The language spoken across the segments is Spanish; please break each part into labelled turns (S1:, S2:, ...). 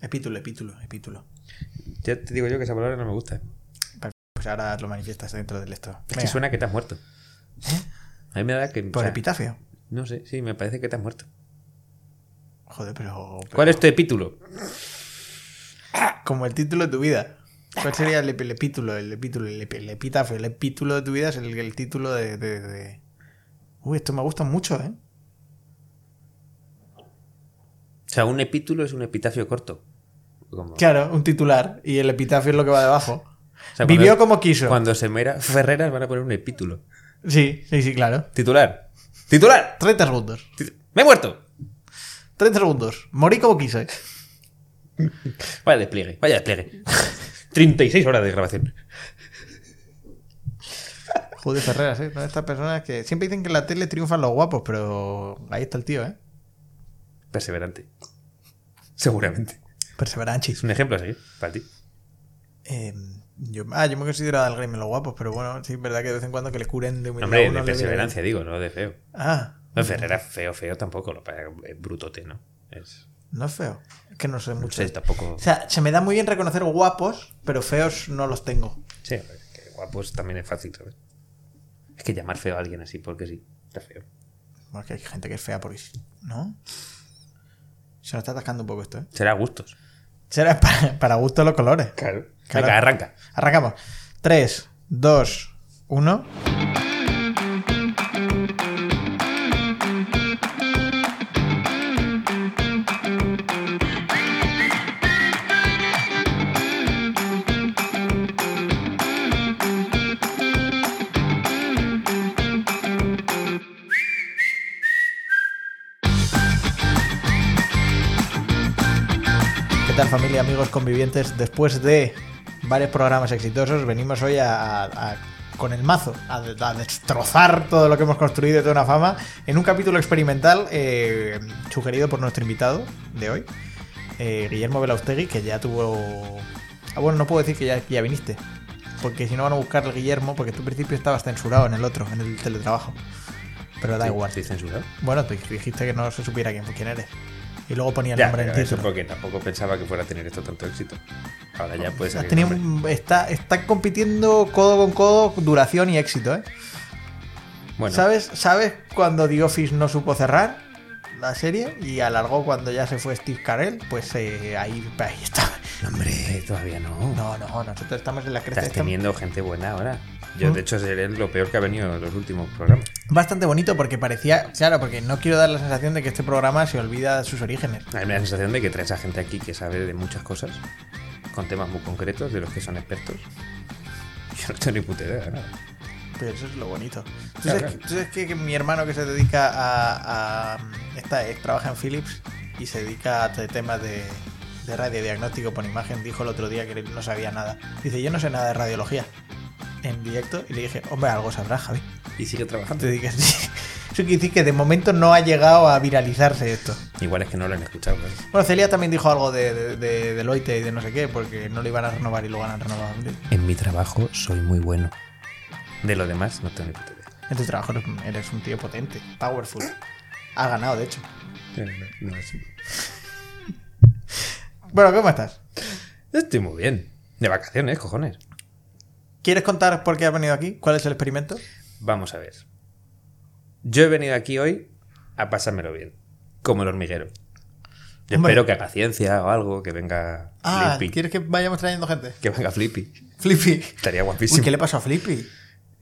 S1: Epítulo, epítulo, epítulo.
S2: Ya te digo yo que esa palabra no me gusta.
S1: Pues ahora lo manifiestas dentro del esto.
S2: Es que
S1: Venga, ¿Eh?
S2: suena que te has muerto. A mí me da que. o
S1: Por
S2: sea,
S1: epitafio.
S2: no sé, sí, me parece que te has muerto.
S1: Joder, pero, pero-
S2: ¿Cuál es tu epítulo?
S1: Como el título de tu vida. ¿Cuál sería el, ep- el epítulo? El epítulo, el, ep- el epitafio, el epítulo de tu vida es el, el título de, de- de- Uy, esto me gusta mucho, ¿eh?
S2: O sea, un epítulo es un epitafio corto. Como-
S1: Claro, un titular. Y el epitafio es lo que va debajo.
S2: o sea,
S1: Vivió
S2: cuando-
S1: como quiso.
S2: Cuando se mera Ferreras van a poner un epítulo.
S1: Sí, sí, sí, claro.
S2: Titular. ¡Titular!
S1: 30 segundos.
S2: Tit- ¡Me he muerto!
S1: 30 segundos. Morí como quise.
S2: Vaya despliegue, vaya despliegue. 36 horas de grabación.
S1: Joder, Ferreras, ¿eh? Son estas personas que siempre dicen que en la tele triunfan los guapos, pero ahí está el tío, ¿eh?
S2: Perseverante. Seguramente. Es
S1: Perseveranchis.
S2: un ejemplo a seguir para ti.
S1: Eh, yo, ah, yo me consideraba del gremio los guapos, pero bueno, sí, es verdad que de vez en cuando que le curen de humildad. a
S2: Hombre,
S1: Pues uno
S2: de
S1: le viene
S2: perseverancia, digo, no de feo.
S1: bien. Ah,
S2: No, Ferreras feo, feo tampoco. Lo que pasa es que es brutote, ¿no? Es,
S1: no es feo. Es que no sé
S2: no
S1: mucho.
S2: sé, tampoco.
S1: O sea, se me da muy bien reconocer guapos, pero feos no los tengo.
S2: Sí, a ver, que guapos también es fácil, ¿sabes? Es que llamar feo a alguien así, porque sí, está feo.
S1: Bueno, es que hay gente que es fea por eso. ¿No? Se nos está atascando un poco esto, ¿eh?
S2: Será gustos.
S1: Será para, para gusto los colores.
S2: Claro.
S1: Claro.
S2: Venga, arranca.
S1: Arrancamos. 3, 2, 1. ¿Qué tal familia, amigos convivientes? Después de varios programas exitosos, venimos hoy a, a- a- con el mazo, a, a destrozar todo lo que hemos construido de toda una fama en un capítulo experimental eh, sugerido por nuestro invitado de hoy, eh, Guillermo Belaustegui, que ya tuvo... Ah, bueno, no puedo decir que ya, que ya viniste, porque si no van a buscar al Guillermo, porque tú al principio estabas censurado en el otro, en el teletrabajo. Pero da
S2: Sí,
S1: igual.
S2: sí, censurado.
S1: Bueno, tú dijiste que no se supiera quién, quién eres. Y luego ponía el
S2: Ya,
S1: nombre en
S2: pero
S1: el
S2: eso
S1: título.
S2: porque tampoco pensaba que fuera a tener esto tanto éxito. Ahora ya puede
S1: Has
S2: ser.
S1: Ah, tenido Oh, un- está, están compitiendo codo con codo, duración y éxito, ¿eh?
S2: Bueno,
S1: ¿Sabes, ¿Sabes cuando The Office no supo cerrar la serie y alargó cuando ya se fue Steve Carell? Pues eh, ahí, ahí está.
S2: hombre, todavía no.
S1: No, no, nosotros estamos en la cresta.
S2: Estás
S1: Está
S2: teniendo gente buena ahora. Yo,
S1: ¿Mm?
S2: de hecho, seré lo peor que ha venido en los últimos programas.
S1: Bastante bonito porque parecía, claro, porque no quiero dar la sensación de que este programa se olvida sus orígenes.
S2: A mí me da la sensación de que traes a gente aquí que sabe de muchas cosas, con temas muy concretos, de los que son expertos. Yo no tengo ni puta idea de nada.
S1: Pero eso es lo bonito. ¿Tú
S2: Claro,
S1: sabes,
S2: claro.
S1: que- tú sabes que, que mi hermano que se dedica a... a, mm, está, eh, trabaja en Philips y se dedica a t- temas de, de radiodiagnóstico por imagen, dijo el otro día que él no sabía nada. Dice, yo no sé nada de radiología en directo y le dije, hombre, algo sabrás, Javi.
S2: Y sigue trabajando.
S1: Te digas, eso quiere decir que de momento no ha llegado a viralizarse esto.
S2: Igual es que no lo han escuchado. pues. claro.
S1: Bueno, Celia también dijo algo de, de, de Deloitte y de no sé qué, porque no lo iban a renovar y lo van a renovar.
S2: En mi trabajo soy muy bueno. De lo demás no tengo ni puta idea.
S1: En tu trabajo eres un- eres un tío potente, powerful. Ha ganado, de hecho.
S2: No, es-
S1: Bueno, ¿cómo estás?
S2: Estoy muy bien. De vacaciones, cojones.
S1: ¿Quieres contar por qué has venido aquí? ¿Cuál es el experimento?
S2: Vamos a ver. Yo he venido aquí hoy a pasármelo bien. Como el hormiguero. Yo
S1: Hombre.
S2: espero que haga ciencia o algo, que venga
S1: Ah,
S2: Flippy.
S1: ¿quieres que vayamos trayendo gente?
S2: Que venga Flippy.
S1: Flippy.
S2: Estaría
S1: Uy,
S2: guapísimo.
S1: ¿qué le pasó a Flippy?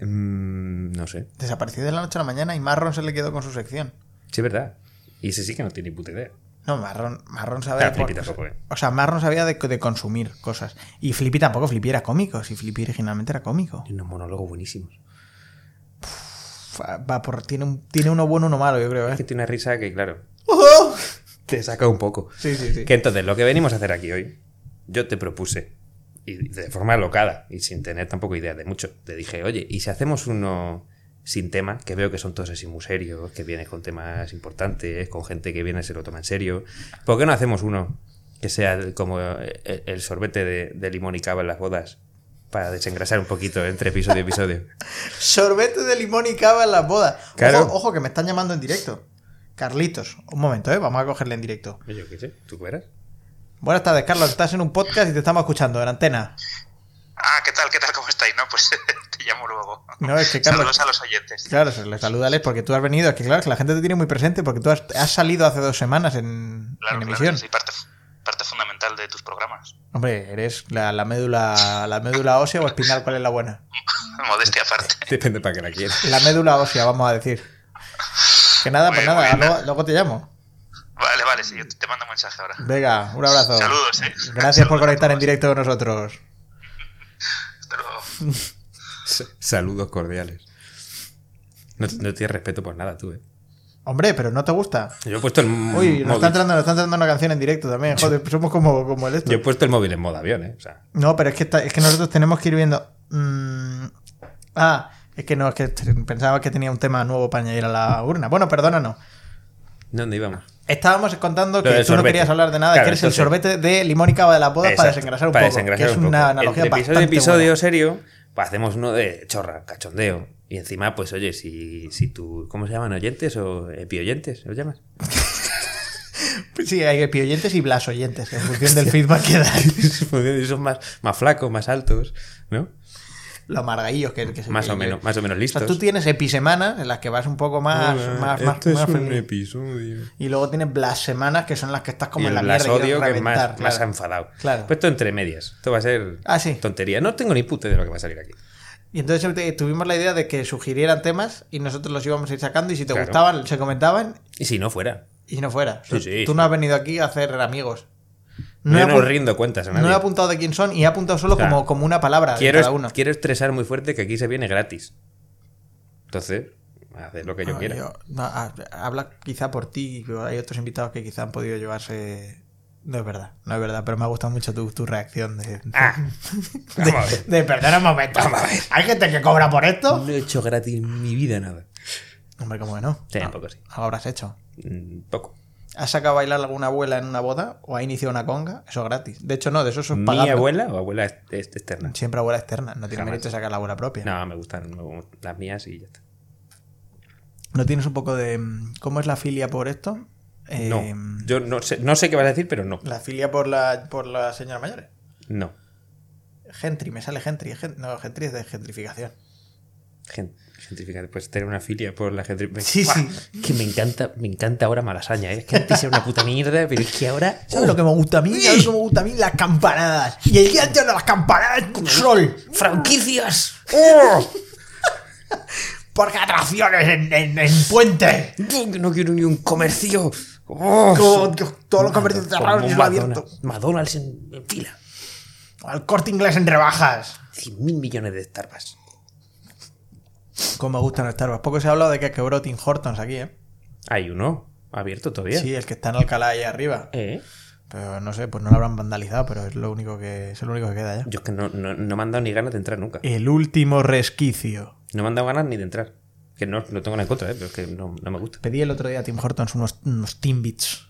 S2: Mm, no sé.
S1: Desapareció de la noche a la mañana y Marron se le quedó con su sección.
S2: Sí, es verdad. Y ese sí que no tiene ni puta idea.
S1: No, Marron, Marron sabía...
S2: Claro, Flippy
S1: por-
S2: tampoco, ¿eh?
S1: O sea, Marron sabía de, de consumir cosas. Y Flippy tampoco, Flippy era cómico. Si Flippy originalmente era cómico.
S2: Tiene unos monólogos buenísimos.
S1: Uf, Va por, tiene, un- tiene uno bueno, uno malo, yo creo. ¿eh?
S2: Es que tiene una risa que, claro, te saca un poco.
S1: Sí, sí, sí.
S2: Que entonces, lo que venimos a hacer aquí hoy, yo te propuse, y de forma locada, y sin tener tampoco idea de mucho, te dije, oye, ¿y si hacemos uno sin tema, que veo que son todos así muy serios, que vienes con temas importantes, con gente que viene y se lo toma en serio, ¿por qué no hacemos uno que sea el- como eh, el, sorbete de, de limón y cava en las bodas? Para desengrasar un poquito entre episodio y episodio.
S1: Sorbete de limón y cava en las bodas.
S2: Claro.
S1: Ojo, ojo, que me están llamando en directo. Carlitos, un momento, ¿eh? Vamos a cogerle en directo.
S2: Oye, yo qué sé, ¿tú verás?
S1: Buenas tardes, Carlos. Estás en un podcast y te estamos escuchando en antena.
S3: Ah, ¿qué tal? ¿Qué tal? ¿Cómo estáis? No, pues te llamo luego.
S1: No, es que, Carlos-
S3: Saludos a los oyentes.
S1: Claro, se- le salúdales porque tú has venido. Es que claro, es que la gente te tiene muy presente porque tú has, has salido hace dos semanas en,
S3: Claro,
S1: en
S3: claro,
S1: emisión.
S3: sí, parte, parte fundamental de tus programas.
S1: Hombre, eres la, la médula la médula ósea o espinal, ¿cuál es la buena?
S3: Modestia aparte.
S2: Depende para qué la quieras.
S1: La médula ósea, vamos a decir. Que nada,
S3: Muy
S1: pues
S3: bien,
S1: nada,
S3: muy bien.
S1: luego, luego te llamo.
S3: Vale, vale, sí, yo te- te mando un mensaje ahora.
S1: Venga, un abrazo.
S3: Saludos, eh.
S1: Gracias por
S3: Saludos a
S1: conectar en
S3: todos.
S1: directo con nosotros.
S3: Hasta luego.
S2: S- Saludos cordiales. No, no tienes respeto por nada, tú, ¿eh?
S1: Hombre, pero no te gusta.
S2: Yo he puesto el m-
S1: Uy, nos
S2: Mm, móvil.
S1: está entrando, nos está entrando una canción en directo también. Joder, somos como, como el esto.
S2: Yo he puesto el móvil en modo avión, ¿eh? O sea,
S1: No, pero es que, está- es que nosotros tenemos que ir viendo. Mm, ah, es que no, es que t- pensaba que tenía un tema nuevo para añadir a la urna. Bueno, perdónanos.
S2: ¿dónde íbamos?
S1: Estábamos contando
S2: Lo
S1: que
S2: del
S1: tú no
S2: sorbete.
S1: querías hablar de nada,
S2: Claro,
S1: que eres el
S2: entonces-
S1: sorbete de limón y cava de las bodas para
S2: Exacto,
S1: desengrasar un
S2: para
S1: poco.
S2: desengrasar
S1: que es
S2: un poco.
S1: una analogía
S2: El episodio,
S1: bastante
S2: episodio
S1: buena.
S2: serio, pues hacemos uno de chorra, cachondeo. Y encima, pues oye, si, si tú... ¿Cómo se llaman? ¿Oyentes o epioyentes? ¿Los llamas?
S1: Sí, hay pioyentes y blasoyentes, en función del feedback que dan.
S2: Y son más, más flacos, más altos, ¿no?
S1: Los margaillos que, que se
S2: Más o
S1: que-
S2: menos, más o menos
S1: O sea,
S2: listos.
S1: tú tienes episemanas en las que vas un poco más. más, más,
S2: este
S1: más feliz.
S2: episodio.
S1: Y luego tienes las semanas que son las que estás como
S2: y
S1: en
S2: el
S1: la mierda. y
S2: blasodio
S1: quieres
S2: que es más,
S1: reventar,
S2: más
S1: claro.
S2: enfadado.
S1: Claro.
S2: Pues esto entre medias. Esto va a ser
S1: Ah, sí.
S2: tontería. No tengo ni puta de lo que va a salir aquí.
S1: Y entonces te- tuvimos la idea de que sugirieran temas y nosotros los íbamos a ir sacando y si te
S2: Claro.
S1: gustaban, se comentaban
S2: Y si no fuera.
S1: y si no fuera. O sea,
S2: Sí, sí,
S1: tú
S2: sí.
S1: no has venido aquí a hacer amigos.
S2: yo
S1: he
S2: no
S1: apu-
S2: rindo cuentas a
S1: no
S2: nadie.
S1: he apuntado de quién son y he apuntado solo
S2: Claro.
S1: como, como una palabra
S2: quiero,
S1: de cada uno.
S2: quiero estresar muy fuerte que aquí se viene gratis. Entonces, haced lo que yo
S1: Ah,
S2: quiera.
S1: yo- no, ah, habla quizá por ti, pero hay otros invitados que quizá han podido llevarse... No es verdad, no es verdad, pero me ha gustado mucho tu, tu reacción de...
S2: Ah,
S1: de,
S2: vamos a ver.
S1: de, perdona un momento.
S2: Vamos a ver.
S1: ¿Hay gente que cobra por esto?
S2: No he hecho gratis en mi vida nada.
S1: Hombre, ¿cómo que no?
S2: Sí,
S1: Ah,
S2: un poco sí.
S1: Algo habrás hecho.
S2: Mm, Poco.
S1: ¿Has sacado a bailar alguna abuela en una boda o ha iniciado una conga? Eso es gratis. De hecho, no, de eso es
S2: ¿Mi
S1: pagando.
S2: abuela o abuela ex- ex- externa?
S1: Siempre abuela externa. No tiene
S2: Jamás.
S1: mérito sacar la abuela propia. No.
S2: No, me gustan me gustan las mías y ya está.
S1: tienes un poco de. mm, ¿Cómo es la filia por esto? Eh,
S2: No, yo no sé, no sé qué vas a decir, pero no.
S1: La filia por la, por la señora mayor.
S2: No.
S1: Gentry, me sale Gentry. Gen- no, Gentry es de gentrificación.
S2: Gen- Gentrificar, pues tener una filia por la
S1: Sí,
S2: gentrificación.
S1: sí.
S2: Que me encanta, me encanta ahora Malasaña. ¿eh? Es que antes era una puta mierda, pero es que ahora. ¡uh!
S1: ¿Sabes lo que me gusta a mí? ¿Sabes lo que me gusta a mí? Las campanadas. Y el día antes de las campanadas con sol.
S2: ¡Franquicias!
S1: ¡Oh! Porque atracciones en, en, en puente.
S2: No quiero ni un comercio. ¡Oh!
S1: Con- con todos los comercios cerrados y
S2: Como
S1: eso
S2: Madonna-
S1: abierto.
S2: McDonald's en, en fila.
S1: Al corte inglés en rebajas.
S2: 100 mil millones de Starbucks.
S1: Como me gustan los Starbucks. Poco se ha hablado de que quebró Tim Hortons aquí, ¿eh?
S2: Hay uno abierto todavía.
S1: Sí, el que está en Alcalá ahí arriba.
S2: ¿Eh?
S1: Pero no sé, pues no lo habrán vandalizado, pero es lo único que, es lo único que queda ya.
S2: Yo es que no, no, no me han dado ni ganas de entrar nunca.
S1: El último resquicio.
S2: No me han dado ganas ni de entrar. Que no no tengo nada en contra, ¿eh? pero es que no, no me gusta.
S1: Pedí el otro día a Tim Hortons unos, unos Timbits.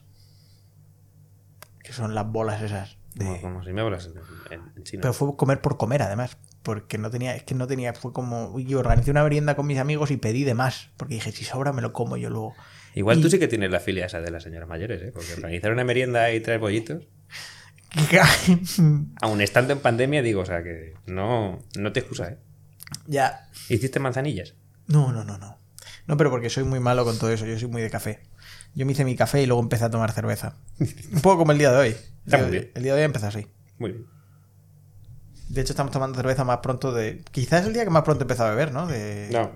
S1: Que son las bolas esas. de-
S2: Como, como si me hablas en, en- en chino.
S1: Eh. Pero fue comer por comer, además. Porque no tenía, es que no tenía, fue como. uy, Yo organicé una merienda con mis amigos y pedí de más. Porque dije, si sobra, me lo como yo luego.
S2: Igual
S1: y-
S2: tú sí que tienes la filia esa de las señoras mayores, ¿eh? Porque organizar una merienda y traer bollitos, aun estando en pandemia, digo, o sea, que no, no te excusa, ¿eh?
S1: ya,
S2: ¿Hiciste manzanillas?
S1: No, no, no, no. No, pero porque soy muy malo con todo eso. Yo soy muy de café. Yo me hice mi café y luego empecé a tomar cerveza. Un poco como el día de hoy. El
S2: Está
S1: día
S2: muy
S1: de-
S2: bien.
S1: el día de hoy empezó así.
S2: Muy bien.
S1: De hecho, estamos tomando cerveza más pronto de. Quizás el día que más pronto he empezado a beber, ¿no? De-
S2: No,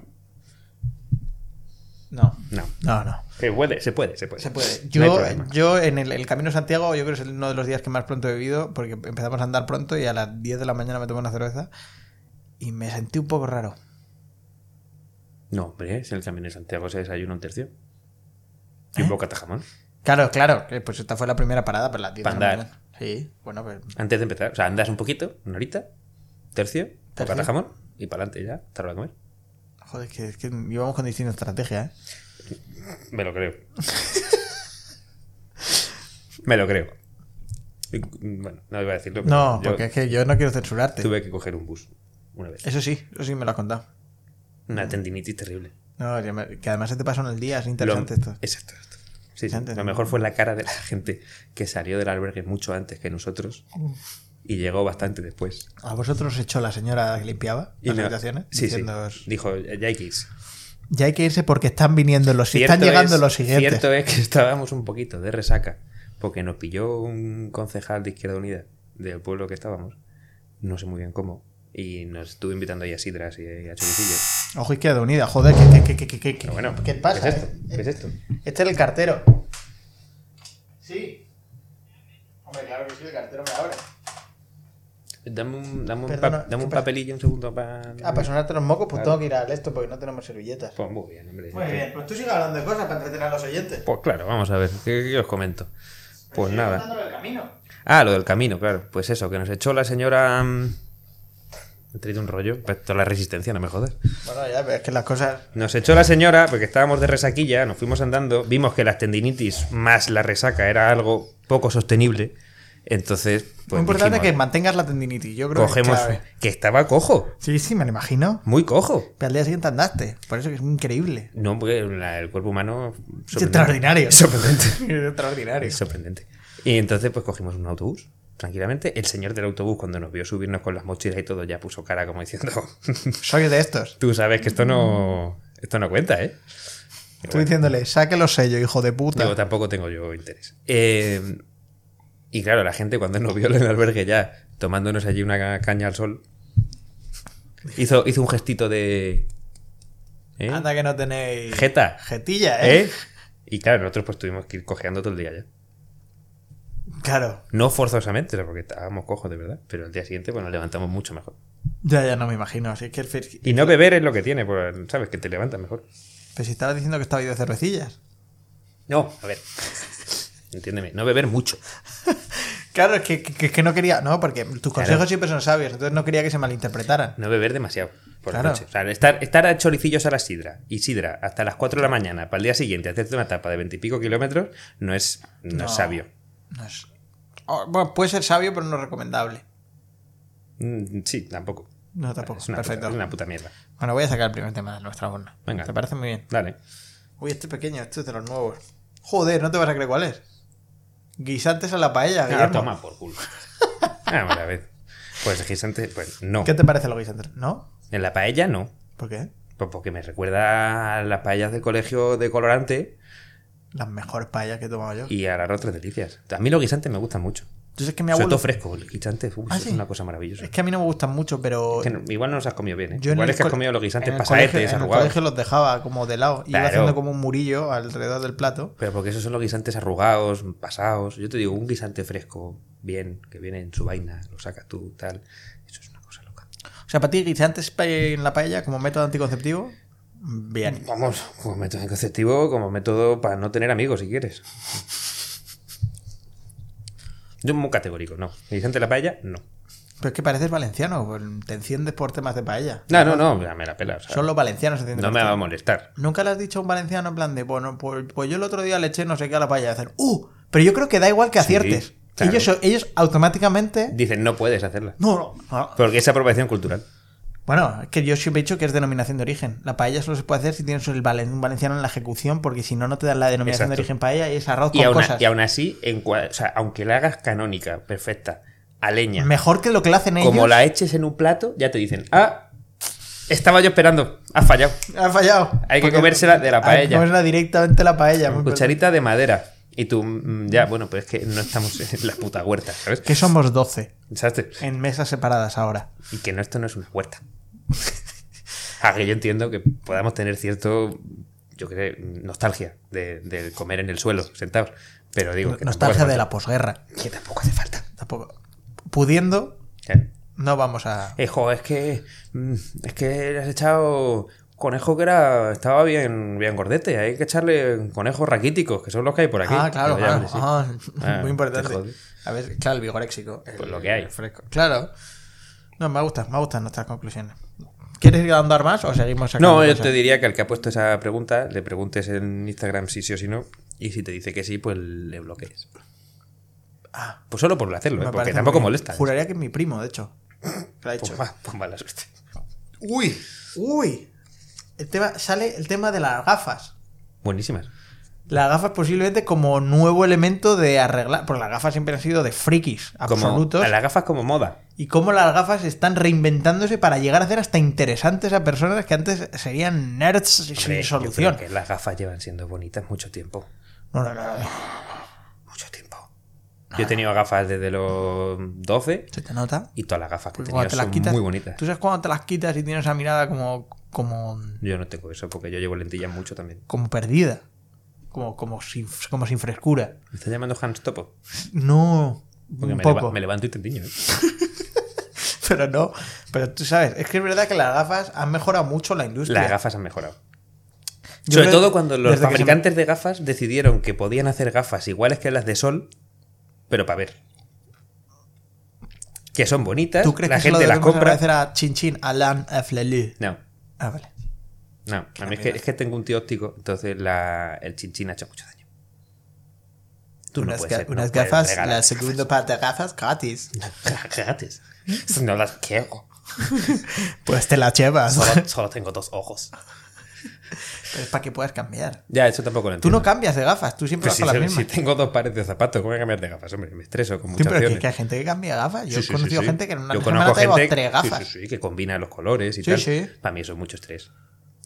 S1: No.
S2: no.
S1: No, no.
S2: Se puede, se puede, se puede.
S1: Se puede.
S2: No hay
S1: Yo,
S2: problema.
S1: yo en el, el camino a Santiago, yo creo que es uno de los días que más pronto he bebido, porque empezamos a andar pronto y a las 10 de la mañana me tomé una cerveza y me sentí un poco raro.
S2: No, hombre, si en el camino de Santiago se desayuna un tercio. Y
S1: ¿Eh?
S2: un bocata jamón.
S1: Claro, claro. eh, Pues esta fue la primera parada, pero las 10 de
S2: Pa'
S1: la
S2: andar.
S1: mañana. Sí, bueno, pues
S2: Antes de empezar, o sea, andas un poquito, una horita, tercio,
S1: Tercio.
S2: bocata jamón y para adelante ya, te a comer.
S1: Joder, que, es que íbamos con distinta estrategia, ¿eh?
S2: Me lo creo. Me lo creo. Y, mm, Bueno, no iba a decirlo. pero
S1: No,
S2: yo
S1: porque es que yo no quiero censurarte.
S2: Tuve que coger un bus una vez.
S1: Eso sí, eso sí me lo has contado.
S2: Una tendinitis terrible.
S1: No, que me- que además se te pasó en el día, es
S2: Lo-
S1: interesante esto.
S2: Exacto, exacto. Sí, sí.
S1: Ya entendí.
S2: Lo mejor fue la cara de la gente que salió del albergue mucho antes que nosotros y llegó bastante después.
S1: ¿A vosotros os echó la señora que limpiaba
S2: Y
S1: las
S2: no-
S1: habitaciones?
S2: Sí, sí.
S1: Diciéndoos,
S2: Dijo, ya hay que irse".
S1: Ya hay que irse porque están viniendo los... Si
S2: Cierto
S1: están llegando
S2: es-
S1: los siguientes.
S2: Cierto es que estábamos un poquito de resaca, porque nos pilló un concejal de Izquierda Unida del pueblo que estábamos, no sé muy bien cómo, y nos estuvo invitando ahí a sidras y a choricillos.
S1: Ojo Izquierda Unida, joder, ¿qué, qué, qué, qué, qué, qué-
S2: Pero bueno,
S1: ¿qué pasa?
S2: ¿qué es esto?
S1: eh?
S2: ¿Qué es esto?
S1: Este es el cartero. Sí. Hombre, claro que sí, el cartero me abre.
S2: Dame un, dame un,
S1: Perdona,
S2: pa- dame un
S1: ¿qué pasa?
S2: papelillo, un segundo para...
S1: Ah, para sonarte los mocos, pues
S2: Claro.
S1: tengo que ir al esto porque no tenemos servilletas.
S2: Pues muy bien, hombre.
S1: Muy bien, pues tú sigues hablando de cosas para entretener a los oyentes.
S2: Pues claro, vamos a ver, ¿qué, qué os comento? Pues
S1: Sigue
S2: nada.
S1: contándole el camino.
S2: Ah, lo del camino, claro. Pues eso, que nos echó la señora... mm, He traído un rollo, pues toda la resistencia, no me jodas.
S1: Bueno, ya, pero es que las cosas.
S2: Nos echó la señora, porque estábamos de resaquilla, nos fuimos andando, vimos que la tendinitis más la resaca era algo poco sostenible. Entonces, pues
S1: Muy importante que
S2: dijimos,
S1: mantengas la tendinitis. Yo creo
S2: cogemos
S1: que es clave.
S2: que estaba cojo,
S1: Sí, sí, me lo imagino.
S2: muy cojo.
S1: Pero al día siguiente andaste. Por eso que es increíble.
S2: No, porque la- el cuerpo humano
S1: Es extraordinario.
S2: Sorprendente.
S1: Es extraordinario.
S2: Es sorprendente. Y entonces, pues cogimos un autobús, tranquilamente. El señor del autobús, cuando nos vio subirnos con las mochilas y todo, ya puso cara como diciendo:
S1: Soy de estos.
S2: Tú sabes que esto no, esto no cuenta, ¿eh?
S1: Estoy diciéndole, saque los sellos, hijo de puta.
S2: Digo, tampoco tengo yo interés. Eh, y claro, la gente cuando nos vio en el albergue ya tomándonos allí una ca- caña al sol, hizo, hizo un gestito de... ¿eh?
S1: Anda que no tenéis.
S2: Jeta.
S1: Jetilla, ¿eh?
S2: ¿eh? Y claro, nosotros pues tuvimos que ir cojeando todo el día ya.
S1: Claro.
S2: No forzosamente, porque estábamos cojos de verdad, pero al día siguiente pues nos levantamos mucho mejor.
S1: Ya, ya no me imagino. Así que el fir-
S2: Y no beber es lo que tiene, pues, sabes que te levantas mejor.
S1: Pero si estabas diciendo que estaba ahí de cervecillas.
S2: No, a ver. Entiéndeme, no beber mucho.
S1: Claro, es que, que- que no quería. No, porque tus consejos
S2: Claro.
S1: siempre son sabios, entonces no quería que se malinterpretaran.
S2: No beber demasiado por
S1: Claro.
S2: la noche. O sea, estar, estar a choricillos a la sidra y sidra hasta las 4 de la mañana para el día siguiente hacerte una etapa de 20 y pico kilómetros no es, no
S1: No.
S2: es sabio.
S1: No es- o- bueno, puede ser sabio, pero no recomendable.
S2: Mm, sí, tampoco.
S1: No, tampoco.
S2: Es una,
S1: Perfecto.
S2: Puta, es una puta mierda.
S1: Bueno, voy a sacar el primer tema de nuestra urna.
S2: Venga.
S1: ¿Te parece muy bien?
S2: Dale.
S1: Uy, este pequeño, este es de los nuevos. Joder, no te vas a creer cuál es. Guisantes a la paella,
S2: Ah,
S1: Guillermo.
S2: toma por culo. Ah, vale, a ver. Pues gisante, pues no.
S1: ¿Qué te parece los guisantes? ¿No?
S2: En la paella no.
S1: ¿Por qué?
S2: Pues porque me recuerda a las paellas del colegio de colorante
S1: Las mejores paellas que he tomado yo.
S2: y al arroz tres delicias. A mí los guisantes me gustan mucho.
S1: Entonces es que mi
S2: Sobre
S1: abuelo.
S2: todo fresco. El guisante uy,
S1: Ah,
S2: eso
S1: sí.
S2: es una cosa maravillosa.
S1: Es que a mí no me gustan mucho, pero.
S2: Que no- igual no los has comido bien, ¿eh?
S1: Yo en el
S2: igual es que has
S1: cole-
S2: comido los
S1: en
S2: guisantes
S1: el colegio-
S2: pasaetes,
S1: En el
S2: arrugados.
S1: colegio los dejaba como de lado. Iba
S2: Claro.
S1: haciendo como un murillo alrededor del plato.
S2: Pero porque esos son los guisantes arrugados, pasados. Yo te digo, un guisante fresco, bien, que viene en su vaina, lo sacas tú, tal. Eso es una cosa loca.
S1: O sea, para ti, guisantes pa- en la paella como método anticonceptivo, bien.
S2: Vamos, como método conceptivo, como método para no tener amigos, si quieres. Yo muy categórico, no. Guisante de la paella, no.
S1: Pero es que pareces valenciano, pues, te enciendes por temas de paella.
S2: No, no, no, me la pela. o sea,
S1: Son los valencianos que se encienden.
S2: no me
S1: por
S2: va a
S1: temas.
S2: molestar.
S1: Nunca le has dicho a un valenciano en plan de, bueno, pues, pues yo el otro día le eché no sé qué a la paella. Y hacen, ¡uh! Pero yo creo que da igual que aciertes.
S2: claro.
S1: ellos, son- ellos automáticamente.
S2: Dicen, no puedes hacerla.
S1: No, no, no.
S2: Porque es apropiación cultural.
S1: Bueno, es que yo siempre he dicho que es denominación de origen. La paella solo se puede hacer si tienes el valen- un valenciano en la ejecución, porque si no, no te dan la denominación de
S2: Exacto.
S1: origen paella y es arroz
S2: Y
S1: con
S2: aún,
S1: cosas.
S2: y aún así, en cua- o sea, aunque la hagas canónica, perfecta, a leña,
S1: Mejor que lo que le hacen ellos.
S2: como la eches en un plato, ya te dicen, ah, estaba yo esperando, ha fallado.
S1: Ha fallado.
S2: Hay que
S1: Porque-
S2: comérsela de la
S1: Hay que
S2: paella.
S1: comérsela directamente la paella. Muy
S2: Cucharita de madera. Y tú, mm, ya, bueno, pero es que no estamos en la puta huerta, ¿sabes?
S1: per- Que somos 12
S2: ¿Sabes?
S1: en mesas separadas ahora.
S2: Y que no, esto no es una huerta. Ah, que yo entiendo que podamos tener cierto, yo creo, nostalgia de, de comer en el suelo, sentados. Pero digo que
S1: Nostalgia
S2: tampoco
S1: de
S2: hace
S1: la posguerra.
S2: falta- Que tampoco hace falta.
S1: Tampoco. Pudiendo,
S2: Claro.
S1: no vamos a.
S2: Eh, jo, es que. mm, Es que le has echado conejo que era. Estaba bien, bien gordete. Hay que echarle conejos raquíticos, que son los que hay por aquí.
S1: Ah, claro,
S2: Pero ya,
S1: claro.
S2: sí.
S1: Ah,
S2: Ah,
S1: muy
S2: te
S1: importante.
S2: jode.
S1: A ver, claro, el vigoréxico. el-
S2: Pues lo que hay.
S1: el fresco. Claro. No, me gustan, me gustan nuestras conclusiones. ¿Quieres ir a andar más o seguimos sacando
S2: No, yo
S1: cosas?
S2: te diría que al que ha puesto esa pregunta, le preguntes en Instagram si sí o si no. Y si te dice que sí, pues le bloquees.
S1: Ah.
S2: Pues solo por hacerlo,
S1: Me
S2: ¿eh? porque
S1: parece
S2: tampoco
S1: muy bien.
S2: molesta. ¿eh?
S1: Juraría que es mi primo, de hecho. Que lo ha
S2: Pues,
S1: hecho.
S2: ma- pues mala suerte.
S1: Uy, uy. El tema, sale el tema de las gafas.
S2: Buenísimas.
S1: Las gafas posiblemente como nuevo elemento de arreglar, porque las gafas siempre han sido de frikis
S2: Como,
S1: absolutos.
S2: a las gafas como moda.
S1: Y cómo las gafas están reinventándose para llegar a hacer hasta interesantes a personas que antes serían nerds
S2: Hombre,
S1: sin
S2: yo
S1: solución.
S2: creo que las gafas llevan siendo bonitas mucho tiempo.
S1: No, no, no, no.
S2: Mucho tiempo. Yo he tenido gafas desde los 12
S1: ¿Se te nota?
S2: y todas las gafas que he
S1: Porque Pues
S2: tenido
S1: cuando te las
S2: son
S1: quitas.
S2: muy bonitas.
S1: ¿Tú sabes cuando te las quitas y tienes esa mirada como, como,
S2: Yo no tengo eso porque yo llevo lentillas mucho también.
S1: como perdida? Como, como, sin, como sin frescura.
S2: ¿Me estás llamando Hans Topo?
S1: No,
S2: Porque
S1: un
S2: me,
S1: poco.
S2: leva- me levanto y te tiño. ¿eh?
S1: Pero no, pero tú sabes, es que es verdad que las gafas han mejorado mucho la industria.
S2: Las gafas han mejorado.
S1: Yo
S2: Sobre
S1: creo-
S2: todo cuando los
S1: desde que se-
S2: fabricantes de gafas decidieron que podían hacer gafas iguales que las de sol, pero para ver. Que son bonitas,
S1: ¿Tú crees
S2: la
S1: que se lo
S2: gente las
S1: debemos
S2: compra.
S1: agradecer a Chin Chin, Alan Flelu?
S2: No,
S1: Ah, vale.
S2: no. A mí es que, es que tengo un tío óptico, entonces la, el chinchín ha hecho mucho daño. Tú no
S1: unas
S2: puedes
S1: ga-
S2: ser- no
S1: unas
S2: puedes
S1: gafas,
S2: regalar
S1: la segunda parte de gafas gratis.
S2: gafas gratis.
S1: ¿Mm?
S2: Si No las quiero.
S1: Pues te las llevas.
S2: Solo, solo tengo dos ojos.
S1: Pero es para que puedas cambiar.
S2: Ya, eso tampoco lo
S1: Tú
S2: entiendo.
S1: no cambias de gafas, tú siempre
S2: Pero
S1: vas
S2: si,
S1: con las
S2: si
S1: mismas.
S2: tengo dos pares de zapatos, ¿cómo voy a cambiar de gafas? Hombre, me estreso con
S1: Sí,
S2: muchas
S1: pero que,
S2: opciones.
S1: que hay gente que cambia de gafas. Yo
S2: Sí,
S1: he
S2: sí,
S1: conocido
S2: sí, sí.
S1: gente que en una
S2: Yo
S1: misma
S2: conozco
S1: semana tengo
S2: gente-
S1: tres
S2: sí,
S1: gafas.
S2: sí, sí, que combina los colores y
S1: Sí,
S2: tal.
S1: sí.
S2: Para mí eso es mucho estrés.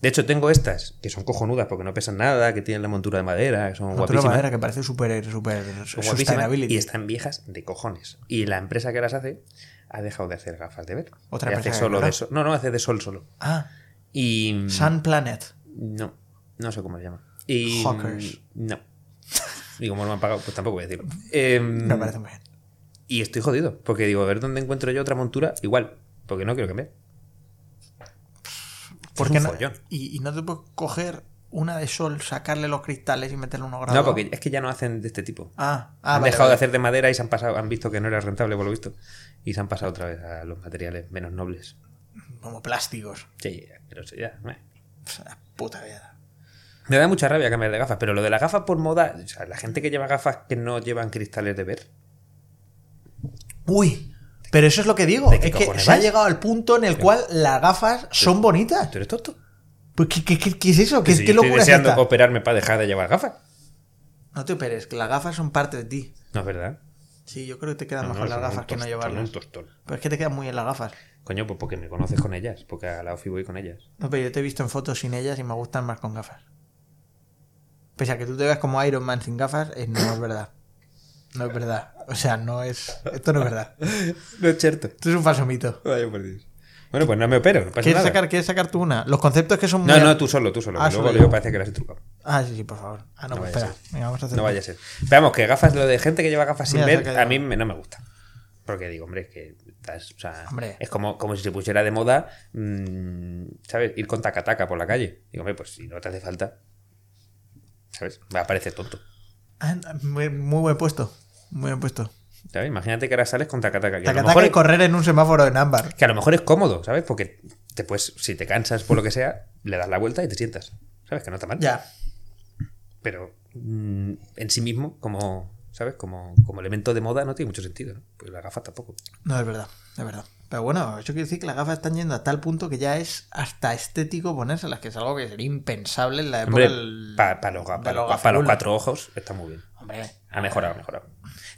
S2: De hecho, tengo estas, que son cojonudas porque no pesan nada, que tienen la montura de madera, que son
S1: Montura de
S2: guapísimas.
S1: madera que parece súper súper
S2: son guapísimas
S1: sustainability.
S2: y están viejas de cojones. Y la empresa que las hace ha dejado de hacer gafas de ver.
S1: Otra
S2: Y hace
S1: empresa que
S2: solo de
S1: conozco.
S2: sol. No, no, hace de sol solo.
S1: Ah,
S2: Y.
S1: Sun Planet.
S2: No, no sé cómo se llama. Y.
S1: Hawkers.
S2: No. Y como no me han pagado, pues tampoco voy a decirlo. Em,
S1: Me parece muy bien.
S2: y estoy jodido, porque digo, a ver dónde encuentro yo otra montura igual, porque no quiero cambiar.
S1: ¿Por
S2: un
S1: qué no?
S2: follón.
S1: Y, y no te puedes coger una de sol, sacarle los cristales y meterle uno grabado.
S2: No, porque es que ya no hacen de este tipo.
S1: Ah, ah,
S2: han
S1: vale,
S2: dejado de
S1: vale.
S2: hacer de madera y se han pasado, han visto que no era rentable por lo visto. Y se han pasado otra vez a los materiales menos nobles.
S1: Como plásticos.
S2: Sí, pero sí, ya, meh.
S1: Pff, la puta vida.
S2: Me da mucha rabia cambiar de gafas, pero lo de las gafas por moda, o sea, la gente que lleva gafas que no llevan cristales de ver.
S1: Uy, pero eso es lo que digo.
S2: ¿De qué
S1: Es que se
S2: cojones
S1: ha
S2: vas?
S1: llegado al punto en el cual las gafas son bonitas.
S2: ¿Tú eres tonto?
S1: Pues, ¿qué, qué- qué- qué es eso? ¿Qué,
S2: Si
S1: qué
S2: yo estoy
S1: locura es
S2: deseando
S1: esta?
S2: operarme para dejar de llevar gafas.
S1: No te operes, que las gafas son parte de ti.
S2: No es verdad.
S1: Sí, yo creo que te quedan
S2: No,
S1: mejor
S2: no, pues,
S1: las
S2: son un
S1: gafas que no
S2: tostón,
S1: llevarlas.
S2: un tostón.
S1: Pero es que te quedan muy bien las gafas.
S2: Coño, pues porque me conoces con ellas, porque a la OFI voy con ellas.
S1: No, pero yo te he visto en fotos sin ellas y me gustan más con gafas. Pese a que tú te veas como Iron Man sin gafas, eh, no es verdad. No es verdad. O sea, no es. Esto no es verdad.
S2: No es cierto.
S1: Esto es un falso mito.
S2: Vaya por Dios. Bueno, pues no me opero, no pasa
S1: ¿Quieres
S2: nada.
S1: sacar, ¿Quieres sacar tú una? Los conceptos que son muy.
S2: No, no, tú solo, tú solo.
S1: Ah,
S2: que luego
S1: solo
S2: yo
S1: yo.
S2: parece que lo has trucado.
S1: Ah, sí, sí, por favor. Ah, no,
S2: No
S1: pues
S2: vaya a
S1: espera. Venga, vamos a hacer.
S2: No vaya a ser. Veamos, que gafas, lo de gente que lleva gafas sin
S1: Mira, se ha
S2: ver,
S1: caído.
S2: a mí me- no me gusta. Porque digo, hombre, es que estás, o sea,
S1: Hombre.
S2: es como, como si se pusiera de moda, mm, ¿sabes? Ir con tacataca por la calle. Digo, hombre, pues si no te hace falta, ¿sabes? Va a parecer tonto.
S1: Ah, muy, muy buen puesto. Muy buen puesto.
S2: ¿Sabes? Imagínate que ahora sales con tacataca. Que, a lo
S1: Tacataca
S2: mejor
S1: y
S2: es-
S1: correr en un semáforo en ámbar.
S2: que a lo mejor es cómodo, ¿sabes? Porque te puedes, si te cansas por lo que sea, le das la vuelta y te sientas. ¿Sabes? Que no está mal.
S1: Ya.
S2: pero mm, en sí mismo, como, ¿sabes? Como, como elemento de moda no tiene mucho sentido, ¿no? Pues la gafa tampoco.
S1: No, es verdad, es verdad. Pero bueno, eso quiere decir que las gafas están yendo a tal punto que ya es hasta estético ponérselas, que es algo que sería impensable en la época
S2: Hombre,
S1: del-
S2: para los, ga-
S1: de los
S2: pa- pa- pa los
S1: gafirulos.
S2: cuatro ojos está muy bien.
S1: Hombre,
S2: Ha mejorado, ha mejorado.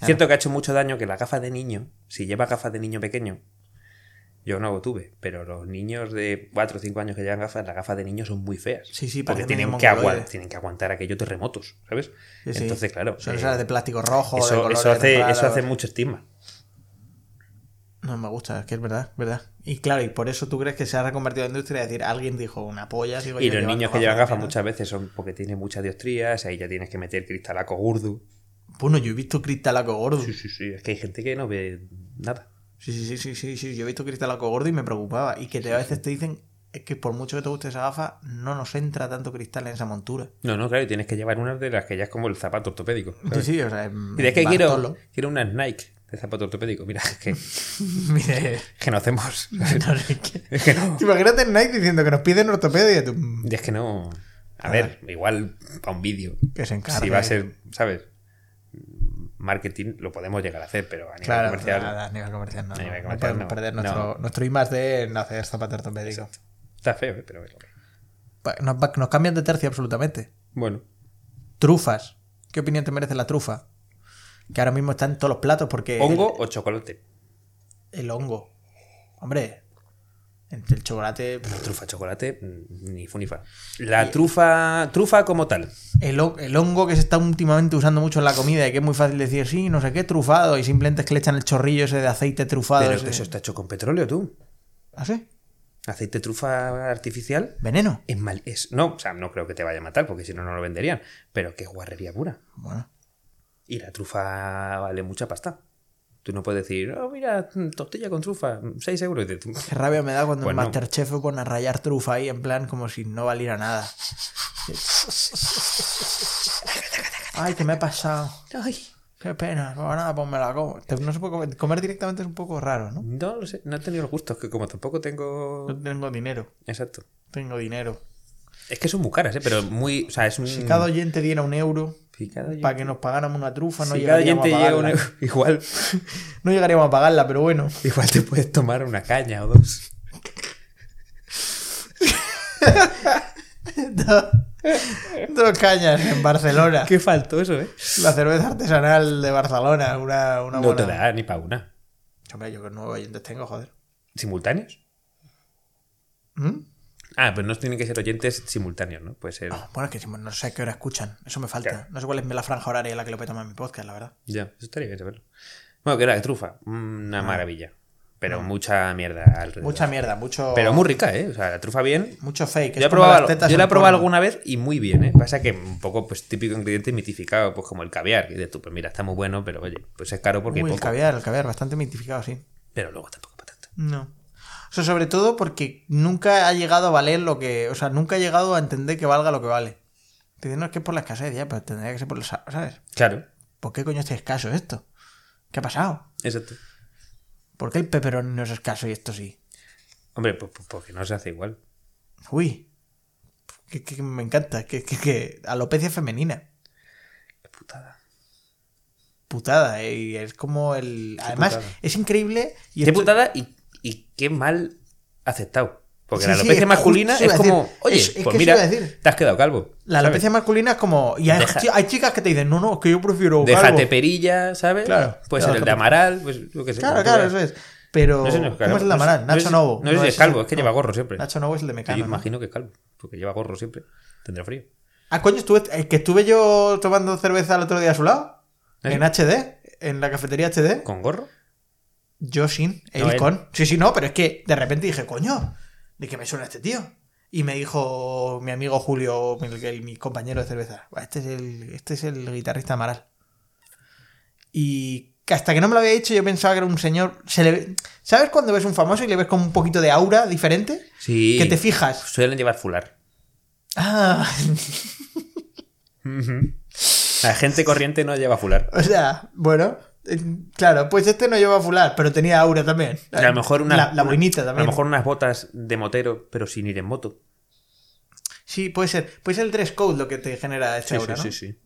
S2: Cierto que ha hecho mucho daño que la gafa de niño, si lleva gafas de niño pequeño, yo no lo tuve, pero los niños de 4 o 5 años que llevan gafas, las gafas de niño son muy feas.
S1: Sí, sí,
S2: porque
S1: parecen
S2: tienen
S1: medio
S2: que, agua-
S1: mongoloides.
S2: tienen que aguantar aquellos terremotos, ¿sabes?
S1: sí, sí.
S2: Entonces, claro,
S1: Son
S2: eh,
S1: esas de plástico rojo, de
S2: eso,
S1: colores
S2: eso hace, eso
S1: raros.
S2: hace mucho estigma.
S1: No me gusta, es que es verdad, es verdad. Y claro, y por eso tú crees que se ha reconvertido en industria, es decir, alguien dijo una polla, sigo
S2: Y
S1: yo
S2: los
S1: llevando
S2: niños que llevan gafas
S1: ¿no?
S2: muchas veces son porque tienen muchas dioptrías, ahí ya tienes que meter cristalaco gordo.
S1: Bueno, yo he visto cristalaco gordo.
S2: Sí, sí, sí, es que hay gente que no ve nada.
S1: Sí, sí, sí, sí, sí, sí, Yo he visto cristalaco gordo y me preocupaba. Y que te- a veces te dicen es que por mucho que te guste esa gafa, no nos entra tanto cristal en esa montura.
S2: No, no, claro, y tienes que llevar una de las que ya es como el zapato ortopédico.
S1: Sí,
S2: ¿sabes?
S1: sí, o sea,
S2: y de que
S1: Bartolo.
S2: quiero, quiero una Nike de zapato ortopédico. Mira, es que,
S1: Mire,
S2: que no hacemos.
S1: eh, no sé qué.
S2: Es que no.
S1: Imagínate Nike diciendo que nos piden ortopedia. Tú, mm,
S2: Es que no. A
S1: A
S2: ver, igual para un vídeo.
S1: que se encargue.
S2: Si va a ser, ¿sabes? Marketing lo podemos llegar a hacer, pero a nivel
S1: Claro,
S2: comercial.
S1: nada, a nivel comercial no.
S2: A nivel
S1: no
S2: comercial
S1: podemos
S2: no.
S1: perder
S2: No.
S1: nuestro, nuestro I más de en hacer zapato ortopédico.
S2: Está feo, ¿eh? pero bueno.
S1: Pa- Nos, va- nos cambian de tercio absolutamente.
S2: Bueno.
S1: Trufas. ¿Qué opinión te merece la trufa? Que ahora mismo está en todos los platos porque...
S2: ¿Hongo o chocolate?
S1: El, el hongo. Hombre, entre el chocolate...
S2: La trufa, chocolate, mm, ni funifa. La trufa, trufa como tal.
S1: El, ho- el hongo que se está últimamente usando mucho en la comida y que es muy fácil decir, sí, no sé qué, trufado, y simplemente es que le echan el chorrillo ese de aceite trufado.
S2: Pero
S1: ese.
S2: que eso está hecho con petróleo, tú.
S1: ¿Ah, sí?
S2: Aceite de trufa artificial
S1: ¿Veneno?
S2: es mal. Es, no, o sea, no creo que te vaya a matar porque si no, no lo venderían. Pero que es guarrería pura.
S1: Bueno,
S2: Y la trufa vale mucha pasta. Tú no puedes decir, oh, mira, mm, tortilla con trufa, 6 euros. Y dices,
S1: qué rabia me da cuando
S2: Bueno.
S1: en Masterchef me ponen a rayar trufa ahí en plan como si no valiera nada. Ay, que me he pasado.
S2: Ay,
S1: Qué pena, no nada, pues me la como. Te- No se puede comer, comer directamente es un poco raro, ¿no?
S2: no lo sé, no he tenido los gustos, que como tampoco tengo.
S1: No tengo dinero,
S2: Exacto.
S1: tengo dinero.
S2: Es que son muy caras, ¿eh? pero muy. O sea, es un.
S1: Si cada oyente diera un euro
S2: Si cada
S1: para
S2: oyente-
S1: que nos pagáramos una trufa, no
S2: si cada
S1: llegaríamos
S2: oyente
S1: a ¿eh?
S2: llega
S1: pagarla.
S2: un euro, igual,
S1: No llegaríamos a pagarla, pero bueno.
S2: igual te puedes tomar una caña o dos.
S1: dos, dos cañas en Barcelona.
S2: Qué faltó eso, ¿eh?
S1: La cerveza artesanal de Barcelona, una, una
S2: No,
S1: buena.
S2: te da ni para una.
S1: Hombre, yo que nueve oyentes tengo, joder.
S2: ¿Simultáneos?
S1: ¿Mm?
S2: Ah, pero no tienen que ser oyentes simultáneos, ¿no? Puede ser.
S1: Ah, Bueno, es que no sé a qué hora escuchan. Eso me falta.
S2: Claro.
S1: No sé cuál es la franja horaria en la que lo voy a tomar mi podcast, la verdad.
S2: Ya, eso estaría bien saberlo. Bueno, que era trufa. Una maravilla. Pero mucha mierda alrededor.
S1: Ah. Mucha mierda, mucho.
S2: Pero muy rica, ¿eh? O sea, la trufa bien.
S1: Mucho fake.
S2: Yo, he
S1: Es como las
S2: probado-
S1: tetas
S2: yo la he
S1: en
S2: probado
S1: porno.
S2: alguna vez y muy bien, ¿eh? Pasa que un poco, pues, típico ingrediente mitificado, pues como el caviar. Y de tú, pues mira, está muy bueno, pero oye, pues es caro porque hay
S1: Uy, el
S2: poco.
S1: caviar, el caviar, bastante mitificado, sí.
S2: Pero luego tampoco para tanto.
S1: No. O sea, sobre todo porque nunca ha llegado a valer lo que. O sea, nunca ha llegado a entender que valga lo que vale. Te dicen, no es que es por la escasez, ya, pero tendría que ser por el. sa- ¿Sabes?
S2: Claro,
S1: ¿Por qué coño este escaso esto? ¿Qué ha pasado?
S2: exacto.
S1: ¿Por qué el peperón no es escaso y esto sí?
S2: Hombre, pues, pues porque no se hace igual.
S1: Uy. Que, que- que me encanta. Que, que, que alopecia femenina.
S2: Qué putada.
S1: Putada, ¿eh? Y es como el. Además,
S2: putada.
S1: es increíble. Y
S2: Qué
S1: esto-
S2: putada y, y qué mal aceptado. Porque
S1: Sí,
S2: la
S1: sí,
S2: alopecia
S1: es que
S2: masculina
S1: justo iba
S2: es
S1: a decir,
S2: como, oye,
S1: es- es que
S2: pues
S1: eso
S2: mira,
S1: iba a decir.
S2: te has quedado calvo.
S1: La
S2: ¿sabes?
S1: alopecia masculina es como. Y hay,
S2: Deja-
S1: chi- hay chicas que te dicen, no, no, es que yo prefiero.
S2: Déjate
S1: calvo".
S2: perilla, ¿sabes?
S1: Claro, claro,
S2: Puede ser el de
S1: déjate-
S2: Amaral, pues lo que sea.
S1: Claro, claro, eso es. Pero.
S2: No sé, no,
S1: ¿Cómo
S2: claro,
S1: es el de
S2: no sé-
S1: Amaral?
S2: no
S1: Nacho
S2: sé si-
S1: Novo.
S2: no sé si es
S1: ese
S2: calvo, es que lleva gorro siempre.
S1: Nacho Novo es el de
S2: Yo
S1: Mecano. ¿no?
S2: imagino que es calvo, porque lleva gorro siempre. Tendrá frío.
S1: Ah, coño, estuve, eh, que estuve yo tomando cerveza el otro día a su lado.
S2: ¿Eh?
S1: En HD. En la cafetería HD.
S2: ¿Con gorro?
S1: Yo sin, él
S2: No, él.
S1: con. Sí, sí, no, pero es que de repente dije, coño, ¿de qué me suena este tío? Y me dijo mi amigo Julio, mi, el- mi compañero de cerveza, "Buah, este es, el, este es el guitarrista Amaral. Y que hasta que no me lo había dicho, yo pensaba que era un señor. se le ve- ¿Sabes cuando ves un famoso y le ves con un poquito de aura diferente?
S2: Sí.
S1: Que te fijas.
S2: Suelen llevar fular.
S1: Ah,
S2: La gente corriente no lleva fular.
S1: o sea, bueno. eh, Claro, pues este no lleva fular, pero tenía aura también.
S2: A lo mejor una,
S1: La, la
S2: una-
S1: boinita también.
S2: A lo mejor unas botas de motero, pero sin ir en moto.
S1: Sí, puede ser. Puede ser el dress code lo que te genera esta
S2: Sí,
S1: aura,
S2: sí,
S1: ¿no?
S2: sí, sí.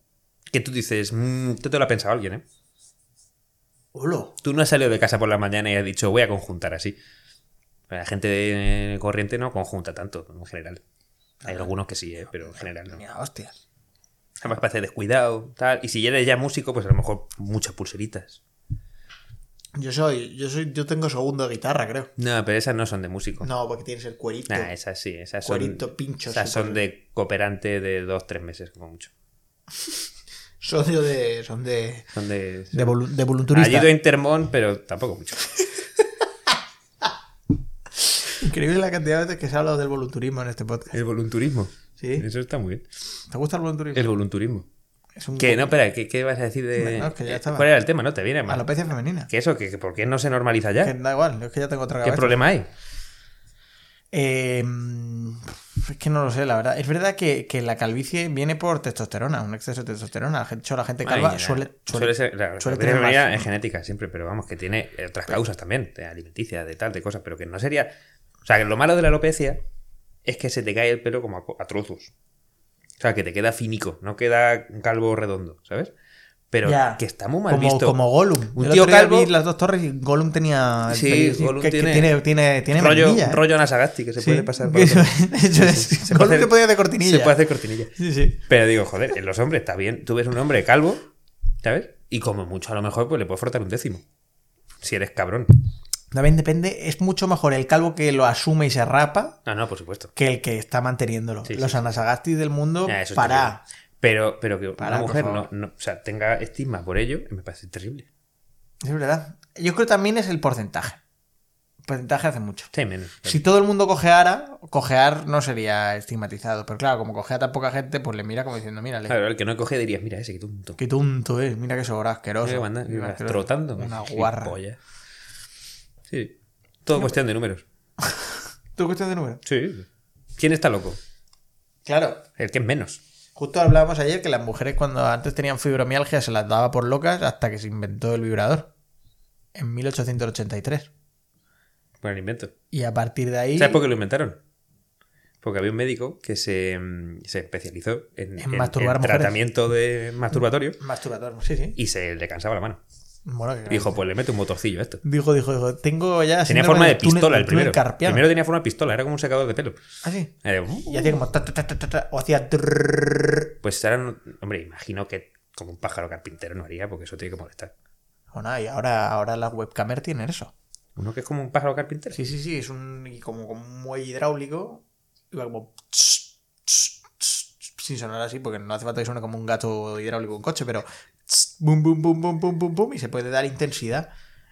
S2: Que tú dices, "Mm, tú te lo ha pensado alguien, ¿eh?
S1: Olo.
S2: Tú no has salido de casa por la mañana y has dicho, voy a conjuntar así. La gente de corriente no conjunta tanto, en general.
S1: Ah.
S2: Hay algunos que sí, ¿eh? pero en general no.
S1: Mira, hostia.
S2: Además parece descuidado, tal. Y si eres ya músico, pues a lo mejor muchas pulseritas.
S1: Yo soy, yo soy, yo tengo segundo de guitarra, creo.
S2: No, pero esas no son de músico.
S1: No, porque tienes el cuerito.
S2: Pues- Nah, esas sí, esas son.
S1: Cuerito, pincho,
S2: esas
S1: súper-
S2: son de cooperante de dos, tres meses, como mucho.
S1: Son de, son de,
S2: Son de.
S1: de, volu- de
S2: Allí
S1: volunturista.
S2: de Intermón, pero tampoco mucho.
S1: Increíble la cantidad de veces que se ha hablado del volunturismo en este podcast.
S2: El volunturismo.
S1: Sí.
S2: Eso está muy bien.
S1: ¿Te gusta el volunturismo?
S2: El volunturismo.
S1: Es un
S2: Que no, espera, ¿qué, qué vas a decir de.?
S1: No, que ya
S2: eh,
S1: estaba.
S2: ¿Cuál era el tema? No te viene mal.
S1: alopecia femenina.
S2: Que eso, que, que ¿por qué no se normaliza ya?
S1: Que da igual, es que ya tengo otra
S2: ¿Qué
S1: cabeza.
S2: problema hay?
S1: Eh, es que no lo sé, la verdad. Es verdad que, que la calvicie viene por testosterona, un exceso de testosterona. La gente- De hecho, la gente calva
S2: Ay,
S1: suele,
S2: la- suele ser. La,
S1: suele
S2: la
S1: tener más.
S2: teoría es genética siempre, pero vamos, que tiene otras causas también, de alimenticia, de tal, de cosas, pero que no sería. O sea, que lo malo de la alopecia es que se te cae el pelo como a, co- a trozos. O sea, que te queda finico, no queda calvo redondo, ¿sabes? Pero
S4: Ya.
S2: que está muy mal
S1: Como,
S2: visto.
S1: como Gollum.
S2: Un
S1: El
S2: tío
S1: otro día
S2: calvo-
S1: vi las dos torres y Gollum tenía. el
S2: Sí,
S1: peli-
S2: Gollum
S1: que- que
S2: tiene-
S1: tiene, tiene, tiene
S2: rollo,
S1: manilla, ¿eh?
S2: rollo Nasagasti, que se
S1: Sí.
S2: puede pasar. por
S1: Eso
S2: otro.
S1: es, eso es.
S2: Se
S1: Gollum
S2: puede hacer-
S1: se podía de cortinilla.
S2: Se puede hacer cortinilla.
S1: Sí, sí.
S2: Pero digo, joder, en los hombres está bien. Tú ves un hombre calvo, ¿sabes? Y como mucho a lo mejor, pues le puedes frotar un décimo. Si eres cabrón.
S1: También depende, es mucho mejor el calvo que lo asume y se rapa
S2: No, no, por supuesto.
S1: que el que está manteniéndolo.
S2: Sí, sí.
S1: Los anasagastis del mundo,
S2: Ya, eso está bien.
S1: para.
S2: Pero, pero que
S1: Pará,
S2: una
S1: por
S2: mujer no,
S1: favor.
S2: no- o sea, tenga estigma por ello, me parece terrible.
S1: Es verdad. Yo creo que también es el porcentaje. El porcentaje hace mucho.
S2: Sí, menos.
S1: Si todo el mundo cojeara, cojear no sería estigmatizado. Pero claro, como cojea tan poca gente, pues le mira como diciendo, mírale.
S2: Claro, el que no coge dirías, mira ese, que tonto.
S1: Qué tonto es, mira que sobra asqueroso.
S2: Eh, anda,
S1: Mira,
S2: ibas
S1: asqueroso.
S2: trotando.
S1: Una
S2: gilipollas.
S1: guarra.
S2: Sí. Todo cuestión de números.
S1: ¿Tú cuestión de número?
S2: Sí. ¿Quién está loco?
S1: Claro.
S2: El que es menos.
S1: Justo hablábamos ayer que las mujeres cuando antes tenían fibromialgia se las daba por locas hasta que se inventó el vibrador. En 1883.
S2: Bueno, el invento.
S1: Y a partir de ahí...
S2: ¿Sabes por qué lo inventaron? Porque había un médico que se, mm, se especializó en,
S1: En masturbar mujeres.
S2: tratamiento de masturbatorio
S1: Masturbador, sí, sí.
S2: y se le cansaba la mano.
S1: Bueno, que-
S2: Dijo, pues le meto un motorcillo a esto.
S1: dijo, dijo, dijo, tengo ya...
S2: Tenía
S1: síndrome
S2: forma de
S1: del túnel-
S2: pistola el
S1: del túnel
S2: primero.
S1: carpiano".
S2: Primero tenía forma de pistola, era como un secador de pelo. Eh,
S1: Ah, sí.
S2: Era de-
S1: Y hacía como... ta, ta, ta, ta, ta, ta, o hacía... trrrr.
S2: Pues ahora, no- hombre, imagino que como un pájaro carpintero no haría, porque eso tiene que molestar.
S1: Bueno, y ahora, ahora las webcamers tienen eso.
S2: Uno que es como un pájaro carpintero.
S1: Sí, sí, sí, es un y como, como un muelle hidráulico. Y va como sin sonar así, porque no hace falta que suene como un gato hidráulico en coche, pero bum bum bum bum bum bum bum y se puede dar intensidad.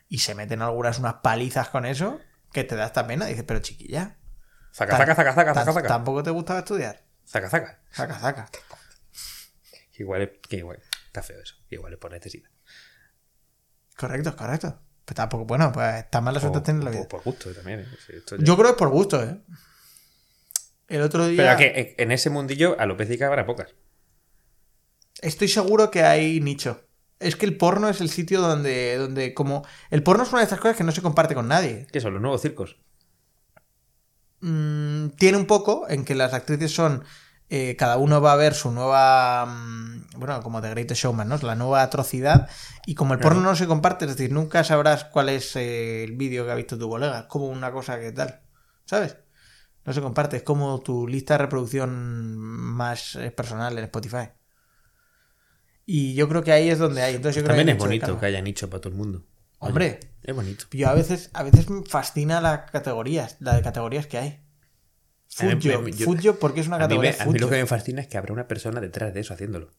S1: Y se meten algunas unas palizas con eso que te da esta pena. Dices, pero chiquilla,
S2: Zaca,
S1: Tan-
S2: zaca, zaca, zaca,
S1: tan-
S2: zaca, zaca.
S1: tampoco te gustaba estudiar.
S2: Zaca, zaca.
S1: Saca, saca.
S2: Que Igual es, que igual, está feo eso. que Igual es por necesidad.
S1: Correcto, correcto. Pues tampoco, bueno, pues está mal la suerte
S2: O-
S1: tener la
S2: o
S1: vida.
S2: por gusto también. ¿eh? Sí, esto ya-
S1: Yo creo que es por gusto, ¿eh? El otro día.
S2: Pero que en- en ese mundillo alopecica habrá pocas.
S1: Estoy seguro que hay nicho. Es que el porno es el sitio donde, donde como... El porno es una de estas cosas que no se comparte con nadie.
S2: ¿Qué son los nuevos circos?
S1: Mm, tiene un poco en que las actrices son... eh, cada uno va a ver su nueva... mm, bueno, como The Great Showman, ¿no? La nueva atrocidad. Y como el porno no se comparte, es decir, nunca sabrás cuál es eh, el vídeo que ha visto tu colega. Es como una cosa que tal. ¿Sabes? No se comparte. Es como tu lista de reproducción más eh, personal en Spotify. Y yo creo que ahí es donde hay. Entonces yo creo que
S2: También
S1: hay
S2: es
S1: mucho de
S2: bonito
S1: calma.
S2: que haya nicho para todo el mundo. Oye,
S1: Hombre.
S2: es bonito.
S1: Yo a veces, a veces me fascina las categorías, la de categorías que hay.
S2: A mí me-
S1: Food
S2: yo-
S1: Fujo, porque es una
S2: A mí, me-
S1: categoría
S2: a mí
S1: food
S2: lo que
S1: job.
S2: me fascina es que habrá una persona detrás de eso haciéndolo.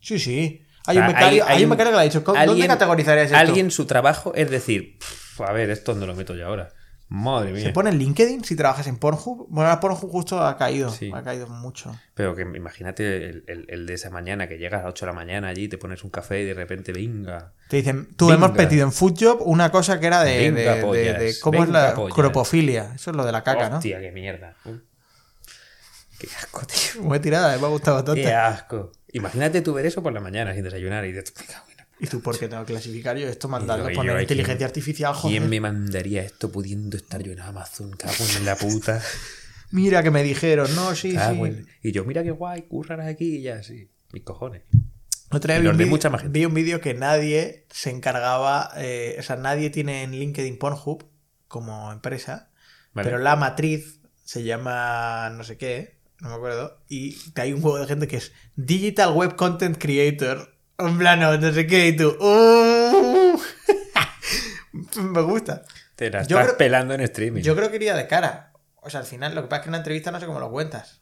S1: Sí, sí. Hay un
S2: O sea,
S1: becario, hay, un
S2: un-
S1: becario que le ha dicho, "¿Cómo- ¿dónde
S2: alguien-
S1: categorizarías esto?
S2: Alguien su trabajo es decir, "Pff, a ver, esto donde lo meto yo ahora. Madre
S1: ¿Se
S2: mía.
S1: pone en LinkedIn si trabajas en Pornhub? Bueno, ahora Pornhub justo ha caído,
S2: Sí.
S1: ha caído mucho.
S2: Pero que imagínate el, el- el de esa mañana que llegas a las 8 de la mañana allí, te pones un café y de repente, venga.
S1: Te dicen, tú
S2: Venga.
S1: hemos metido en Food Job una cosa que era de, de-
S2: Venga,
S1: de-
S2: pollas.
S1: de- ¿cómo
S2: Venga,
S1: es la
S2: pollas.
S1: cropofilia? Eso es lo de la caca,
S2: Hostia, qué mierda. Uh. Qué asco, tío.
S1: ¿no? Muy tirada, eh, me ha gustado bastante.
S2: Qué asco. Imagínate tú ver eso por la mañana sin desayunar y dices, "Me cago en la
S1: ¿Y tú por qué tengo que clasificar yo esto?
S2: Y
S1: Mandarlo,
S2: yo- y yo
S1: poner
S2: aquí-
S1: inteligencia artificial, joder.
S2: ¿Quién me mandaría esto pudiendo estar yo en Amazon? Cago en la puta.
S1: Mira que me dijeron, no, sí,
S2: Cago
S1: sí.
S2: en- Y yo, mira qué guay, curras aquí y ya, así. Mis cojones.
S1: Otra
S2: Y
S1: vez vi
S2: los
S1: un,
S2: de
S1: vídeo-
S2: mucha más gente.
S1: vi un vídeo que nadie se encargaba, eh, o sea, nadie tiene en LinkedIn Pornhub como empresa,
S2: Vale.
S1: pero la matriz se llama no sé qué, no me acuerdo, y hay un juego de gente que es Digital Web Content Creator, en plano, no sé qué, y tú, ¡uh! me gusta.
S2: Te la
S1: yo
S2: estás
S1: creo-
S2: pelando en streaming.
S1: Yo creo que iría de cara. O sea, al final, lo que pasa es que en una entrevista no sé cómo lo cuentas.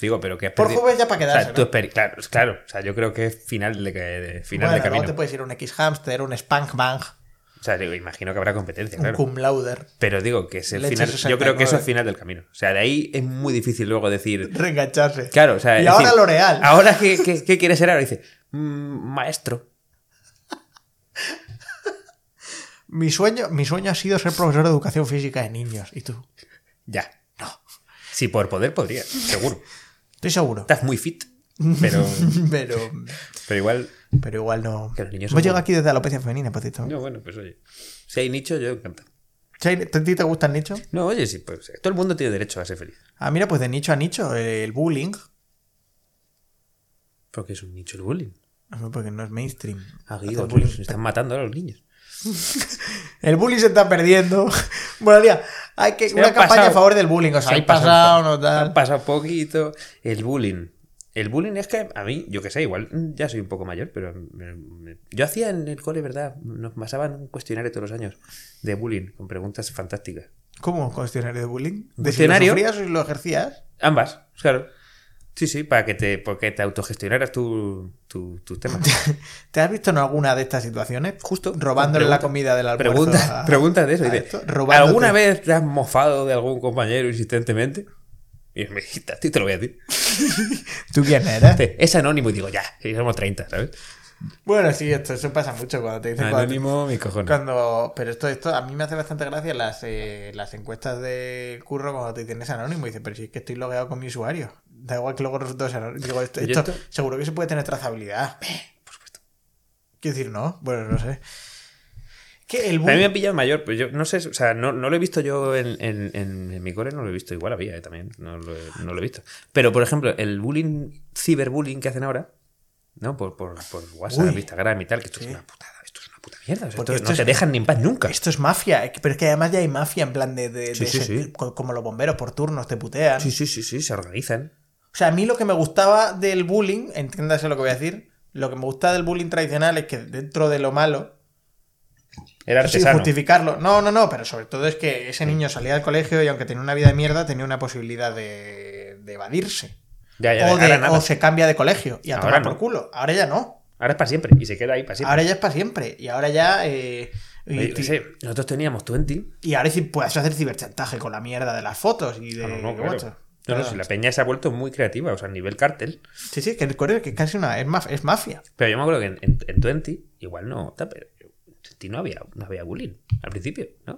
S2: Digo, pero que has
S1: Por
S2: perdido-
S1: jueves ya para
S2: O
S1: quedarse,
S2: sea, tú
S1: ¿no?
S2: esperi- claro, claro. O sea, yo creo que es final de, que- de- final
S1: Bueno,
S2: de camino.
S1: luego te puedes ir a un X-Hamster, un Spankbank,
S2: O sea, digo, imagino que habrá competencia,
S1: un
S2: claro.
S1: Cum Lauder.
S2: Pero digo que es el
S1: Leche
S2: final. Yo creo que
S1: 69.
S2: eso es final del camino. O sea, de ahí es muy difícil luego decir.
S1: Reengancharse.
S2: Claro, o sea.
S1: Y
S2: es
S1: ahora
S2: decir,
S1: L'Oreal.
S2: Ahora, ¿qué, qué, qué quieres ser ahora? Dice, "Mm, maestro.
S1: Mi sueño, mi sueño ha sido ser profesor de educación física de niños. ¿Y tú?
S2: Ya. No. Si por poder podría, seguro.
S1: Estoy seguro.
S2: Estás muy fit. Pero,
S1: Pero,
S2: pero igual.
S1: pero igual no.
S2: Que los niños
S1: Hemos
S2: son-
S1: llegado aquí desde alopecia femenina, por cierto.
S2: No, bueno, pues oye. Si hay nicho, yo encanta.
S1: ¿Sí? ¿A ti te gusta el nicho?
S2: No, oye, sí, pues todo el mundo tiene derecho a ser feliz.
S1: Ah, mira, pues de nicho a nicho, eh, el bullying.
S2: Porque es un nicho el bullying.
S1: No, porque no es mainstream.
S2: Ah,
S1: Hacer
S2: digo,
S1: bullying.
S2: se están matando a los niños.
S1: El bullying se está perdiendo. Bueno, tía, hay que,
S2: Se
S1: una
S2: han
S1: campaña
S2: pasado.
S1: a favor del bullying. O
S2: Se
S1: sea, hay
S2: han pasado
S1: pasado,
S2: un
S1: no
S2: po- se
S1: tal.
S2: han pasado poquito. El bullying. El bullying es que a mí, yo que sé, igual mm, ya soy un poco mayor, pero me- me- yo hacía en el cole, ¿verdad? Nos pasaban un cuestionario todos los años de bullying con preguntas fantásticas.
S1: ¿Cómo? ¿Cuestionario de bullying? ¿De si lo
S2: Cuestionario.
S1: sufrías o si lo ejercías?
S2: Ambas, claro. Sí, sí, para que te, porque te autogestionaras tu, tu- tus temas.
S1: ¿Te has visto en alguna de estas situaciones?
S2: Justo.
S1: Robándole
S2: Pregunta-
S1: la comida del almuerzo.
S2: Preguntas
S1: a-
S2: preguntas de eso.
S1: a
S2: y de,
S1: esto, robándote.
S2: ¿Alguna vez te has mofado de algún compañero insistentemente? Y me dijiste, a ti te lo voy a decir.
S1: ¿Tú quién eres?
S2: Te- Es anónimo y digo, ya, y somos 30, ¿sabes?
S1: Bueno, sí, esto, eso pasa mucho cuando te dicen... cuando-
S2: Anónimo, mi cojones.
S1: Cuando, pero esto, esto a mí me hace bastante gracia las, eh, las encuestas de curro cuando te tienes anónimo y dices, pero si es que estoy logueado con mi usuario. Da igual que luego resultó ser anónimo. Digo, esto,
S2: ¿Y
S1: esto
S2: esto?
S1: seguro que se puede tener trazabilidad. Por supuesto. Quiero decir, no, bueno, no sé. Que el
S2: A mí me
S1: bullying-
S2: han pillado mayor, pues yo no sé, o sea, no, no lo he visto yo en, en- en- en mi core, no lo he visto, igual había eh, también, no lo, he, no lo he visto. Pero, por ejemplo, el bullying, ciberbullying que hacen ahora, ¿no? Por, por, por WhatsApp,
S1: Uy.
S2: Instagram y tal, que esto
S1: Sí.
S2: es una putada, esto es una puta mierda, o sea,
S1: Porque
S2: esto
S1: esto
S2: no
S1: es-
S2: te dejan ni en paz nunca.
S1: Esto es mafia, eh, pero es que además ya hay mafia en plan de... de-
S2: Sí,
S1: de
S2: sí,
S1: ese-
S2: sí.
S1: co- Como los bomberos por turnos te putean.
S2: Sí, sí, sí, sí, se organizan.
S1: O sea, a mí lo que me gustaba del bullying, entiéndase lo que voy a decir, lo que me gusta del bullying tradicional es que dentro de lo malo,
S2: Era
S1: Sí,
S2: artesano.
S1: justificarlo. No, no, no, pero sobre todo es que ese niño salía del colegio y aunque tenía una vida de mierda, tenía una posibilidad de, de evadirse.
S2: ya, ya,
S1: o, de-
S2: ahora nada.
S1: o se cambia de colegio y a
S2: Ahora
S1: tomar
S2: no.
S1: por culo. Ahora ya no.
S2: Ahora es para siempre y se queda ahí para siempre.
S1: Ahora ya es para siempre. Y ahora ya. eh, y,
S2: Oye, yo qué sé, nosotros teníamos 20.
S1: y ahora sí puedes hacer ciberchantaje con la mierda de las fotos y de.
S2: Ah, no, no,
S1: de
S2: claro.
S1: WhatsApp.
S2: No, no,
S1: Claro.
S2: si la peña se ha vuelto muy creativa, o sea, a nivel cártel.
S1: Sí, sí, que el correo que es casi una. Es, maf- es mafia.
S2: Pero yo me acuerdo que en, en, en 20, igual no, tal, pero en 20 no había, no había bullying al principio, ¿no?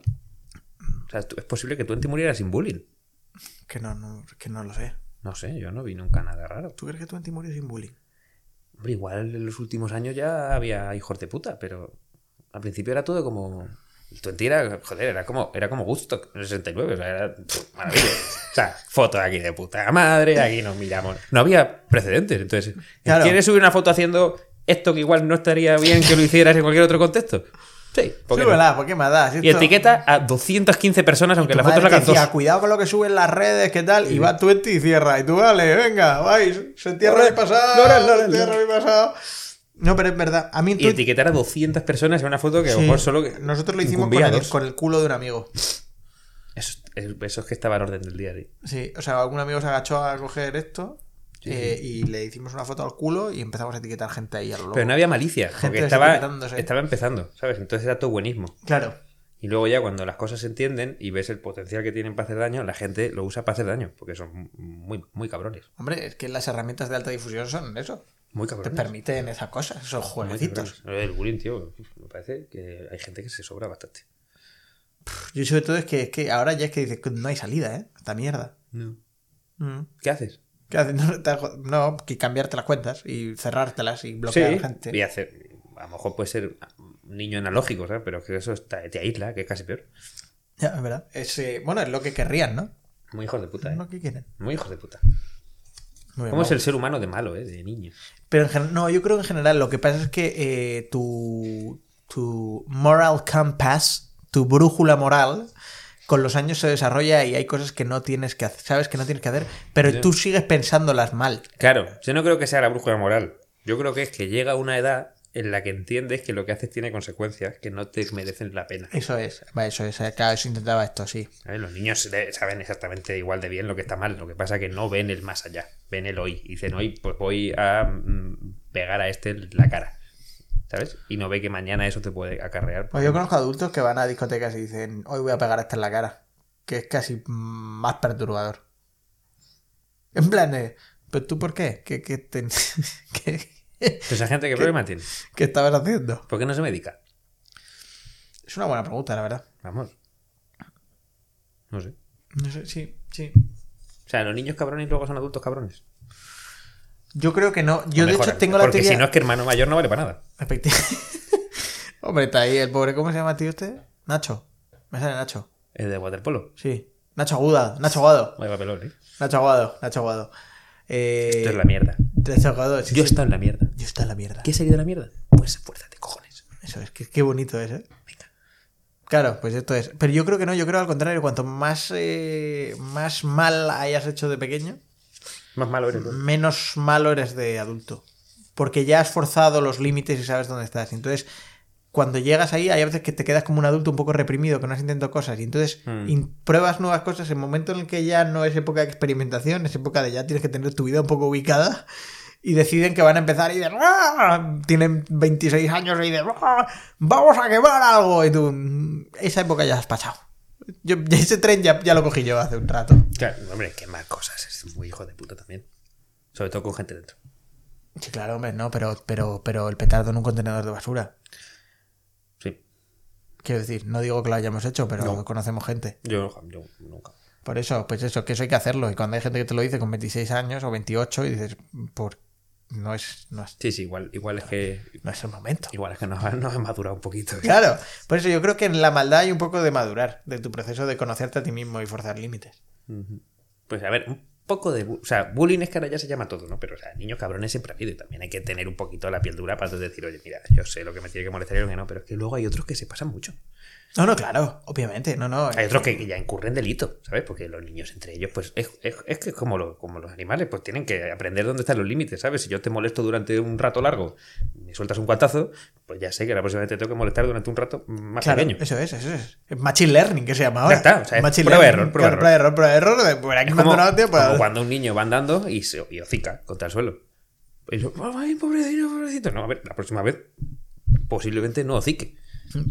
S2: O sea, tú- es posible que 20 muriera sin bullying.
S1: Que no, no, que no lo sé.
S2: No sé, yo no vi nunca nada raro.
S1: ¿Tú crees que tu anti murió sin bullying?
S2: Hombre, igual en los últimos años ya había hijos de puta, pero al principio era todo como. El 20 era, joder, era como, era como Woodstock en el 69, o sea, era pff, maravilla. O sea, fotos aquí de puta madre, aquí nos miramos. No había precedentes, entonces.
S1: Claro.
S2: ¿Quieres subir una foto haciendo esto que igual no estaría bien que lo hicieras en cualquier otro contexto? Sí, ¿por qué no?
S1: Súbela, ¿por qué me das?
S2: Y etiqueta a 215 personas, aunque la foto
S1: Madre
S2: sacan
S1: que decía,
S2: dos.
S1: cuidado con lo que suben las redes, ¿qué tal? Y va Twenty y cierra. Y tú, vale, venga, vais. Se entierra mi pasado.
S2: Loren, Loren,
S1: se entierra mi pasado. No, pero es verdad. A mí en
S2: Y
S1: Twenty.
S2: etiquetar a 200 personas en una foto que a lo
S1: Sí.
S2: mejor solo. que-
S1: Nosotros lo hicimos con
S2: incumbía a
S1: el,
S2: dos.
S1: con el culo de un amigo.
S2: Eso, eso es que estaba en orden del día, sí.
S1: Sí, o sea, algún amigo se agachó a coger esto eh, y le hicimos una foto al culo y empezamos a etiquetar gente ahí a lo loco.
S2: Pero no había malicia, porque estaba,
S1: desetiquetándose.
S2: estaba empezando, ¿sabes? Entonces era todo buenismo.
S1: Claro.
S2: Y luego ya cuando las cosas se entienden y ves el potencial que tienen para hacer daño, la gente lo usa para hacer daño, porque son muy, muy cabrones.
S1: Hombre, es que las herramientas de alta difusión son eso.
S2: Muy
S1: Te
S2: cabrones.
S1: permiten esas cosas, esos
S2: Muy
S1: jueguecitos.
S2: cabrones. Lo del bullying, tío, me parece que hay gente que se sobra bastante.
S1: Yo sobre todo es que, es que ahora ya es que dices, no hay salida, ¿eh? Esta mierda. Mm.
S2: ¿Qué haces?
S1: ¿Qué haces? No, te hago- no, que cambiarte las cuentas y cerrártelas y bloquear a la gente.
S2: y hacer... A lo mejor puede ser un niño analógico, ¿sabes? Pero que eso está- te aísla, que es casi peor.
S1: Ya, es verdad. Es, eh, bueno, es lo que querrían, ¿no?
S2: Muy hijos de puta,
S1: Es
S2: ¿eh?
S1: lo que quieren.
S2: Muy hijos de puta.
S1: Muy bien,
S2: ¿Cómo es
S1: vamos.
S2: el ser humano de malo, eh? De niño.
S1: Pero en gen- no, yo creo que en general lo que pasa es que eh, tu, tu moral compass, tu brújula moral, con los años se desarrolla y hay cosas que no tienes que hacer, sabes que no tienes que hacer, pero
S2: Ya.
S1: tú sigues pensándolas mal.
S2: Claro, yo no creo que sea la brújula moral. Yo creo que es que llega una edad en la que entiendes que lo que haces tiene consecuencias que no te merecen la pena.
S1: Eso es, va, eso es, eh, claro, eso intentaba esto, sí.
S2: ¿Sabes? Los niños le- saben exactamente igual de bien lo que está mal. Lo que pasa es que no ven el más allá. Ven el hoy. Y dicen, hoy pues voy a mm, pegar a este en la cara. ¿Sabes? Y no ve que mañana eso te puede acarrear.
S1: Pues yo conozco adultos que van a discotecas y dicen, hoy voy a pegar esta en la cara. Que es casi más perturbador. En plan, eh, ¿pero tú por qué? ¿Qué, qué, te- qué-
S2: Pero Pues esa gente, ¿qué, problema tiene?
S1: qué estabas haciendo?
S2: ¿Por qué no se medica?
S1: Es una buena pregunta, la verdad.
S2: Vamos. No sé.
S1: No sé, sí, sí.
S2: O sea, los niños cabrones luego son adultos cabrones.
S1: Yo creo que no. Yo,
S2: O
S1: de
S2: mejor,
S1: hecho, tengo la
S2: Porque
S1: teoría...
S2: si no es que hermano mayor no vale para nada.
S1: Efecti- Hombre, está ahí el pobre... ¿Cómo se llama, tío, usted? Nacho. Me sale Nacho.
S2: Es de waterpolo.
S1: Sí. Nacho Aguda. Nacho Aguado.
S2: Vaya papelón, ¿eh?
S1: Nacho Aguado. Nacho Aguado. Eh,
S2: Esto es la mierda.
S1: Te has ahogado, sí,
S2: Yo he
S1: sí.
S2: estado en la mierda.
S1: Yo está en la mierda.
S2: ¿Qué has salido de la mierda? Pues esfuérzate, cojones.
S1: Eso es, que qué bonito es, ¿eh?
S2: Venga.
S1: Claro, pues esto es. Pero yo creo que no, yo creo al contrario, cuanto más, eh, más mal hayas hecho de pequeño,
S2: Más malo eres. ¿no?
S1: menos malo eres de adulto. Porque ya has forzado los límites y sabes dónde estás. Entonces, cuando llegas ahí, hay veces que te quedas como un adulto un poco reprimido, que no has intentado cosas. Y entonces
S2: Mm.
S1: in- pruebas nuevas cosas en el momento en el que ya no es época de experimentación, es época de ya tienes que tener tu vida un poco ubicada. Y deciden que van a empezar y dicen, "¡Ah!". tienen 26 años y dicen, "¡Ah! vamos a quemar algo. Y tú, "Mm, esa época ya la has pasado. Yo, ese tren ya, ya lo cogí yo hace un rato.
S2: Claro, hombre, quemar cosas. Es muy hijo de puta también. Sobre todo con gente dentro.
S1: Sí, claro, hombre, no, pero, pero, pero el petardo en un contenedor de basura.
S2: Sí.
S1: Quiero decir, no digo que lo hayamos hecho, pero
S2: No.
S1: conocemos gente.
S2: Yo, yo nunca.
S1: Por eso, pues eso, que eso hay que hacerlo. Y cuando hay gente que te lo dice con 26 años o 28 y dices, por no es, no es,
S2: Sí, sí, igual, igual es que.
S1: no es el momento.
S2: Igual es que nos, ha- nos ha madurado un poquito.
S1: Claro, por eso yo creo que en la maldad hay un poco de madurar, de tu proceso de conocerte a ti mismo y forzar límites.
S2: Ujú. Pues a ver, un poco de. bu- O sea, bullying es que ahora ya se llama todo, ¿no? Pero, o sea, niños cabrones siempre ha habido. Y también hay que tener un poquito la piel dura para decir, oye, mira, yo sé lo que me tiene que molestar y lo que no. Pero es que luego hay otros que se pasan mucho.
S1: No, no, claro, obviamente, no, no.
S2: Hay otros que, que ya incurren delito, ¿sabes? Porque los niños entre ellos, pues es, es- es que es como, lo- como los animales, pues tienen que aprender dónde están los límites, ¿sabes? Si yo te molesto durante un rato largo, me sueltas un guantazo, pues ya sé que la próxima vez te tengo que molestar durante un rato más
S1: Claro,
S2: pequeño.
S1: eso es, eso es. Es Machine Learning, que se llama ahora.
S2: está, o sea, es
S1: Machine
S2: prueba
S1: Learning,
S2: error, prueba
S1: claro, prueba error, prueba error. de, por aquí
S2: Es
S1: me han
S2: como,
S1: donado, tío, pues-
S2: como cuando un niño va andando y se y hocica contra el suelo. Y yo, ay, pobrecito, pobrecito. No, a ver, la próxima vez posiblemente no hocique.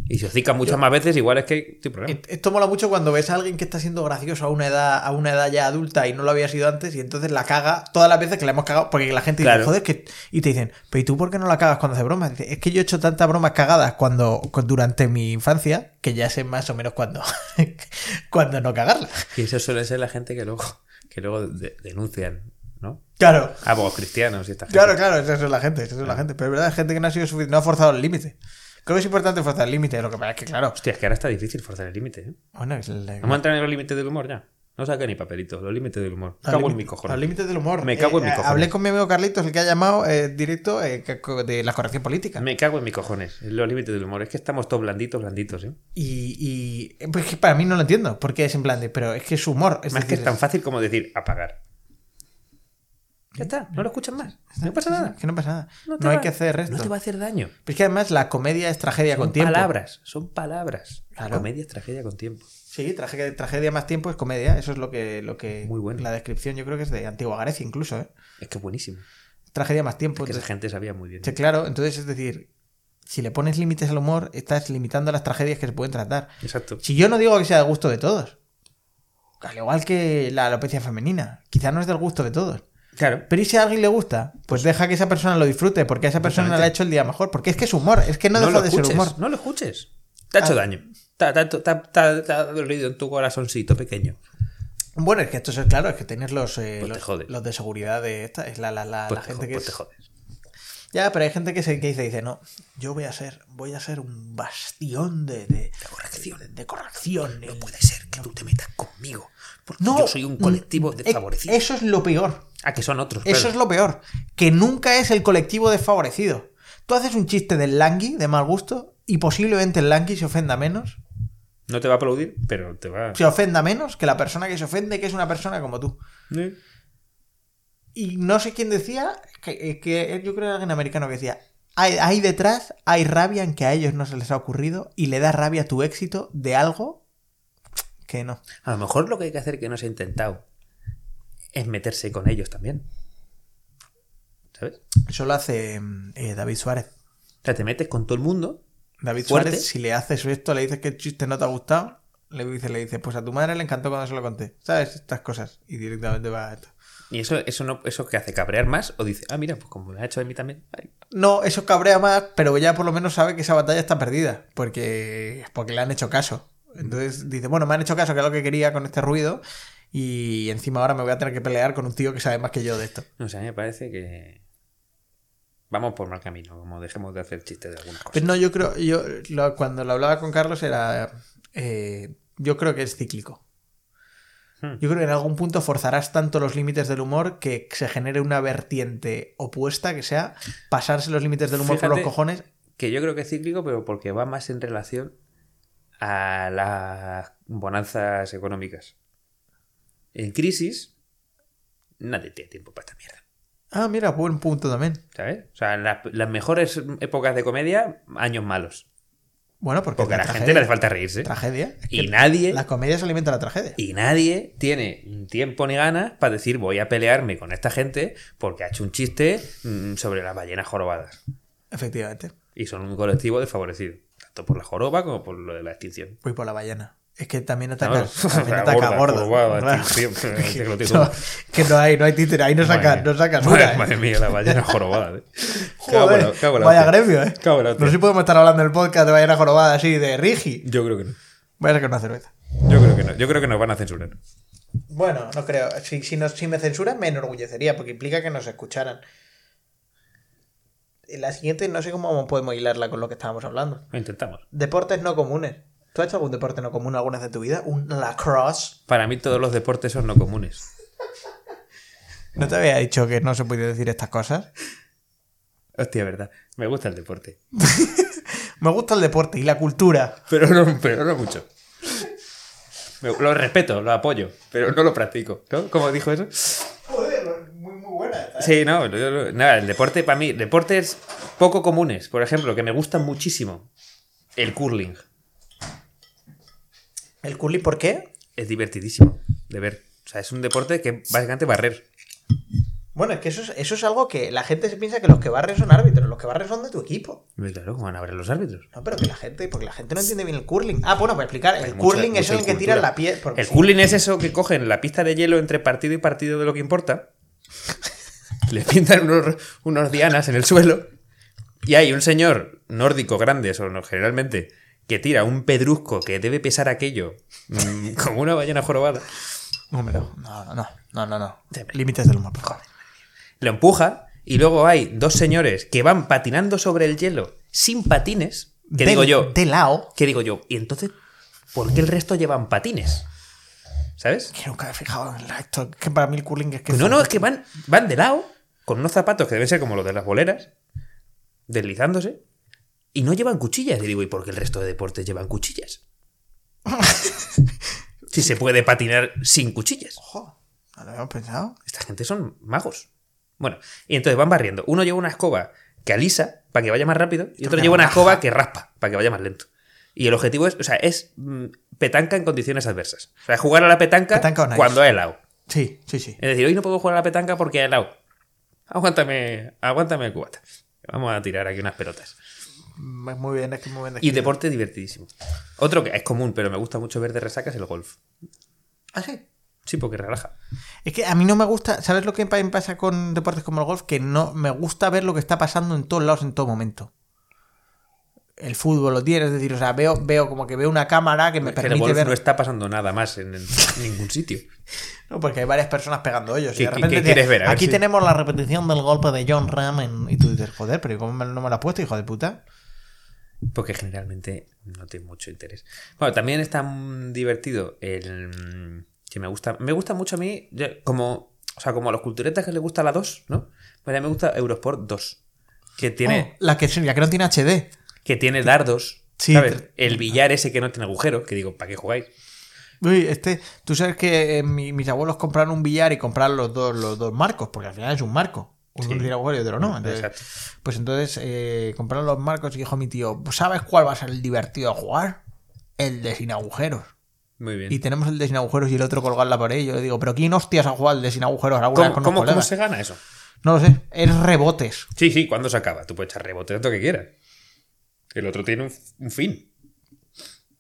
S2: Y si hocica muchas más veces, igual es que estoy problema.
S1: Et- Esto mola mucho cuando ves a alguien que está siendo gracioso a una edad, a una edad ya adulta y no lo había sido antes, y entonces la caga todas las veces que la hemos cagado, porque la gente
S2: Claro.
S1: dice, joder, que. Y te dicen, pero ¿y tú por qué no la cagas cuando haces bromas? Dice, es que yo he hecho tantas bromas cagadas cuando, cu- durante mi infancia, que ya sé más o menos cuándo, cuándo no cagarla.
S2: Y eso suele ser la gente que luego, que luego de- denuncian, ¿no?
S1: Claro.
S2: Ah, pues cristianos y esta gente.
S1: Claro, claro, esa es la gente, esa es la gente. Pero es verdad, es gente que no ha sido suficiente, no ha forzado el límite. Creo que es importante forzar el límite, lo que pasa es que, claro.
S2: Hostia, es que ahora está difícil forzar el límite. ¿eh?
S1: Bueno, es el-
S2: Vamos a entrar en los límites del humor ya. No saca ni papelitos, los límites del humor. Me
S1: Al
S2: cago en
S1: límite-
S2: mi cojones.
S1: Al límite del humor.
S2: Me cago en mi
S1: Eh,
S2: cojones.
S1: Hablé con mi amigo Carlitos, el que ha llamado eh, directo eh, que- co- de la corrección política.
S2: Me cago en mi cojones. Los límites del humor. Es que estamos todos blanditos, blanditos, ¿eh?
S1: Y, y- eh, pues que para mí no lo entiendo, porque es en plan de, pero es que es humor. Es
S2: más que
S1: decir,
S2: es tan fácil como decir apagar. Ya está, no lo escuchas más. No pasa nada.
S1: que no pasa nada. No,
S2: te
S1: hay
S2: va-
S1: que hacer resto.
S2: No te va a hacer daño.
S1: Pero es que además la comedia es tragedia
S2: Son
S1: con tiempo.
S2: palabras, son palabras. La
S1: Claro.
S2: Comedia es tragedia con tiempo.
S1: Sí, tragedia, tragedia más tiempo es comedia. Eso es lo que, lo que
S2: Muy bueno.
S1: la descripción yo creo que es de Antigua Grecia incluso. ¿eh?
S2: Es que es buenísimo.
S1: Tragedia más tiempo.
S2: Porque esa
S1: entonces-
S2: gente sabía muy bien.
S1: Sí, claro, entonces es decir, si le pones límites al humor, estás limitando las tragedias que se pueden tratar.
S2: Exacto.
S1: Si yo no digo que sea del gusto de todos. Al igual que la alopecia femenina. Quizá no es del gusto de todos.
S2: Claro.
S1: Pero ¿y si a alguien le gusta? Pues deja que esa persona lo disfrute, porque a esa persona le ha hecho el día mejor. Porque es que es humor, es que no, deja
S2: lo
S1: de
S2: escuches,
S1: ser humor. Ah.
S2: No lo escuches. Te ha hecho daño. Te ha- te ha- te ha- te ha te ha dolido en tu corazoncito pequeño.
S1: Bueno, es que esto es claro, es que tienes los, eh,
S2: Pues te
S1: los,
S2: jode.
S1: los de seguridad de esta, es la, la, la,
S2: Pues
S1: la
S2: te jo-
S1: gente que
S2: pues te
S1: es...
S2: jodes.
S1: Ya, pero hay gente que se que dice, dice, no, yo voy a ser, voy a ser un bastión de, de,
S2: corrección.
S1: de corrección.
S2: No
S1: el-
S2: puede ser que tú te metas conmigo. Porque yo soy un colectivo
S1: mm,
S2: desfavorecido.
S1: eh, Eso es lo peor.
S2: Ah, que son otros.
S1: Eso
S2: claro.
S1: es lo peor, que nunca es el colectivo desfavorecido. Tú haces un chiste del langui de mal gusto y posiblemente el langui se ofenda menos,
S2: No te va a aplaudir, pero te va.
S1: se ofenda menos que la persona que se ofende, que es una persona como tú.
S2: Sí. y
S1: Y no sé quién decía, que, eh, que yo creo que era alguien americano que decía, hay, ahí detrás hay rabia en que a ellos no se les ha ocurrido y le da rabia tu éxito de algo que no.
S2: A lo mejor lo que hay que hacer que no se ha intentado es meterse con ellos también. ¿Sabes?
S1: Eso lo hace mm, eh, David Suárez.
S2: O sea, te metes con todo el mundo.
S1: David
S2: Fuerte.
S1: Suárez, si le haces esto, le dices que el chiste no te ha gustado, le dice, le dice, pues a tu madre le encantó cuando se lo conté. ¿Sabes? Estas cosas. Y directamente va a esto.
S2: Y eso, eso no, eso que hace cabrear más, o dice, ah, mira, pues como me ha hecho de mí también. ay,
S1: No, eso cabrea más, pero ya por lo menos sabe que esa batalla está perdida. Porque, porque le han hecho caso. Entonces dice, bueno, me han hecho caso, que es lo que quería con este ruido. Y encima ahora me voy a tener que pelear con un tío que sabe más que yo de esto.
S2: No sé, a mí me parece que. Vamos por mal camino, como dejemos de hacer chistes de algunas cosas.
S1: Pero Pues no, yo creo, yo lo- cuando lo hablaba con Carlos era, eh, yo creo que es cíclico.
S2: Hmm.
S1: Yo creo que en algún punto forzarás tanto los límites del humor que se genere una vertiente opuesta que sea pasarse los límites del humor por los
S2: Fíjate.
S1: cojones.
S2: Que yo creo que es cíclico, pero porque va más en relación a las bonanzas económicas. En crisis, nadie tiene tiempo para esta mierda.
S1: Ah, mira, buen punto también.
S2: ¿Sabes? O sea, las, las mejores épocas de comedia, años malos.
S1: Bueno, porque,
S2: Porque a
S1: la
S2: la gente le hace
S1: tragedia-
S2: falta reírse.
S1: tragedia. es
S2: Y
S1: que
S2: nadie,
S1: La comedia se alimenta de la tragedia.
S2: y nadie tiene tiempo ni ganas para decir voy a pelearme con esta gente porque ha hecho un chiste mm, sobre las ballenas jorobadas.
S1: Efectivamente.
S2: Y son un colectivo desfavorecido, tanto por la joroba como por lo de la extinción.
S1: Voy por la ballena. Es que también ataca,
S2: Claro,
S1: también
S2: la
S1: ataca
S2: gorda,
S1: gordo.
S2: curvada,
S1: Claro.
S2: tío, tío, que lo
S1: que,
S2: digo.
S1: no, que no hay, no hay títere, ahí no sacas,
S2: Madre
S1: no
S2: mía.
S1: sacas
S2: Madre,
S1: una, ¿eh?
S2: madre mía, la ballena jorobada. eh.
S1: Joder,
S2: Cago en la- cago en la
S1: vaya
S2: hostia.
S1: gremio, eh.
S2: Cago en la
S1: No sé si
S2: hostia.
S1: podemos estar hablando en el podcast de ballena jorobada así de Rigi.
S2: Yo creo que no.
S1: Voy a sacar una cerveza.
S2: Yo creo que no. Yo creo que nos van a censurar.
S1: Bueno, no creo. Si, si, nos- si me censuran, me enorgullecería, porque implica que nos escucharan. La siguiente, no sé cómo podemos hilarla con lo que estábamos hablando.
S2: Lo intentamos.
S1: Deportes no comunes. ¿Tú has hecho algún deporte no común alguna vez de tu vida? ¿Un lacrosse?
S2: Para mí todos los deportes son no comunes.
S1: ¿No te había dicho que no se podía decir estas cosas?
S2: Hostia, verdad. Me gusta el deporte.
S1: Me gusta el deporte y la cultura.
S2: Pero no, pero no mucho. Me- lo respeto, lo apoyo, pero no lo practico. ¿no? ¿Cómo dijo eso?
S1: Joder, muy, muy buena. ¿eh?
S2: Sí, no, yo- yo- nada, el deporte para mí, deportes poco comunes, por ejemplo, que me gustan muchísimo. El curling.
S1: ¿El curling por qué?
S2: es divertidísimo de ver. O sea, es un deporte que es básicamente barrer.
S1: Bueno, es que eso es, eso es algo que la gente se piensa que los que barren son árbitros, los que barren son de tu equipo.
S2: Hombre, Claro, ¿cómo van a barrer los árbitros?
S1: No, pero que la gente, porque la gente no entiende bien el curling. Ah, bueno, para explicar, el
S2: Hay mucha-
S1: curling es
S2: mucha
S1: el que tira
S2: incultura.
S1: la piel. porque
S2: El
S1: sí.
S2: curling es eso que cogen la pista de hielo entre partido y partido de lo que importa. Le pintan unos, unos dianas en el suelo. Y hay un señor nórdico grande, eso no, generalmente, que tira un pedrusco que debe pesar aquello mm, como una ballena jorobada. Oh.
S1: Número. No, no, no, no, no, no. Límites del humor, por favor.
S2: Lo empuja y luego hay dos señores que van patinando sobre el hielo sin patines. Que
S1: De-
S2: digo yo,
S1: De lado.
S2: ¿Qué digo yo? Y entonces, ¿por qué el resto llevan patines? ¿Sabes?
S1: Que nunca me he fijado en la- esto. Que para mí el curling es que.
S2: No, no, es que van, van de lado, con unos zapatos que deben ser como los de las boleras, deslizándose, y no llevan cuchillas. Y digo, ¿y por qué el resto de deportes llevan cuchillas? si se puede patinar sin cuchillas.
S1: Ojo, no lo habíamos pensado.
S2: Esta gente son magos. Bueno, y entonces van barriendo. Uno lleva una escoba que alisa para que vaya más rápido y otro
S1: que
S2: lleva una
S1: raja.
S2: escoba que raspa para que vaya más lento. Y el objetivo es, o sea, es mm, petanca en condiciones adversas. O sea, jugar a la petanca,
S1: Petanca o nice.
S2: cuando ha helado.
S1: Sí, sí, sí.
S2: Es decir, hoy no puedo jugar a la petanca porque ha helado. Aguántame, aguántame el cubata. Vamos a tirar aquí unas pelotas.
S1: Es muy bien, es que muy bien.
S2: Y
S1: descrito.
S2: deporte divertidísimo. Otro que es común, pero me gusta mucho ver de resacas el golf.
S1: Ah, sí.
S2: Sí, porque relaja.
S1: Es que a mí no me gusta. ¿Sabes lo que pa- me pasa con deportes como el golf? Que no me gusta ver lo que está pasando en todos lados en todo momento. El fútbol lo tiene, es decir, o sea, veo, veo como que veo una cámara que me
S2: Es que en el
S1: permite
S2: golf
S1: ver.
S2: no está pasando nada más en, en ningún sitio.
S1: No, porque hay varias personas pegando hoyos. Y
S2: ¿Qué-
S1: de
S2: qué-
S1: repente
S2: qué
S1: tiene-
S2: quieres ver? A ver
S1: aquí
S2: si-
S1: tenemos la repetición del golpe de John Ram en- y tú dices, joder, pero ¿cómo me- no me la has puesto, hijo de puta?
S2: Porque generalmente no tiene mucho interés. Bueno, también está mm, divertido el. Que me gusta. Me gusta mucho a mí. yo- Como. O sea, como a los culturetas que les gusta la 2, ¿no? Bueno, a mí me gusta Eurosport 2. Que tiene.
S1: Oh, la que la que no tiene HD.
S2: Que tiene dardos.
S1: Sí,
S2: ¿sabes?
S1: tr-
S2: El billar ese que no tiene agujero. Que digo, ¿para qué jugáis?
S1: Uy, este, tú sabes que eh, mi- mis abuelos compraron un billar y compraron los dos, los dos marcos, porque al final es un marco. Uno
S2: Sí. Mm,
S1: tiene agujero y otro no. Entonces,
S2: Exacto.
S1: Pues entonces eh, compraron los marcos y dijo mi tío, "Pues, ¿sabes cuál va a ser el divertido de jugar? El de sin agujeros.
S2: Muy bien.
S1: Y tenemos el de sin agujeros y el otro colgado en la pared. Y yo le digo, ¿pero quién hostias ha jugado el de sin agujeros alguna vez
S2: ¿Cómo,
S1: con los
S2: cómo- cómo
S1: colegas?".
S2: se gana eso?
S1: No lo sé, es rebotes.
S2: Sí, sí, cuando se acaba? Tú puedes echar rebote tanto que quieras. El otro tiene un, un fin.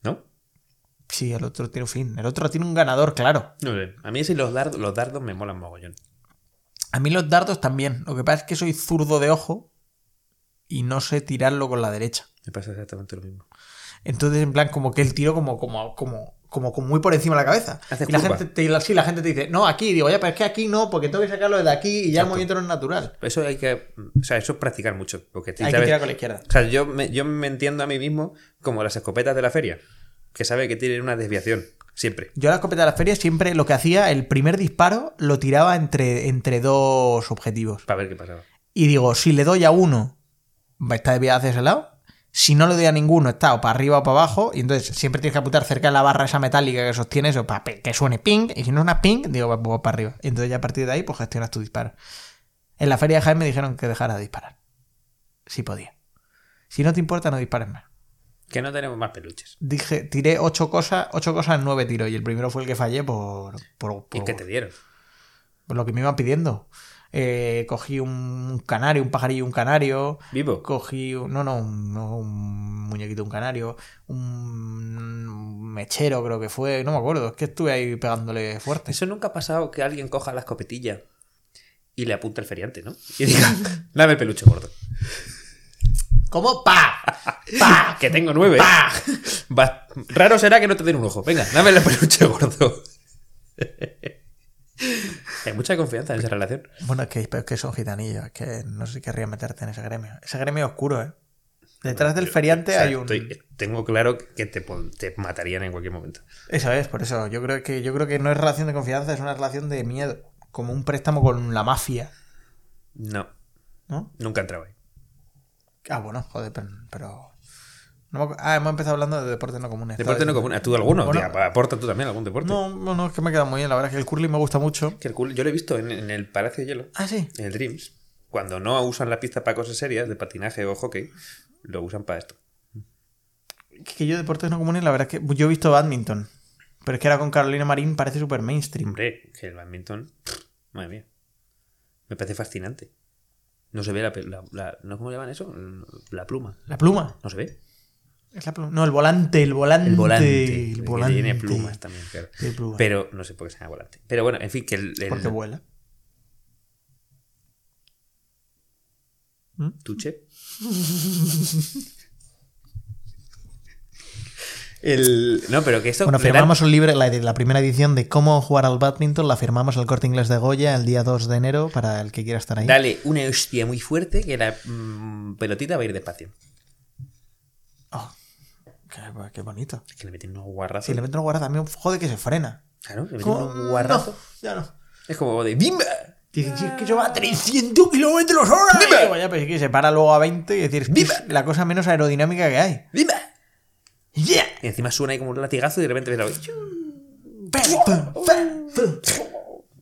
S2: ¿No?
S1: Sí, el otro tiene un fin. El otro tiene un ganador, claro.
S2: No sé. A mí sí los dardos, los dardos me molan mogollón.
S1: A mí los dardos también. Lo que pasa es que soy zurdo de ojo y no sé tirarlo con la derecha.
S2: Me pasa exactamente lo mismo.
S1: Entonces, en plan, como que el tiro como, como, como, como, como muy por encima de la cabeza.
S2: Hace
S1: y la
S2: curva.
S1: gente, te, la- sí, la gente te dice, no, aquí, digo, ya, pero es que aquí no, porque tengo que sacarlo de aquí y ya el
S2: Exacto.
S1: movimiento no es natural.
S2: Eso hay que. O sea, eso es practicar mucho. Porque
S1: Hay que
S2: ¿sabes?
S1: tirar con la izquierda.
S2: O sea, yo me, yo me entiendo a mí mismo como las escopetas de la feria, que sabe que tienen una desviación. Siempre.
S1: Yo a la escopeta de la feria siempre lo que hacía, el primer disparo lo tiraba entre, entre dos objetivos.
S2: Para ver qué pasaba.
S1: Y digo, si le doy a uno, va- está desviada hacia ese lado. Si no le doy a ninguno, está o para arriba o para abajo. Y entonces siempre tienes que apuntar cerca de la barra esa metálica que sostiene eso para que suene ping. Y si no es una ping, digo, pues voy para arriba. Y entonces ya a partir de ahí, pues gestionas tu disparo. En la feria de Jaén me dijeron que dejara de disparar. Si podía. Si no te importa, no dispares más.
S2: Que no tenemos más peluches.
S1: Dije, tiré ocho cosas, ocho cosas en nueve tiros. Y el primero fue el que fallé por, por,
S2: ¿Y
S1: por-
S2: qué te dieron?
S1: por lo que me iban pidiendo. Eh, cogí un canario, un pajarillo, un canario.
S2: ¿Vivo?
S1: Cogí, un- no, no, un, no, un muñequito, un canario, un mechero creo que fue, no me acuerdo, es que estuve ahí pegándole fuerte.
S2: Eso nunca ha pasado que alguien coja la escopetilla y le apunta al feriante, ¿no? Y diga, dame el peluche gordo.
S1: ¿Cómo? ¡Pa! ¡Pa!
S2: Que tengo nueve.
S1: ¡Pa!
S2: Va- Raro será que no te den un ojo. Venga, dame el peluche gordo. Hay mucha confianza en esa relación.
S1: Bueno, es que, pero es que son gitanillos, es que no sé si querría meterte en ese gremio. Ese gremio oscuro, ¿eh? Detrás del feriante
S2: O sea,
S1: hay un...
S2: estoy- tengo claro que te, pon- te matarían en cualquier momento.
S1: Eso es, por eso. Yo creo que yo creo que no es relación de confianza, es una relación de miedo. Como un préstamo con la mafia,
S2: No,
S1: ¿no?
S2: nunca entraba ahí.
S1: Ah, bueno, joder, pero. pero- no me acu- ah, hemos empezado hablando de deportes no comunes.
S2: Deporte
S1: Estaba
S2: no
S1: diciendo-
S2: común. Ah, ¿Tú alguno?
S1: Bueno.
S2: Tía, aporta tú también algún deporte.
S1: No, no, no, es que me ha quedado muy bien. La verdad es que el curling me gusta mucho.
S2: Que el culo- yo lo he visto en, en el Palacio de Hielo,
S1: Ah, sí.
S2: en el Dreams. Cuando no usan la pista para cosas serias, de patinaje o hockey, lo usan para esto.
S1: Que yo deportes no comunes, la verdad es que yo he visto badminton. Pero es que ahora con Carolina Marín parece súper mainstream.
S2: Hombre, que el badminton, pff, madre mía, me parece fascinante. No se ve la, pe- la- la- ¿no cómo llaman eso? La pluma.
S1: La pluma.
S2: No se ve.
S1: Es la pluma. No, el volante, el volante.
S2: El volante.
S1: El
S2: que
S1: volante.
S2: Tiene plumas también, claro.
S1: Tiene plumas.
S2: Pero no sé por qué se llama volante. Pero bueno, en fin, que el, el
S1: Porque vuela.
S2: tuche. el, no, pero que esto
S1: Bueno,
S2: le dan-
S1: firmamos un libro, la, la primera edición de Cómo jugar al badminton, la firmamos el corte inglés de Goya el día 2 de enero para el que quiera estar ahí.
S2: Dale una hostia muy fuerte que la mm, pelotita va a ir despacio.
S1: Oh, qué, qué bonito.
S2: Es que le meten unos guarrazos.
S1: Si le meto un guarda, también jode que se frena.
S2: Claro, le meten
S1: Como,
S2: unos
S1: "No,
S2: guarrazos.
S1: ya no.
S2: Es como de ¡Bimba!
S1: Dice, "Si es que yo va a 300 kilómetros hora. Y
S2: ¡Viva!
S1: digo, ya, pero es que se para luego a 20 y decir, es, que
S2: ¡Viva!
S1: es la cosa menos aerodinámica que hay.
S2: ¡Bimba!
S1: ¡Yeah!
S2: Y encima suena ahí como un latigazo y de repente ves la.
S1: Pum, pum, pum,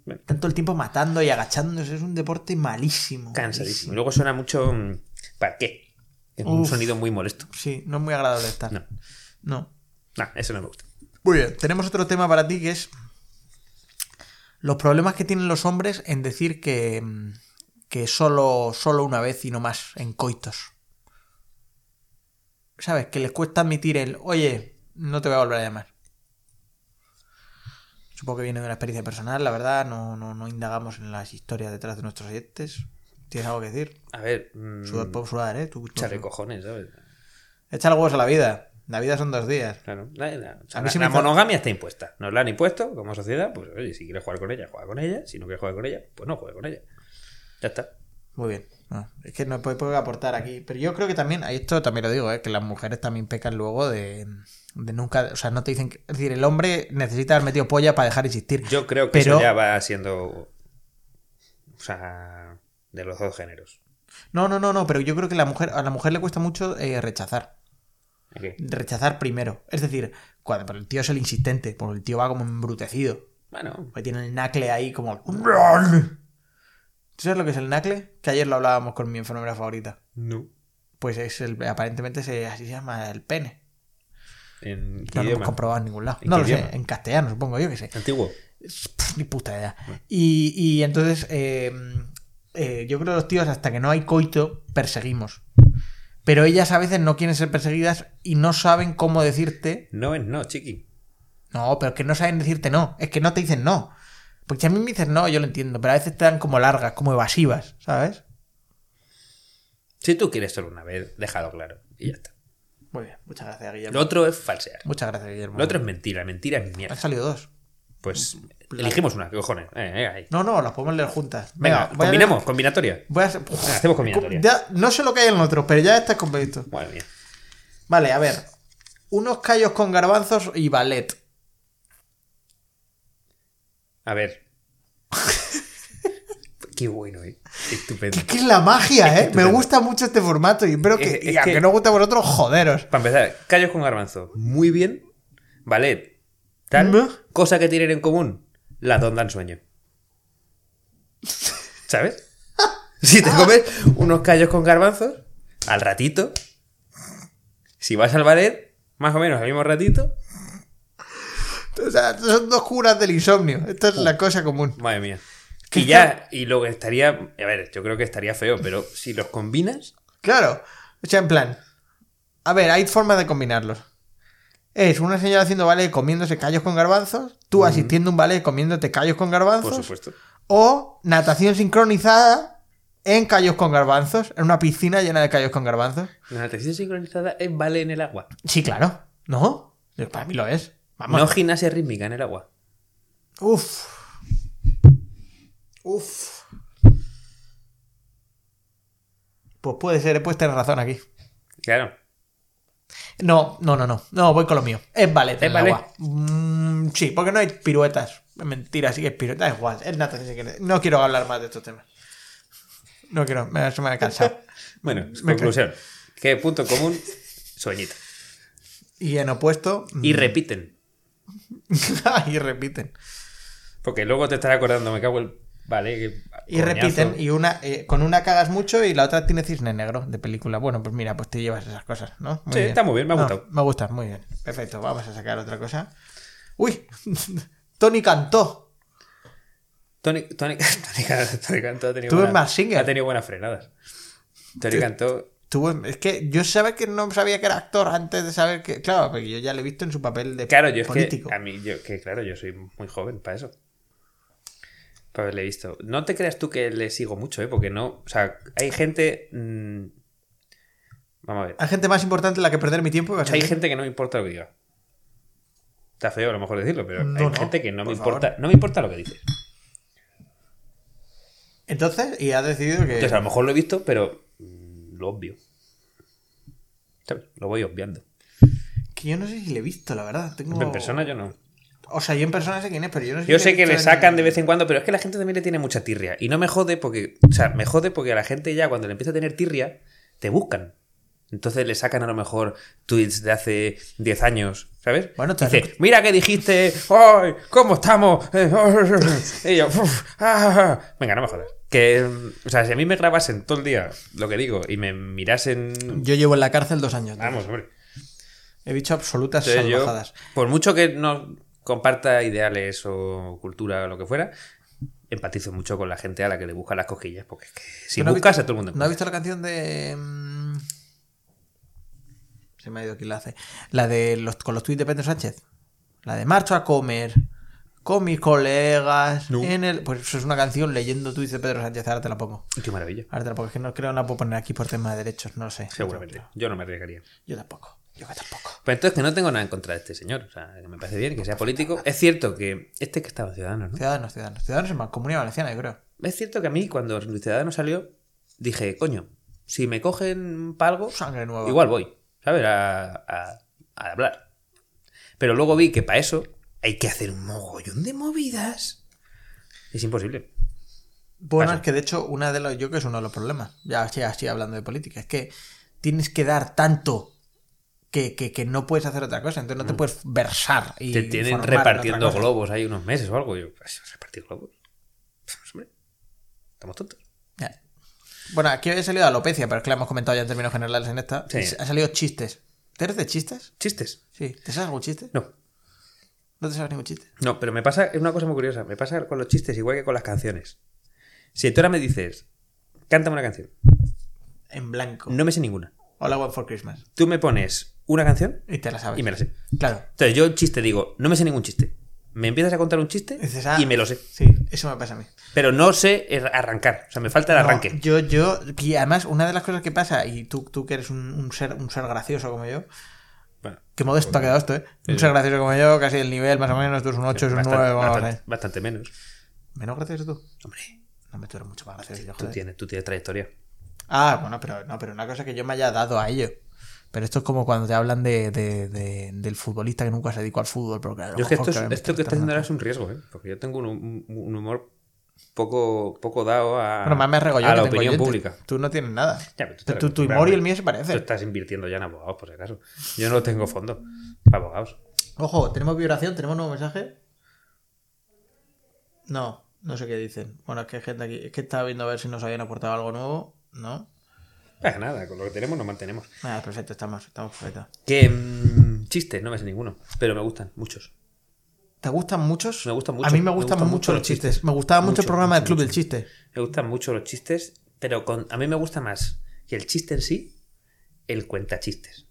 S1: pum. Tanto el tiempo matando y agachándose es un deporte malísimo.
S2: Cansadísimo. Y luego suena mucho. mm, Parqué. Es un
S1: Uf.
S2: sonido muy molesto.
S1: Sí, no es muy agradable estar.
S2: No.
S1: no.
S2: No, eso no me gusta.
S1: Muy bien, tenemos otro tema para ti que es los problemas que tienen los hombres en decir que, mm, que solo, solo una vez y no más en coitos. ¿Sabes? Que les cuesta admitir el, oye, no te voy a volver a llamar. Supongo que viene de una experiencia personal, la verdad, no, no, no indagamos en las historias detrás de nuestros oyentes. ¿Tienes algo que decir?
S2: A ver. mm,
S1: Sudar, puedo sudar, ¿eh? Tú- tú-
S2: Échale cojones, ¿sabes?
S1: Echa los huevos a la vida. La vida son dos días.
S2: Claro. La, la- o sea,
S1: A mí
S2: la-
S1: se me
S2: la
S1: hizo-
S2: monogamia está impuesta. Nos la han impuesto como sociedad. Pues oye, si quieres jugar con ella, juega con ella. Si no quieres jugar con ella, pues no juega con ella. Ya está.
S1: Muy bien. Ah, es que no puedo, puedo aportar aquí. Pero yo creo que también, ahí esto también lo digo, ¿eh? que las mujeres también pecan luego de, de nunca. O sea, no te dicen. que- Es decir, el hombre necesita haber metido polla para dejar de existir.
S2: Yo creo que
S1: Pero-
S2: eso ya va siendo. O sea, de los dos géneros.
S1: No, no, no, no, pero yo creo que la mujer, a la mujer le cuesta mucho eh, rechazar.
S2: ¿A qué?
S1: Rechazar primero. Es decir, cuando pero el tío es el insistente, porque el tío va como embrutecido.
S2: Bueno,
S1: Porque tiene el nacle ahí como. ¿Tú sabes lo que es el nacle? Que ayer lo hablábamos con mi enfermera favorita.
S2: no.
S1: Pues es el, aparentemente se, así se llama el pene.
S2: En
S1: No lo
S2: qué
S1: hemos
S2: idioma?
S1: comprobado en ningún lado.
S2: ¿En
S1: No
S2: qué
S1: lo sé,
S2: idioma?
S1: en castellano, supongo yo que sé.
S2: Antiguo.
S1: Pff, ni puta idea. Y, y entonces, eh, eh, yo creo que los tíos, hasta que no hay coito, perseguimos. Pero ellas a veces no quieren ser perseguidas y no saben cómo decirte.
S2: No es no, chiqui.
S1: No, pero es que no saben decirte no. Es que no te dicen no. Porque si a mí me dices no, yo lo entiendo. Pero a veces te dan como largas, como evasivas, ¿sabes?
S2: Si tú quieres solo una vez, déjalo claro. Y ya está.
S1: Muy bien, muchas gracias, Guillermo.
S2: Lo otro es falsear.
S1: Muchas gracias, Guillermo.
S2: Lo otro es mentira. Mentira es
S1: Han
S2: mierda.
S1: salido dos.
S2: Pues elegimos una, que cojones. Eh, eh, ahí.
S1: No, no, las podemos leer juntas. voy
S2: Venga,
S1: a leer-
S2: combinamos, combinatoria.
S1: Voy a hacer-
S2: hacemos combinatoria.
S1: Ya- no sé lo que hay en el otro, pero ya está completo.
S2: Madre mía.
S1: Vale, a ver. Unos callos con garbanzos y ballet.
S2: A ver. Qué bueno, ¿eh? Estupendo.
S1: Es que es la magia,
S2: Es
S1: ¿eh? Me
S2: estupendo.
S1: gusta mucho este formato y espero que.
S2: Es- es
S1: y aunque
S2: que-
S1: no guste a vosotros, joderos.
S2: Para empezar, Callos con Garbanzo. Muy bien. Ballet. Tal.
S1: Meh.
S2: Cosa que tienen en común. Las dos dan sueño. ¿Sabes? Si te comes unos callos con garbanzos, al ratito. Si vas al ballet, más o menos al mismo ratito.
S1: O sea, son dos curas del insomnio. Esta es
S2: Uh.
S1: la cosa común.
S2: Madre mía.
S1: Que
S2: Y ya, y lo que estaría. A ver, yo creo que estaría feo, pero si los combinas.
S1: Claro. O sea, en plan. A ver, hay formas de combinarlos. Es una señora haciendo ballet comiéndose callos con garbanzos, tú asistiendo a un ballet comiéndote callos con garbanzos.
S2: Por supuesto.
S1: O natación sincronizada en callos con garbanzos, en una piscina llena de callos con garbanzos.
S2: La natación sincronizada es ballet en el agua.
S1: Sí, claro. ¿No? Yo- Para mí lo es. Vamos.
S2: No gimnasia rítmica en el agua.
S1: Uf. Uf. Pues puede ser, puedes tener razón aquí.
S2: Claro.
S1: No, no, no, no. No, voy con lo mío. Es ballet,
S2: ¿Es
S1: es
S2: ballet?
S1: agua. Mm, sí, porque no hay piruetas. Es mentira, sí que es pirueta. Da igual, es natación. si quieres. No quiero hablar más de estos temas. No quiero, me, se me ha cansado.
S2: Bueno,
S1: Me
S2: conclusión. Que punto común, sueñito.
S1: Y en opuesto.
S2: Y repiten.
S1: y repiten.
S2: Porque luego te estarás acordando, me cago el. Vale, que-
S1: Y
S2: coñazo.
S1: repiten, y una eh, con una cagas mucho y la otra tiene cisne negro de película. Bueno, pues mira, pues te llevas esas cosas, ¿no?
S2: Sí, está muy bien, me ha
S1: No,
S2: gustado.
S1: me gusta, muy bien. Perfecto, vamos a sacar otra cosa. ¡Uy! Tony cantó.
S2: Tony, Tony, Tony, Tony Cantó ha tenido.
S1: Tú eres
S2: buena-
S1: Mask Singer.
S2: Ha tenido buenas frenadas. Tony Cantó.
S1: Tuvo- es que yo sabía que no sabía que era actor antes de saber que. Claro, porque yo ya le he visto en su papel de
S2: Claro, yo es
S1: político.
S2: que. A mí, yo, que claro, yo soy muy joven para eso. Para haberle visto. No te creas tú que le sigo mucho, ¿eh? Porque no. O sea, hay gente. mm, vamos a ver.
S1: Hay gente más importante en la que perder mi tiempo. y va a
S2: O sea, hay
S1: ser-
S2: gente que no me importa lo que diga. Está feo a lo mejor decirlo, pero
S1: No,
S2: hay
S1: no,
S2: gente que no me
S1: por
S2: importa. No me importa lo que dices.
S1: Entonces, y ha decidido que.
S2: Entonces, a lo mejor lo he visto, pero mm, lo obvio. ¿Sabes? Lo voy obviando.
S1: Que yo no sé si le he visto, la verdad. Tengo...
S2: En persona yo no.
S1: O sea, yo en persona sé quién es, pero yo no sé
S2: Yo
S1: si he
S2: sé que
S1: visto
S2: le
S1: en-
S2: sacan de vez en cuando, pero es que la gente también le tiene mucha tirria. Y no me jode porque. O sea, me jode porque a la gente ya cuando le empieza a tener tirria, te buscan. Entonces le sacan a lo mejor tweets de hace 10 años, ¿sabes?
S1: Bueno, te-
S2: Dice, mira que dijiste, ¡ay! ¿Cómo estamos? Eh, Y yo, "Uf, ah". Venga, no me jodas. Que, mm, o sea, si a mí me grabasen todo el día lo que digo y me mirasen.
S1: Yo llevo en la cárcel dos años.
S2: Vamos, hombre.
S1: He dicho absolutas
S2: Ah. Entonces yo,
S1: salvajadas.
S2: por mucho que no comparta ideales o cultura o lo que fuera, empatizo mucho con la gente a la que le busca las cosquillas, porque es que si
S1: ¿Tú no has
S2: buscas
S1: visto-
S2: a todo el mundo.
S1: ¿No has visto la canción de. mm, Se me ha ido quién la hace. La de los, con los tuits de Pedro Sánchez. La de marcho a comer. Con mis colegas.
S2: No.
S1: En el... Pues eso es una canción leyendo tuits de Pedro Sánchez. Ahora te la pongo.
S2: Qué maravilla.
S1: Ahora te la pongo. Es que no creo que la puedo poner aquí por tema de derechos. No lo sé.
S2: Seguramente. Yo no me arriesgaría.
S1: Yo tampoco. Yo que tampoco.
S2: Pero entonces que no tengo nada en contra de este señor. O sea, que me parece bien que sea político. Es cierto que. Este que estaba en Ciudadanos, ¿no?
S1: Ciudadanos, ciudadanos. Ciudadanos en Comunidad Valenciana, yo creo.
S2: Es cierto que a mí, cuando Luis Ciudadanos salió, dije, coño, si me cogen para algo,
S1: Sangre nueva.
S2: igual voy, ¿sabes? A, a- a hablar. Pero luego vi que para eso hay que hacer un mogollón de movidas. Es imposible.
S1: Bueno,
S2: Pasa.
S1: es que de hecho, una de los, yo creo que es uno de los problemas, ya así, así hablando de política, es que tienes que dar tanto que, que- que no puedes hacer otra cosa, entonces no te puedes versar. Y
S2: Mm. Te tienen
S1: formar en otra
S2: repartiendo
S1: cosa.
S2: globos ahí unos meses o algo. Yo, "Pues, ¿repartir globos? Pues, hombre, estamos tontos.
S1: Ya. Bueno, aquí había salido alopecia, pero es que la hemos comentado ya en términos generales en esta.
S2: Sí.
S1: Y Ha salido chistes. ¿Te eres de chistes?
S2: ¿Chistes?
S1: Sí. ¿Te sabes algún chiste?
S2: No.
S1: No te sabes ningún chiste.
S2: No, pero me pasa, es una cosa muy curiosa, me pasa con los chistes igual que con las canciones. Si tú ahora me dices, cántame una canción,
S1: En blanco.
S2: no me sé ninguna.
S1: Hola, One for Christmas.
S2: Tú me pones una canción
S1: Y te la sabes.
S2: y me la sé.
S1: Claro.
S2: Entonces yo el chiste digo, no me sé ningún chiste. Me empiezas a contar un chiste
S1: Dices, ah,
S2: y me lo sé.
S1: Sí, eso me pasa a mí.
S2: Pero no sé er- arrancar. O sea, me falta el
S1: No,
S2: arranque.
S1: yo, yo, y además, una de las cosas que pasa, y tú, tú que eres un, un ser, un ser gracioso como yo,
S2: Bueno,
S1: qué modesto ha quedado esto, ¿eh? Un ser gracioso como yo, casi el nivel, más o menos, tú eres un 8, es un 9,
S2: bastante,
S1: vamos a
S2: bastante-
S1: ver.
S2: bastante menos.
S1: Menos gracioso tú.
S2: Hombre,
S1: No, me tú eres mucho más gracioso que yo,
S2: tú
S1: joder.
S2: tienes, tú tienes trayectoria.
S1: Ah, bueno, pero, no, pero una cosa que yo me haya dado a ello. Pero esto es como cuando te hablan de, de- de- del futbolista que nunca se dedicó al fútbol, pero claro,
S2: Yo es que esto,
S1: mejor
S2: es-
S1: claramente
S2: esto que
S1: está
S2: estás haciendo
S1: mal.
S2: ahora es un riesgo, ¿eh? Porque yo tengo un, un- un humor poco, poco dado a,
S1: Bueno, más me rego yo
S2: a
S1: que
S2: la
S1: tengo
S2: opinión
S1: oyentes.
S2: pública.
S1: Tú no tienes nada.
S2: Ya, pero
S1: Pero tu,
S2: tú te
S1: tu
S2: acostumbras,
S1: humor y el
S2: ¿no?
S1: mío se
S2: Tú
S1: parecen.
S2: estás invirtiendo ya en abogados, por si acaso. Yo no tengo fondo para abogados.
S1: Ojo, tenemos vibración, tenemos nuevo mensaje. No, no sé qué dicen. Bueno, es que hay gente aquí. Es que estaba viendo a ver si nos habían aportado algo nuevo. No.
S2: Pues nada, con lo que tenemos nos mantenemos.
S1: Ah, perfecto, estamos, estamos perfectos.
S2: Que mm, chistes, no me sé ninguno, pero me gustan muchos.
S1: ¿Te gustan muchos?
S2: Me gustan mucho,
S1: A mí me
S2: me
S1: gustan,
S2: gustan
S1: mucho los chistes. Me gustaba mucho, el
S2: Mucho,
S1: programa
S2: mucho,
S1: del Club del
S2: mucho.
S1: Chiste.
S2: Me gustan mucho los chistes, pero con, a mí me gusta más que el chiste en sí, el cuentachistes.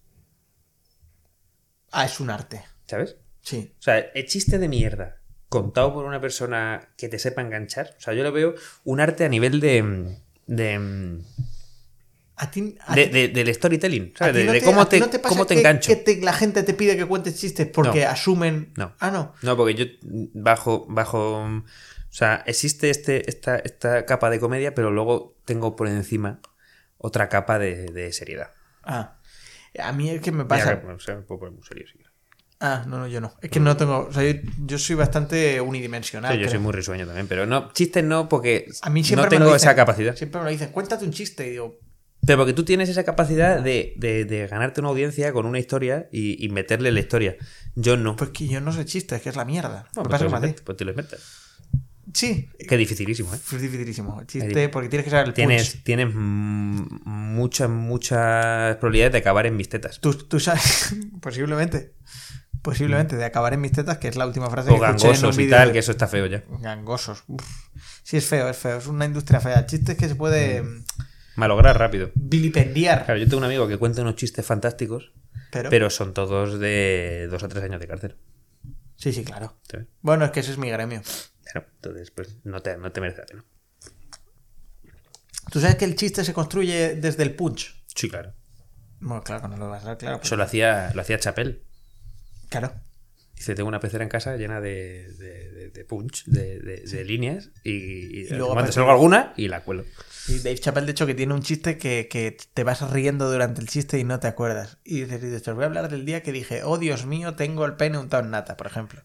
S1: Ah, es un arte.
S2: ¿Sabes?
S1: Sí.
S2: O sea, el chiste de mierda contado por una persona que te sepa enganchar. O sea, yo lo veo un arte a nivel de. mm, de, mm,
S1: A ti. a
S2: de-
S1: ti-
S2: de- del storytelling.
S1: a
S2: ¿sabes?
S1: ti
S2: De,
S1: no
S2: de
S1: te-
S2: cómo
S1: a ti
S2: te,
S1: no pasa
S2: cómo te
S1: que-
S2: engancho.
S1: Que te- la gente te pide que cuentes chistes porque
S2: No.
S1: asumen.
S2: No.
S1: Ah, no.
S2: No, porque yo bajo, bajo. mm, O sea, existe este, esta, esta capa de comedia, pero luego tengo por encima otra capa de, de seriedad.
S1: Ah. A mí es que me
S2: Mira,
S1: pasa.
S2: que, o sea, me puedo poner muy serio, sí.
S1: Ah, no, no, yo no. Es que no tengo. O sea, yo, yo soy bastante unidimensional.
S2: Sí, yo
S1: creo.
S2: soy muy risueño también, pero no, chistes no, porque
S1: A mí siempre
S2: no
S1: me lo
S2: tengo
S1: dicen.
S2: esa capacidad.
S1: Siempre me lo dicen, cuéntate un chiste. Y digo,
S2: Pero porque tú tienes esa capacidad de, de- de ganarte una audiencia con una historia y, y meterle la historia. Yo no.
S1: pues que yo no sé chistes, que es la mierda.
S2: Bueno,
S1: Me
S2: pues
S1: pasa
S2: te
S1: como
S2: lo
S1: a ti.
S2: inventas, pues te lo inventas.
S1: Sí,
S2: Qué dificilísimo, ¿eh?
S1: es dificilísimo. El
S2: Ahí.
S1: chiste, porque tienes que saber el punch.
S2: Tienes, tienes mm, muchas, muchas probabilidades de acabar en mis tetas.
S1: Tú, tú sabes, posiblemente, posiblemente, de acabar en mis tetas, que es la última frase
S2: O
S1: Pues que escuché en un
S2: gangosos y
S1: vídeo.
S2: tal,
S1: de-
S2: que eso está feo ya.
S1: Gangosos. uf. Sí, es feo, es feo. Es una industria fea. El chiste es que se puede mm,
S2: Malograr rápido.
S1: vilipendiar.
S2: Claro, yo tengo un amigo que cuenta unos chistes fantásticos,
S1: Pero,
S2: pero son todos de dos a tres años de cárcel.
S1: Sí, sí, claro.
S2: ¿sabes?
S1: Bueno, es que ese es mi gremio.
S2: Claro, entonces, pues no te, no te merece la pena.
S1: Tú sabes que el chiste se construye desde el punch.
S2: Sí, claro.
S1: Bueno, claro, que no lo vas a dar, claro.
S2: Eso
S1: porque-
S2: lo hacía, lo hacía Chapel.
S1: Claro.
S2: Dice, tengo una pecera en casa llena de, de- de- de punch, de, de- de líneas, y, y
S1: luego
S2: cuando
S1: aparece-
S2: salgo alguna y la cuelo.
S1: Y Dave Chappelle, de hecho, que tiene un chiste que, que te vas riendo durante el chiste y no te acuerdas. Y dices, y dices, "Os voy a hablar del día que dije, oh Dios mío, tengo el pene untado en nata, por ejemplo.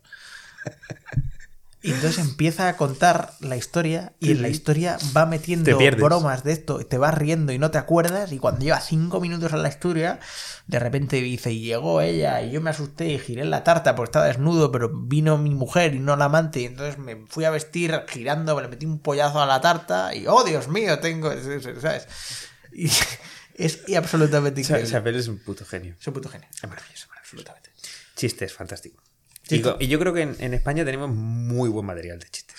S1: Y entonces empieza a contar la historia y en la historia va metiendo
S2: Te pierdes.
S1: bromas de esto, y te vas riendo y no te acuerdas y cuando lleva cinco minutos a la historia, de repente dice, y llegó ella y yo me asusté y giré la tarta porque estaba desnudo, pero vino mi mujer y no la amante y entonces me fui a vestir girando, me le metí un pollazo a la tarta y, oh Dios mío, tengo, ¿sabes? Y es absolutamente
S2: Cha-
S1: increíble.
S2: Chapel es un puto genio.
S1: Es un puto genio.
S2: Es maravilloso, absolutamente. Chistes, fantástico. Y,
S1: Chiste.
S2: co- y yo creo que en, en España tenemos muy buen material de chistes.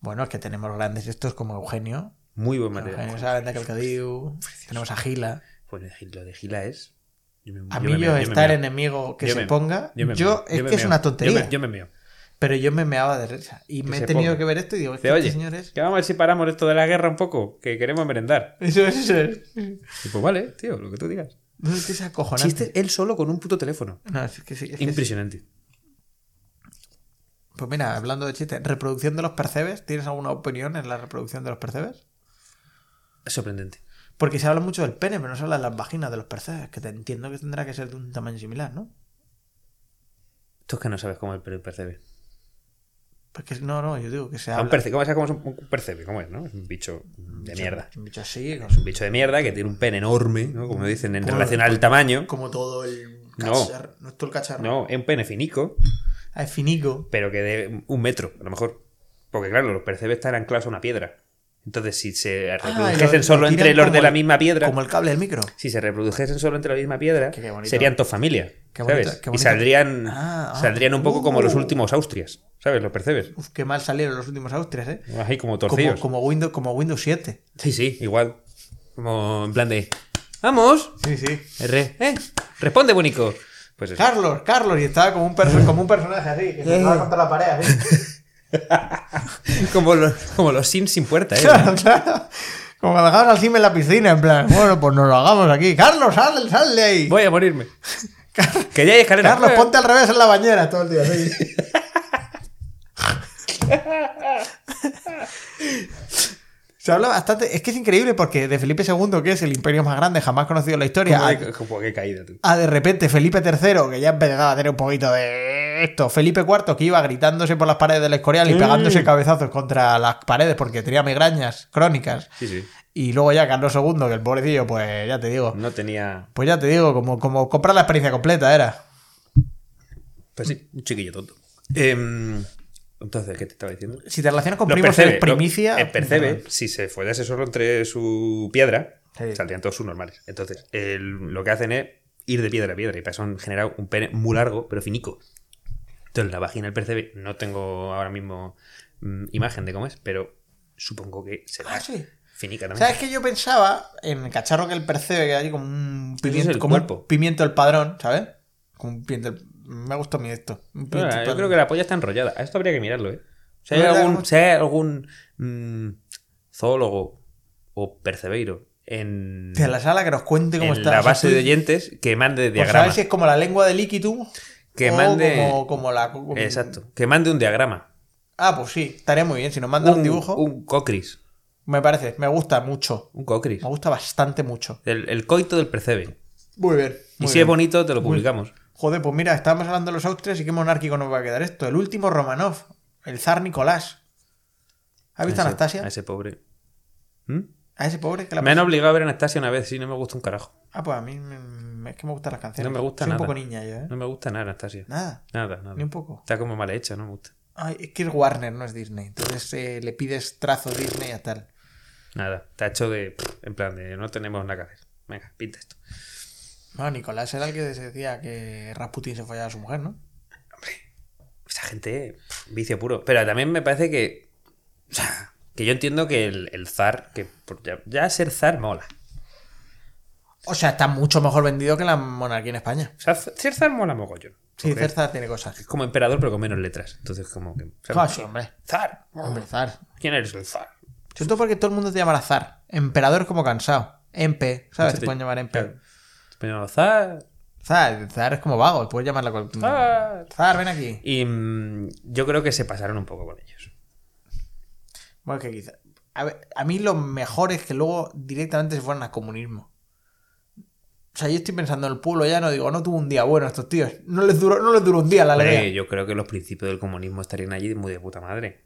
S1: Bueno, es que tenemos grandes estos como Eugenio.
S2: Muy buen material.
S1: Eugenio Sáenz de Calcadiu, tenemos a Gila.
S2: Pues el- lo de Gila es... yo me-
S1: A
S2: yo
S1: mí
S2: me
S1: yo
S2: meo,
S1: está el
S2: meo.
S1: enemigo que
S2: Yo
S1: se
S2: me-
S1: ponga. Yo,
S2: me meo,
S1: es
S2: me
S1: que es
S2: meo.
S1: una
S2: Yo me-
S1: tontería.
S2: Yo me meo.
S1: Pero yo me meaba de risa. Y me
S2: se
S1: he tenido
S2: ponga.
S1: que ver esto y digo, "Este es
S2: Dice,
S1: que
S2: oye,
S1: estos señores.
S2: que vamos a ver si paramos esto de la guerra un poco, que queremos merendar.
S1: Eso es, eso es.
S2: Y pues vale, tío, lo que tú digas.
S1: No, es que es acojonante.
S2: Chistes él solo con un puto teléfono.
S1: No, es que sí, es que sí.
S2: Impresionante.
S1: Pues mira, hablando de chistes, reproducción de los percebes. ¿Tienes alguna opinión en la reproducción de los percebes?
S2: Sorprendente.
S1: Porque se habla mucho del pene, pero no se habla de las vaginas de los percebes, que te entiendo que tendrá que ser de un tamaño similar, ¿no?
S2: Tú es que no sabes cómo el pene percebe.
S1: Porque no, no, yo digo Pues que se
S2: Ah, un
S1: habla.
S2: perce- ¿Cómo sabes cómo es un un percebe? ¿Cómo es, no? Es un bicho de mierda.
S1: Es un bicho así, con
S2: Es
S1: su-
S2: un bicho de mierda que tiene un pene enorme, ¿no? Como dicen, en
S1: Bueno,
S2: relación al tamaño.
S1: como todo el
S2: No.
S1: cacharro. No, es todo el cacharro.
S2: No, es un pene finico,
S1: Ah, es finico.
S2: pero que de un metro, a lo mejor. Porque claro, los percebes están anclados a una piedra. Entonces, si se
S1: y Ah, lo-
S2: reprodujesen
S1: lo
S2: solo entre
S1: tiran
S2: los
S1: como
S2: de la
S1: el-
S2: misma piedra,
S1: Como el cable del micro.
S2: si se reprodujesen solo entre la misma piedra,
S1: Qué- qué bonito.
S2: serían dos familias.
S1: Qué
S2: ¿sabes?
S1: bonito, qué
S2: Y
S1: bonito.
S2: saldrían,
S1: Ah, ah.
S2: saldrían un poco como los
S1: Uh.
S2: últimos Austrias, ¿sabes? Los percebes.
S1: Uf, qué mal salieron los últimos Austrias, ¿eh?
S2: Ahí
S1: Como,
S2: como torcidos.
S1: como, Windows, como Windows 7.
S2: Sí, sí, igual. Como en plan de. ¡Vamos!
S1: Sí, sí.
S2: R, ¿eh? Responde, bonico. Pues eso.
S1: Carlos, Carlos, y estaba como un, perso- como un personaje así, que se estaba contra la pared así.
S2: Como los, como los Sims sin puerta, ¿eh?
S1: claro, claro. Como cuando dejabas al cine en la piscina, en plan, bueno, pues nos lo hagamos aquí. Carlos, sal, sal de ahí.
S2: Voy a morirme. que ya hay escalera. Ah,
S1: Carlos, ponte al revés en la bañera todo el día. sí. Se habla bastante. Es que es increíble porque de Felipe II, que es el imperio más grande jamás conocido en la historia,
S2: Como
S1: a,
S2: de- como que caída tú.
S1: a Ah, de repente Felipe III, que ya empezaba a tener un poquito de esto. Felipe IV, que iba gritándose por las paredes del Escorial y
S2: Mm.
S1: pegándose cabezazos contra las paredes porque tenía migrañas crónicas.
S2: Sí, sí.
S1: Y luego ya Carlos II, que el pobrecillo, pues ya te digo.
S2: No tenía.
S1: Pues ya te digo, como, como comprar la experiencia completa era.
S2: Pues sí, un chiquillo tonto. Em, entonces, ¿qué te estaba diciendo?
S1: Si te relacionas con
S2: Los
S1: primos,
S2: percebe,
S1: eres primicia.
S2: los- el percebe, si se follase solo entre su piedra,
S1: Sí.
S2: saldrían todos sus normales. Entonces, el- lo que hacen es ir de piedra a piedra y para eso han generado un pene muy largo, pero finico. Entonces, la vagina del percebe, no tengo ahora mismo mm, imagen de cómo es, pero supongo que será
S1: Ah, sí.
S2: finica también.
S1: ¿Sabes que yo pensaba en el cacharro que el percebe que hay como un
S2: es
S1: pimiento,
S2: el
S1: como un
S2: cuerpo.
S1: pimiento del padrón, ¿sabes? Como un pimiento del- Me gustó a mí esto. Un pimiento del
S2: Bueno, Ah, yo
S1: padrón.
S2: creo que la polla está enrollada. A esto habría que mirarlo, ¿eh? Si hay
S1: ¿Verdad?
S2: algún,
S1: ¿Cómo?
S2: si hay algún mm, zoólogo o percebeiro en,
S1: Te la sala que nos cuente cómo
S2: en
S1: está.
S2: la
S1: O sea,
S2: base
S1: tú-
S2: de oyentes que mande
S1: pues,
S2: diagrama.
S1: ¿Sabes si es como la lengua del líquido?
S2: Que
S1: o
S2: mande-
S1: Como, como la. como-
S2: Exacto. Que mande un diagrama.
S1: Ah, pues sí, estaría muy bien. Si nos mandan un, dibujo,
S2: Un cocris.
S1: me parece, me gusta mucho.
S2: Un cocris.
S1: Me gusta bastante mucho.
S2: El, el coito del percebe.
S1: Muy bien.
S2: Y
S1: muy
S2: si
S1: bien.
S2: es bonito, te lo publicamos.
S1: Joder, pues mira, estábamos hablando de los austrias y qué monárquico nos va a quedar esto. El último Romanov, el zar Nicolás. ¿Has visto a
S2: ese-
S1: Anastasia?
S2: A ese pobre. ¿Mm?
S1: A ese pobre que la
S2: Me han obligado a ver a Anastasia una vez, sí, no me gusta un carajo.
S1: Ah, pues a mí me- me- es que me gustan las canciones.
S2: No me gusta
S1: Soy
S2: nada.
S1: un poco niña yo, ¿eh?
S2: No me gusta nada, Anastasia.
S1: Nada,
S2: Nada, nada.
S1: ni un poco.
S2: Está como mal hecha, no me gusta.
S1: Ay, es que es Warner, no es Disney. Entonces eh, le pides trazo Disney a tal.
S2: Nada. Está hecho de. En plan, de no tenemos nada que hacer. Venga, pinta esto.
S1: Bueno, Nicolás era el que se decía que Rasputin se follaba a su mujer, ¿no?
S2: Esa gente, pf, vicio puro. Pero también me parece que. o sea, que yo entiendo que el, el zar. que por- ya, ya ser zar mola.
S1: O sea, está mucho mejor vendido que la monarquía en España.
S2: O sea, ser zar mola mogollón.
S1: Sí,
S2: Porque
S1: Cerza tiene cosas.
S2: Es como emperador, pero con menos letras. Entonces, como que.
S1: Ah, sí, hombre.
S2: ¡Zar!
S1: Hombre, zar.
S2: ¿Quién eres el zar?
S1: Sobre todo porque todo el mundo te llamará zar. Emperador es como cansado. Empe, ¿sabes? Te pueden llamar empe.
S2: Claro. Te pueden llamar zar.
S1: Zar, zar es como vago, puedes llamarla con...
S2: zar.
S1: Zar, ven aquí.
S2: Y mm, yo creo que se pasaron un poco con ellos.
S1: Bueno, que quizá. A, ver, a mí lo mejor es que luego directamente se fueran a comunismo. O sea, yo estoy pensando en el pueblo ya, no digo, no tuvo un día bueno estos tíos. No les duró, no les duró un día la
S2: Hombre,
S1: alegría.
S2: yo creo que los principios del comunismo estarían allí muy de puta madre.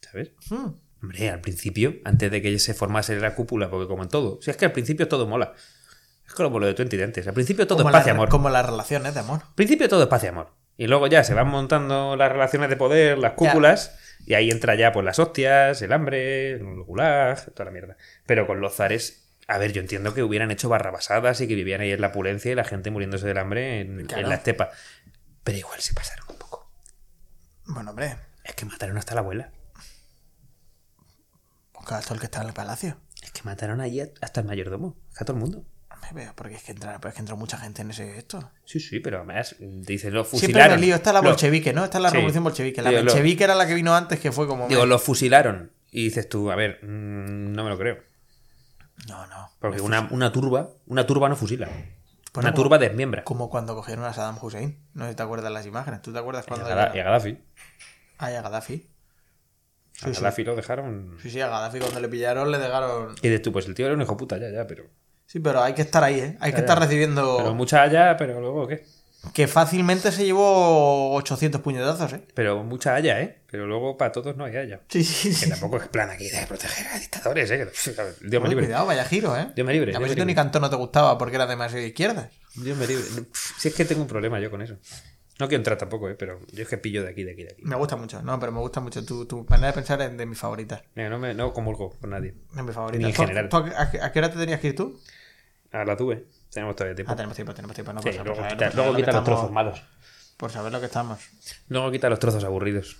S2: ¿Sabes?
S1: Mm.
S2: Hombre, al principio, antes de que se formase la cúpula, porque como en todo, si es que al principio todo mola. Es como lo de Twenty Dentes. Al principio todo
S1: Como
S2: es paz y
S1: la-
S2: amor.
S1: Como las relaciones de amor.
S2: Al principio todo es paz y amor. Y luego ya se van montando las relaciones de poder, las cúpulas, y ahí entra ya pues las hostias, el hambre, el gulag, toda la mierda. Pero con los zares, a ver, yo entiendo que hubieran hecho barrabasadas y que vivían ahí en la opulencia y la gente muriéndose del hambre en,
S1: Claro.
S2: en la estepa. Pero igual se pasaron un poco.
S1: Bueno, hombre,
S2: Es que mataron hasta la abuela.
S1: busca todo el que está en el palacio.
S2: Es que mataron allí hasta el mayordomo, a todo el mundo.
S1: Me veo, porque es que entra, pues es que entró mucha gente en ese esto.
S2: Sí, sí, pero además dicen los fusilaron.
S1: Siempre me lío, está la
S2: Los-
S1: bolchevique, ¿no? Está la
S2: Sí.
S1: revolución bolchevique. La
S2: Digo, lo-
S1: bolchevique era la que vino antes, que fue como.
S2: digo, los fusilaron. Y dices tú, a ver, mm, no me lo creo.
S1: No, no.
S2: Porque una, una turba, una turba no fusila.
S1: Pues
S2: una
S1: no,
S2: turba desmiembra.
S1: Como cuando cogieron a Saddam Hussein. No sé si te acuerdas las imágenes. ¿Tú te acuerdas
S2: Y a
S1: cuando.?
S2: Gadda- y a Gaddafi.
S1: Ah, y a Gaddafi.
S2: a
S1: Sí, sí.
S2: Gaddafi lo dejaron.
S1: Sí, sí, a Gaddafi cuando le pillaron le dejaron.
S2: Y dices tú, pues el tío era un hijo puta, ya, ya, pero.
S1: Sí, pero hay que estar ahí, ¿eh? Hay que estar recibiendo.
S2: Pero mucha haya, pero luego qué.
S1: Que fácilmente se llevó 800 puñetazos, ¿eh?
S2: Pero mucha haya, ¿eh? Pero luego para todos no hay haya.
S1: Sí, sí,
S2: Que
S1: sí.
S2: tampoco es plan aquí de proteger a dictadores, ¿eh? Que- Dios
S1: Uy,
S2: me libre.
S1: cuidado, vaya giro, ¿eh?
S2: Dios me
S1: A
S2: libre, Dios
S1: ver
S2: me
S1: si Tony
S2: libre.
S1: Cantón no te gustaba porque era demasiado izquierda.
S2: Dios me libre. Si es que tengo un problema yo con eso. No quiero entrar tampoco, ¿eh? Pero yo es que pillo de aquí, de aquí, de aquí.
S1: Me gusta mucho, no, pero me gusta mucho. Tu, tu manera de pensar es de mis favoritas.
S2: No, no, me, no comulgo con nadie.
S1: De mis favoritas.
S2: Ni en
S1: ¿Tú-
S2: general.
S1: tú a, qué- a qué- a qué hora te tenías que ir tú?
S2: A la tuve. Tenemos todavía tiempo.
S1: Ah, tenemos tiempo, tenemos tiempo. No pues,
S2: Sí,
S1: pasa, por
S2: luego
S1: saber-
S2: quita,
S1: por saber
S2: luego
S1: lo
S2: quita
S1: que
S2: los trozos
S1: estamos-
S2: malos.
S1: Por saber lo que estamos.
S2: Luego quita los trozos aburridos.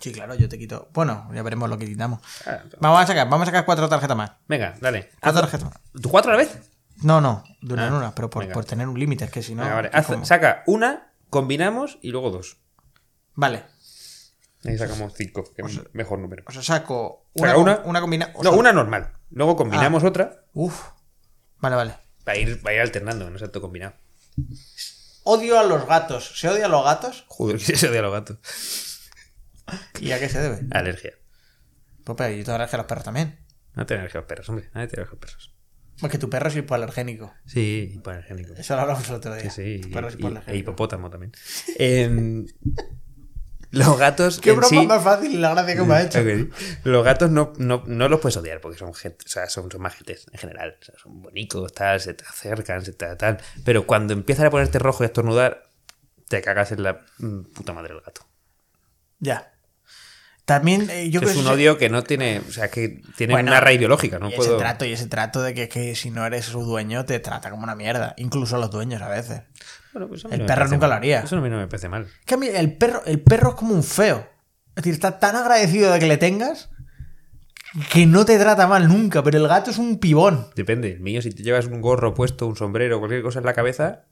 S1: Sí, claro, yo te quito. Bueno, ya veremos lo que quitamos.
S2: Ah,
S1: Vamos a sacar, vamos a sacar cuatro tarjetas más.
S2: venga, dale.
S1: Cuatro tarjetas más.
S2: ¿Tú cuatro a la vez?
S1: No, no, de una en
S2: Ah,
S1: una, pero por,
S2: venga.
S1: por tener un límite, es que si no.
S2: Venga, vale.
S1: es
S2: Haz-
S1: como-
S2: saca una, combinamos y luego dos.
S1: Vale,
S2: Ahí sacamos cinco, que es el mejor número.
S1: o sea, saco
S2: Saca
S1: una,
S2: una.
S1: una combina- o
S2: No,
S1: sea,
S2: una normal. Luego
S1: Ah.
S2: combinamos otra
S1: Uf. Vale, vale.
S2: para ir, para ir alternando, no se todo combinado.
S1: Odio a los gatos. ¿Se odia a los gatos?
S2: Joder, eso de los gatos.
S1: ¿Y a qué se debe?
S2: Alergia.
S1: Pues, pero yo tengo alergia a los perros también.
S2: No te alergia a los perros, hombre. Nadie tiene alergia a los perros.
S1: Es que tu perro es hipoalergénico.
S2: Sí, hipoalergénico.
S1: Eso lo hablamos el otro día.
S2: Sí, sí.
S1: Tu
S2: Y,
S1: perro es
S2: y-
S1: hipoalergénico.
S2: e hipopótamo también. Em, los gatos.
S1: Qué
S2: en
S1: broma
S2: sí-
S1: más fácil y la gracia que me ha hecho.
S2: Ok. Los gatos no, no, no los puedes odiar porque son gente, o sea, son, son majetes en general. O sea, son bonitos, tal, se te acercan, se te tal. Pero cuando empiezan a ponerte rojo y a estornudar, te cagas en la mm, puta madre del gato.
S1: Ya. También eh, yo creo
S2: es
S1: que
S2: un
S1: eso-
S2: odio que no tiene, o sea, que tiene
S1: Bueno,
S2: una raíz biológica, no
S1: y
S2: puedo.
S1: ese trato, y ese trato de que, que si no eres su dueño te trata como una mierda. Incluso a los dueños a veces.
S2: Bueno, pues a mí
S1: el
S2: me
S1: perro
S2: parece
S1: nunca
S2: mal.
S1: lo haría.
S2: Eso a mí no me parece mal.
S1: Es que a mí el perro, el perro es como un feo. Es decir, está tan agradecido de que le tengas que no te trata mal nunca, pero el gato es un pibón.
S2: Depende, el mío, si te llevas un gorro puesto, un sombrero, cualquier cosa en la cabeza,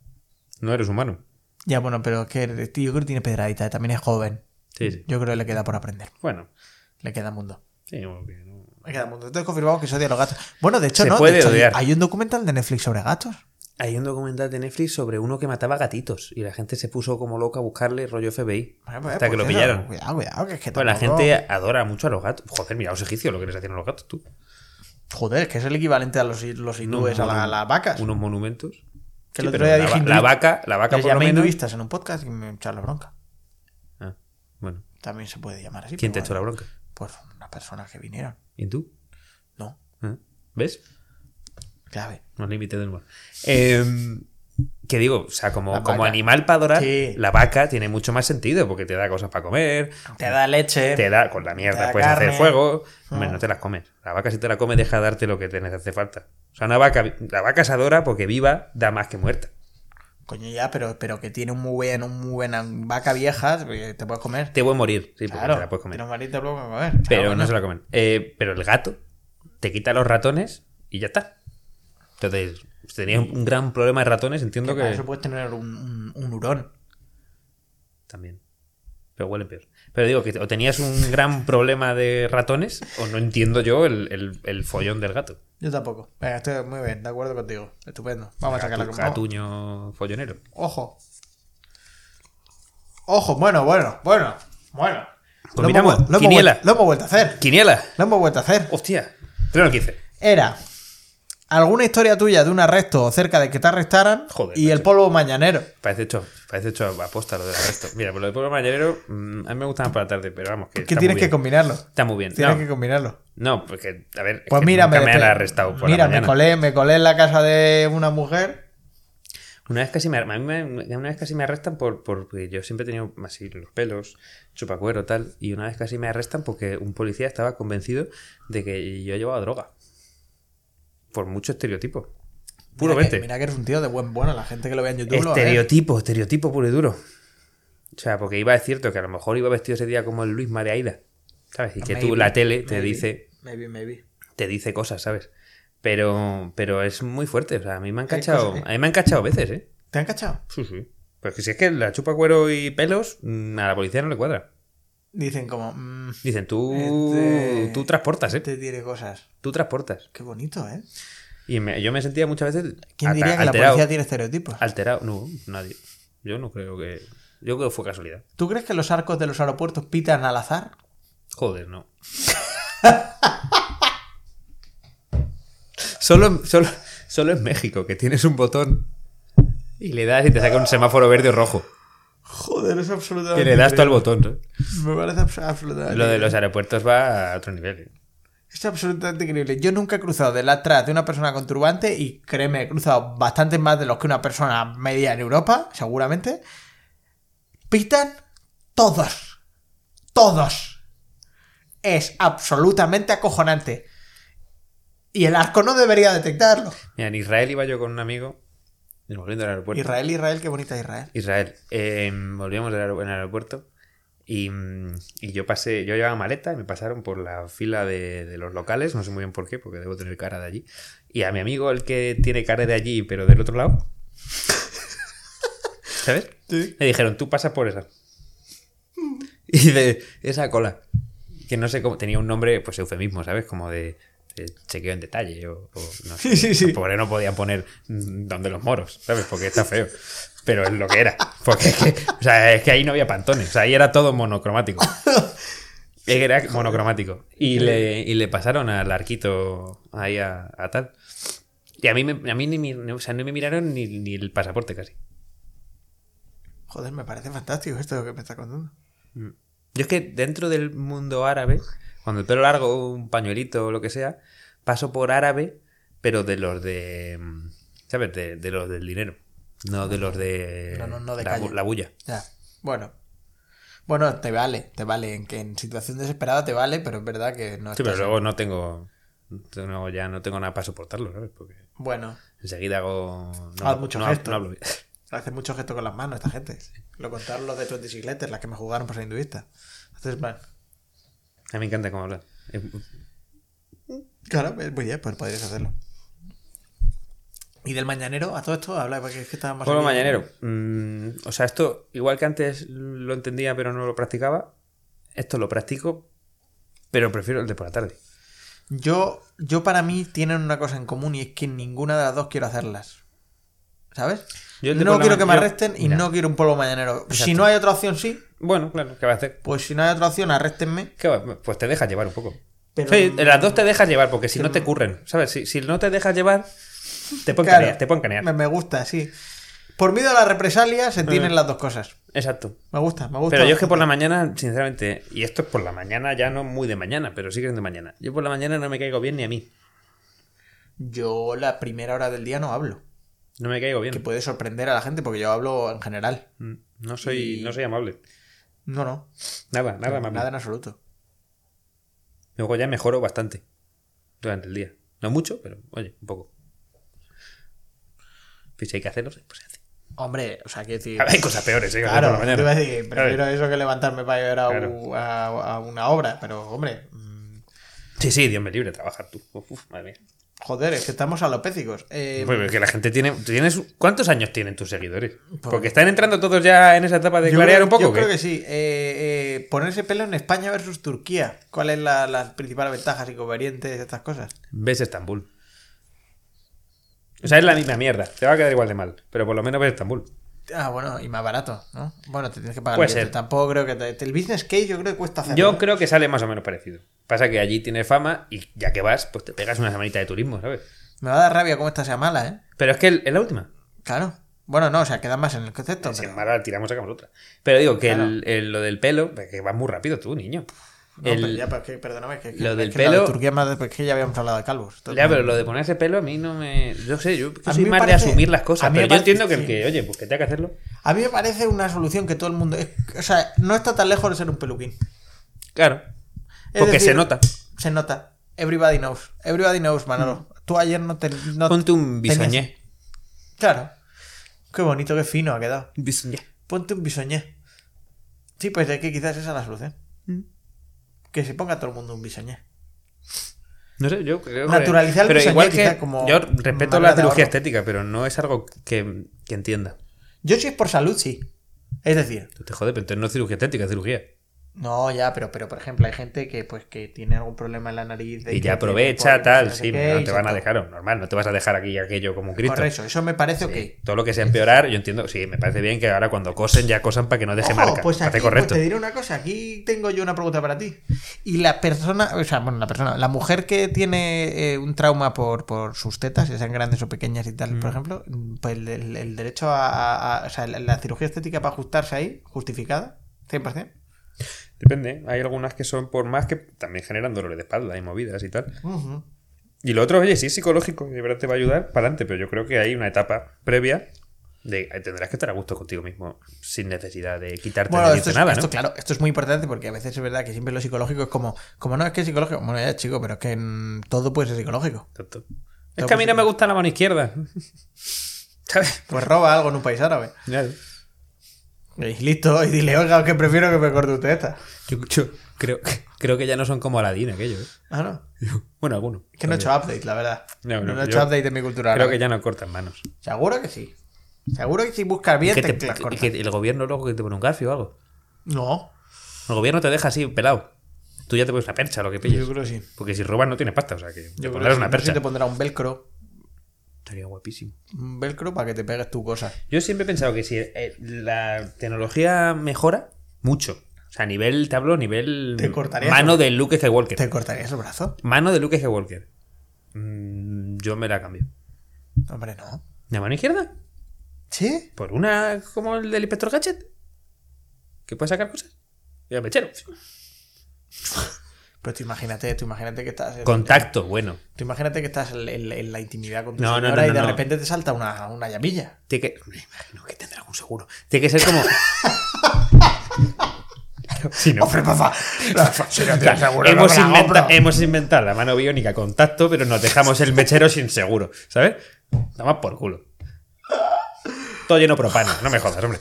S2: no eres humano.
S1: Ya, bueno, pero es que este yo creo que tiene pedradita, ¿eh? también es joven.
S2: Sí, sí.
S1: Yo creo que le queda por aprender.
S2: Bueno,
S1: Le queda mundo.
S2: sí, como que no.
S1: Le queda mundo. Entonces confirmamos que se odia a los gatos. Bueno, de hecho,
S2: Se
S1: no. de
S2: puede
S1: hecho, hay-
S2: odiar.
S1: Hay un documental de Netflix sobre gatos.
S2: Hay un documental de Netflix sobre uno que mataba gatitos y la gente se puso como loca a buscarle rollo FBI
S1: Bueno, pues,
S2: hasta que
S1: pues,
S2: lo
S1: tío,
S2: pillaron.
S1: Cuidado, cuidado, que es que
S2: Pues la
S1: tampoco-
S2: gente adora mucho a los gatos. Joder, mira los egipcios lo que les hacían a los gatos, tú.
S1: Joder, que es el equivalente a los, los hindúes, a, la- a las vacas.
S2: Unos monumentos.
S1: Que
S2: Sí,
S1: el otro
S2: pero
S1: día
S2: la,
S1: dije
S2: va- la
S1: hinduista.
S2: vaca, la vaca
S1: Les
S2: por lo
S1: llamé
S2: menos.
S1: hinduistas en un podcast y me echaron la bronca.
S2: Ah, bueno,
S1: También se puede llamar así.
S2: ¿quién te
S1: pero
S2: echó la
S1: bueno.
S2: bronca?
S1: Pues una persona que vinieron.
S2: ¿Y tú?
S1: No,
S2: ¿Ah? ¿Ves?
S1: clave.
S2: No límite del humor. Em, que digo, o sea, como,
S1: La
S2: como
S1: vaca.
S2: animal para adorar,
S1: Sí.
S2: la vaca tiene mucho más sentido porque te da cosas para comer,
S1: Te da leche.
S2: te da con la
S1: Te da
S2: mierda, puedes
S1: carne.
S2: hacer fuego. Hombre,
S1: Ah.
S2: no te las comes. La vaca, si te la comes, deja de darte lo que te hace falta. O sea, una vaca, la vaca se adora porque viva da más que muerta.
S1: Coño, ya, pero, pero que tiene un muy buen, un muy buena vaca vieja, eh, te puedes comer.
S2: Te voy a morir, sí, porque
S1: claro,
S2: te la puedes comer.
S1: tienes marito luego que comer.
S2: Pero
S1: Ah, bueno.
S2: no se la comen. Eh, pero el gato te quita los ratones y ya está. Entonces, si tenías un gran problema de ratones, entiendo
S1: Que
S2: que.
S1: para eso puedes tener un, un, un hurón.
S2: También. Pero huelen peor. Pero digo que o tenías un gran problema de ratones, o no entiendo yo el, el- el follón del gato.
S1: Yo tampoco. Venga, estoy muy bien, de acuerdo contigo. Estupendo. Vamos a sacar la
S2: Gatu- Gatuño follonero.
S1: Ojo. Ojo, bueno, bueno, bueno, bueno.
S2: Pues
S1: hemos,
S2: miramos,
S1: vu- lo, hemos
S2: quiniela.
S1: vuel- lo hemos vuelto a hacer.
S2: ¡Quiniela!
S1: Lo hemos vuelto a hacer.
S2: Hostia. 3 al 15.
S1: Era alguna historia tuya de un arresto o cerca de que te arrestaran
S2: Joder,
S1: y el
S2: macho.
S1: polvo mañanero.
S2: Parece hecho, parece hecho aposta lo del resto. Mira, por lo de Pueblo Mañanero, mm, a mí me gustan para la tarde, pero vamos, que.
S1: Que
S2: está
S1: tienes
S2: muy
S1: que
S2: bien.
S1: combinarlo.
S2: Está muy bien.
S1: Tienes
S2: No,
S1: que combinarlo.
S2: no, porque, a ver, es
S1: Pues
S2: que
S1: mira,
S2: nunca
S1: me,
S2: me han
S1: despe-
S2: arrestado por
S1: Mira,
S2: la mañana.
S1: me colé, me colé en la casa de una mujer.
S2: Una vez casi me, a mí me- una vez casi me arrestan por, por- porque yo siempre he tenido así los pelos, chupacuero, tal, y una vez casi me arrestan porque un policía estaba convencido de que yo llevaba droga. Por mucho estereotipo. Puro
S1: mira, que,
S2: vete.
S1: mira que eres un tío de buen bueno. La gente que lo vea en YouTube lo va a ver.
S2: Estereotipo, estereotipo puro y duro. O sea, porque iba, es cierto que a lo mejor iba vestido ese día como el Luis Mareaida, ¿sabes? Y que tú,
S1: Maybe,
S2: la tele, te
S1: maybe,
S2: dice,
S1: Maybe, maybe.
S2: te dice cosas, ¿sabes? Pero, pero es muy fuerte, o sea, a mí me han
S1: Hay
S2: cachado,
S1: cosas que-
S2: a mí me han cachado veces, ¿eh?
S1: ¿Te han cachado?
S2: Sí, sí. Pues que si es que la chupa cuero y pelos, mm, a la policía no le cuadra.
S1: Dicen como. mm,
S2: Dicen, tú,
S1: Este-
S2: tú transportas, ¿eh?
S1: te tiene cosas.
S2: Tú transportas.
S1: Qué bonito, ¿eh?
S2: Y me- yo me sentía muchas veces
S1: ¿Quién
S2: ata-
S1: diría que la
S2: alterado.
S1: policía tiene estereotipos?
S2: Alterado. No, nadie. Yo no creo que... Yo creo que fue casualidad.
S1: ¿Tú crees que los arcos de los aeropuertos pitan al azar?
S2: Joder, no. solo, en- solo, solo en México, que tienes un botón y le das y te saca un semáforo verde o rojo.
S1: Joder, es absolutamente.
S2: Que le das tú al botón. ¿sabes?
S1: Me parece abs- absolutamente.
S2: Lo de los
S1: increíble.
S2: aeropuertos va a otro nivel. ¿eh?
S1: Es absolutamente increíble. Yo nunca he cruzado del atrás de una persona con turbante y créeme, he cruzado bastantes más de los que una persona media en Europa, seguramente. Pitan todos. Todos. Es absolutamente acojonante. Y el arco no debería detectarlo.
S2: Mira, en Israel iba yo con un amigo, y volviendo al aeropuerto. Israel.
S1: Israel, Israel, qué bonita Israel.
S2: eh, volvíamos del aer- en el aeropuerto y, mm, y yo pasé, yo llevaba maleta y me pasaron por la fila de, de los locales, no sé muy bien por qué, porque debo tener cara de allí. Y a mi amigo, el que tiene cara de allí, pero del otro lado, ¿sabes? Me dijeron, tú pasas por esa. Y de esa cola. Que no sé cómo, tenía un nombre, pues eufemismo, ¿sabes? Como de, de chequeo en detalle o, o no sé.
S1: Sí, sí, sí.
S2: Porque no podían poner mm, donde los moros, ¿sabes? Porque está feo. Pero es lo que era. Porque es que, o sea, es que ahí no había pantones. O sea, ahí era todo monocromático. Era monocromático. Y le, y le pasaron al arquito ahí a, a tal. Y a mí, me- a mí ni, mi- o sea, no me miraron ni, ni el pasaporte casi.
S1: Joder, me parece fantástico esto que me está contando.
S2: Yo es que dentro del mundo árabe, cuando el pelo largo, un pañuelito o lo que sea, paso por árabe, pero de los de. mm, ¿Sabes? De, de los del dinero. No de los de.
S1: No, no, no de
S2: la,
S1: calle.
S2: bu- la bulla.
S1: Ya. Bueno. Bueno, te vale, te vale. En que en situación desesperada te vale, pero es verdad que no
S2: Sí, pero
S1: estás-
S2: luego no tengo. no, ya no tengo nada para soportarlo, ¿sabes? Porque
S1: Bueno,
S2: enseguida hago. No,
S1: Haz mucho
S2: no-
S1: gesto.
S2: no hablo bien.
S1: hace mucho gesto con las manos esta gente. Lo contaron los de Twenty Sigletes, las que me jugaron por ser hinduista. Entonces,
S2: Mm.
S1: plan.
S2: A mí me encanta cómo Eh, hablar. Es-
S1: Claro, pues, muy bien, pues podrías hacerlo. ¿Y del mañanero? A todo esto habla, porque es que estábamos.
S2: Pueblo
S1: aquí-
S2: mañanero. Mm, o sea, esto, igual que antes lo entendía pero no lo practicaba, esto lo practico, pero prefiero el de por la tarde.
S1: Yo, yo para mí tienen una cosa en común y es que ninguna de las dos quiero hacerlas. ¿Sabes?
S2: Yo el de
S1: no
S2: por la
S1: quiero que
S2: ma-
S1: me
S2: yo-
S1: arresten y
S2: mira.
S1: no quiero un polvo mañanero. Si no hay otra opción, sí.
S2: Bueno, claro, ¿qué va a hacer?
S1: Pues si no hay otra opción, arréstenme.
S2: ¿Qué va? Pues te dejas llevar un poco.
S1: Pero-
S2: Sí, en las dos te dejas llevar, porque si no te curren, ¿sabes? Si, si no te dejas llevar, te pueden
S1: Claro,
S2: canear, te pueden canear.
S1: Me, me gusta, sí. Por miedo a la represalia se tienen las dos cosas.
S2: Exacto.
S1: Me gusta, me gusta.
S2: Mm. Pero yo es que por la
S1: bastante.
S2: mañana, sinceramente, y esto es por la mañana, ya no muy de mañana, pero sí que es de mañana. Yo por la mañana no me caigo bien ni a mí.
S1: Yo la primera hora del día no hablo.
S2: No me caigo
S1: Que
S2: bien.
S1: puede sorprender a la gente porque yo hablo en general.
S2: Mm, No soy,
S1: Y-
S2: no soy amable.
S1: No, no.
S2: Nada, nada, amable.
S1: Nada en absoluto.
S2: Luego ya mejoro bastante durante el día. No mucho, pero oye, un poco. Pues si hay que hacerlo, pues se hace.
S1: Hombre, o sea, quiero decir.
S2: A ver, hay cosas peores, ¿eh? que hacer
S1: Claro,
S2: por la
S1: te iba a
S2: mañana.
S1: decir,
S2: A ver.
S1: prefiero eso que levantarme para ir a,
S2: Claro.
S1: u- a- a una obra, pero hombre, mm,
S2: Sí, sí, Dios me libre, trabajar tú. Uf, uf, madre mía.
S1: joder, es que estamos alopécicos. Eh,
S2: Pues es que la gente tiene. ¿tienes, ¿Cuántos años tienen tus seguidores?
S1: Pues-
S2: Porque están entrando todos ya en esa etapa de
S1: yo
S2: clarear
S1: creo-
S2: un poco.
S1: Yo
S2: ¿o qué?
S1: creo que sí. Eh, eh, ponerse pelo en España versus Turquía. ¿Cuáles son las principales ventajas y convenientes de estas cosas?
S2: Ves Estambul. O sea, es la misma mierda. Te va a quedar igual de mal. Pero por lo menos ves Estambul.
S1: Ah, bueno, y más barato, ¿no? Bueno, te tienes que pagar
S2: Puede
S1: el billete.
S2: ser.
S1: Tampoco creo que... te- el business case yo creo que cuesta hacerlo.
S2: Yo creo que sale más o menos parecido. Pasa que allí tienes fama y ya que vas, pues te pegas una semanita de turismo, ¿sabes?
S1: Me va a dar rabia como esta sea mala, ¿eh?
S2: Pero es que el- es la última.
S1: Claro. Bueno, no, o sea, queda más en el concepto.
S2: Sin
S1: pero-
S2: embargo, la tiramos, sacamos otra. Pero digo que
S1: Claro.
S2: el- el- lo del pelo, que vas muy rápido tú, niño.
S1: No,
S2: El-
S1: pero ya, pero es que, perdóname, es que,
S2: lo
S1: es
S2: del
S1: que la de
S2: pelo-
S1: Turquía más de- pues es que ya habíamos hablado de calvos.
S2: ya, pero lo de ponerse pelo a mí no me. Yo sé, yo
S1: A
S2: soy
S1: mí me
S2: más
S1: parece-
S2: de asumir las
S1: a
S2: cosas.
S1: mí
S2: Pero
S1: me
S2: yo
S1: parece-
S2: entiendo que el
S1: sí.
S2: que, oye, pues que tenga que hacerlo.
S1: A mí me parece una solución que todo el mundo. es- o sea, no está tan lejos de ser un peluquín.
S2: Claro.
S1: Es
S2: Porque
S1: decir,
S2: se nota.
S1: Se nota. Everybody knows. Everybody knows, Manolo. Tú ayer no te. no-
S2: Mm. Ponte un
S1: tenías-
S2: bisoñé.
S1: Claro. Qué bonito, qué fino ha quedado.
S2: Un bisoñé.
S1: Ponte un bisoñé. Sí, pues es que quizás esa es la solución.
S2: Mm.
S1: Que se ponga todo el mundo un bisoñé.
S2: No sé, yo creo que-
S1: Naturalizar el
S2: Pero
S1: bisoñé
S2: igual
S1: quizá
S2: que.
S1: como
S2: yo respeto
S1: manera
S2: la
S1: de ahorro.
S2: cirugía estética, pero no es algo que, que entienda.
S1: Yo si es por salud, sí. Es decir,
S2: Tú te jodes, pero entonces no es cirugía estética, es cirugía.
S1: no, ya, pero, pero por ejemplo, hay gente que pues que tiene algún problema en la nariz. de que
S2: Y ya
S1: tiene
S2: aprovecha,
S1: polvo,
S2: tal.
S1: no sé
S2: Sí,
S1: qué,
S2: no
S1: y
S2: te
S1: se
S2: van a
S1: to-
S2: dejar, normal, no te vas a dejar aquí aquello como un Cristo.
S1: Correcto, eso me parece ok.
S2: Todo lo que sea empeorar, yo entiendo. Sí, me parece bien que ahora cuando cosen ya cosan para que no deje
S1: Ojo,
S2: marca.
S1: Pues,
S2: parece
S1: aquí, pues
S2: correcto.
S1: te diré una cosa, aquí tengo yo una pregunta para ti. Y la persona, o sea, bueno, la persona, la mujer que tiene eh, un trauma por, por sus tetas, ya sean grandes o pequeñas y tal,
S2: Mm.
S1: por ejemplo, pues el, el- el derecho a, a- a- o sea, la, la cirugía estética para ajustarse ahí, justificada, 100%.
S2: Depende. Hay algunas que son por más que también generan dolores de espalda y movidas y tal.
S1: Ujú.
S2: Y lo otro, oye, sí es psicológico y de verdad te va a ayudar para adelante, pero yo creo que hay una etapa previa de eh, tendrás que estar a gusto contigo mismo sin necesidad de quitarte
S1: Bueno,
S2: de
S1: esto, es-
S2: nada,
S1: esto,
S2: ¿no?
S1: claro, esto es muy importante porque a veces es verdad que siempre lo psicológico es como, como no, es que es psicológico, bueno, ya chico, pero es que mm, todo puede ser psicológico.
S2: Tonto.
S1: Todo
S2: Es que a mí no
S1: positivo.
S2: me gusta la mano izquierda. ¿Sabes?
S1: Pues roba algo en un país árabe.
S2: Claro.
S1: Y listo, y dile, oiga, que prefiero que me corte usted esta.
S2: Yo, yo creo, creo que ya no son como Aladín aquello, ¿eh?
S1: Ah, no.
S2: Bueno, algunos.
S1: Que no he hecho update, la verdad. No,
S2: No, no,
S1: he
S2: yo
S1: hecho update de mi cultura.
S2: Creo
S1: árabe.
S2: que ya no cortan manos.
S1: Seguro que sí. Seguro que si buscas bien
S2: que
S1: este te,
S2: te-
S1: las
S2: y
S1: cortas.
S2: que el gobierno luego que te pone un gafio o algo.
S1: No,
S2: El gobierno te deja así pelado. Tú ya te pones una percha, lo que pilles.
S1: yo creo que sí.
S2: Porque si robas no tienes pasta, o sea que te
S1: Yo creo
S2: pondrás
S1: que
S2: una
S1: sí. No sé si
S2: percha.
S1: te pondrá un velcro.
S2: Estaría guapísimo.
S1: Un velcro para que te pegues tu cosa.
S2: Yo siempre he pensado que si eh, la tecnología mejora mucho O sea, nivel, te hablo, nivel.
S1: Te cortarías
S2: Mano
S1: el-
S2: de Luke Skywalker.
S1: ¿Te cortarías el brazo?
S2: Mano de Luke Skywalker. Mm, yo me la cambio.
S1: Hombre, no.
S2: ¿La mano izquierda?
S1: ¿Sí?
S2: ¿Por una como el del Inspector Gadget? ¿Que puede sacar cosas? Y el mechero.
S1: Pero Pues tú imagínate, tú imagínate que estás. en-
S2: Contacto, bueno.
S1: Tú imagínate que estás en, en- en la intimidad con tu
S2: No, no,
S1: señora y
S2: no, no,
S1: de
S2: no.
S1: repente te salta una, una llamilla.
S2: Tiene que. Me imagino que tendrá algún seguro. Tiene que ser como. Si no.
S1: ¡Hombre, papá! Si no tienes seguro, no
S2: hemos,
S1: me la
S2: inventa-
S1: compro.
S2: hemos inventado la mano biónica con tacto, pero nos dejamos el mechero sin seguro, ¿sabes? Nada más por culo. Todo lleno de propano, no me jodas, hombre.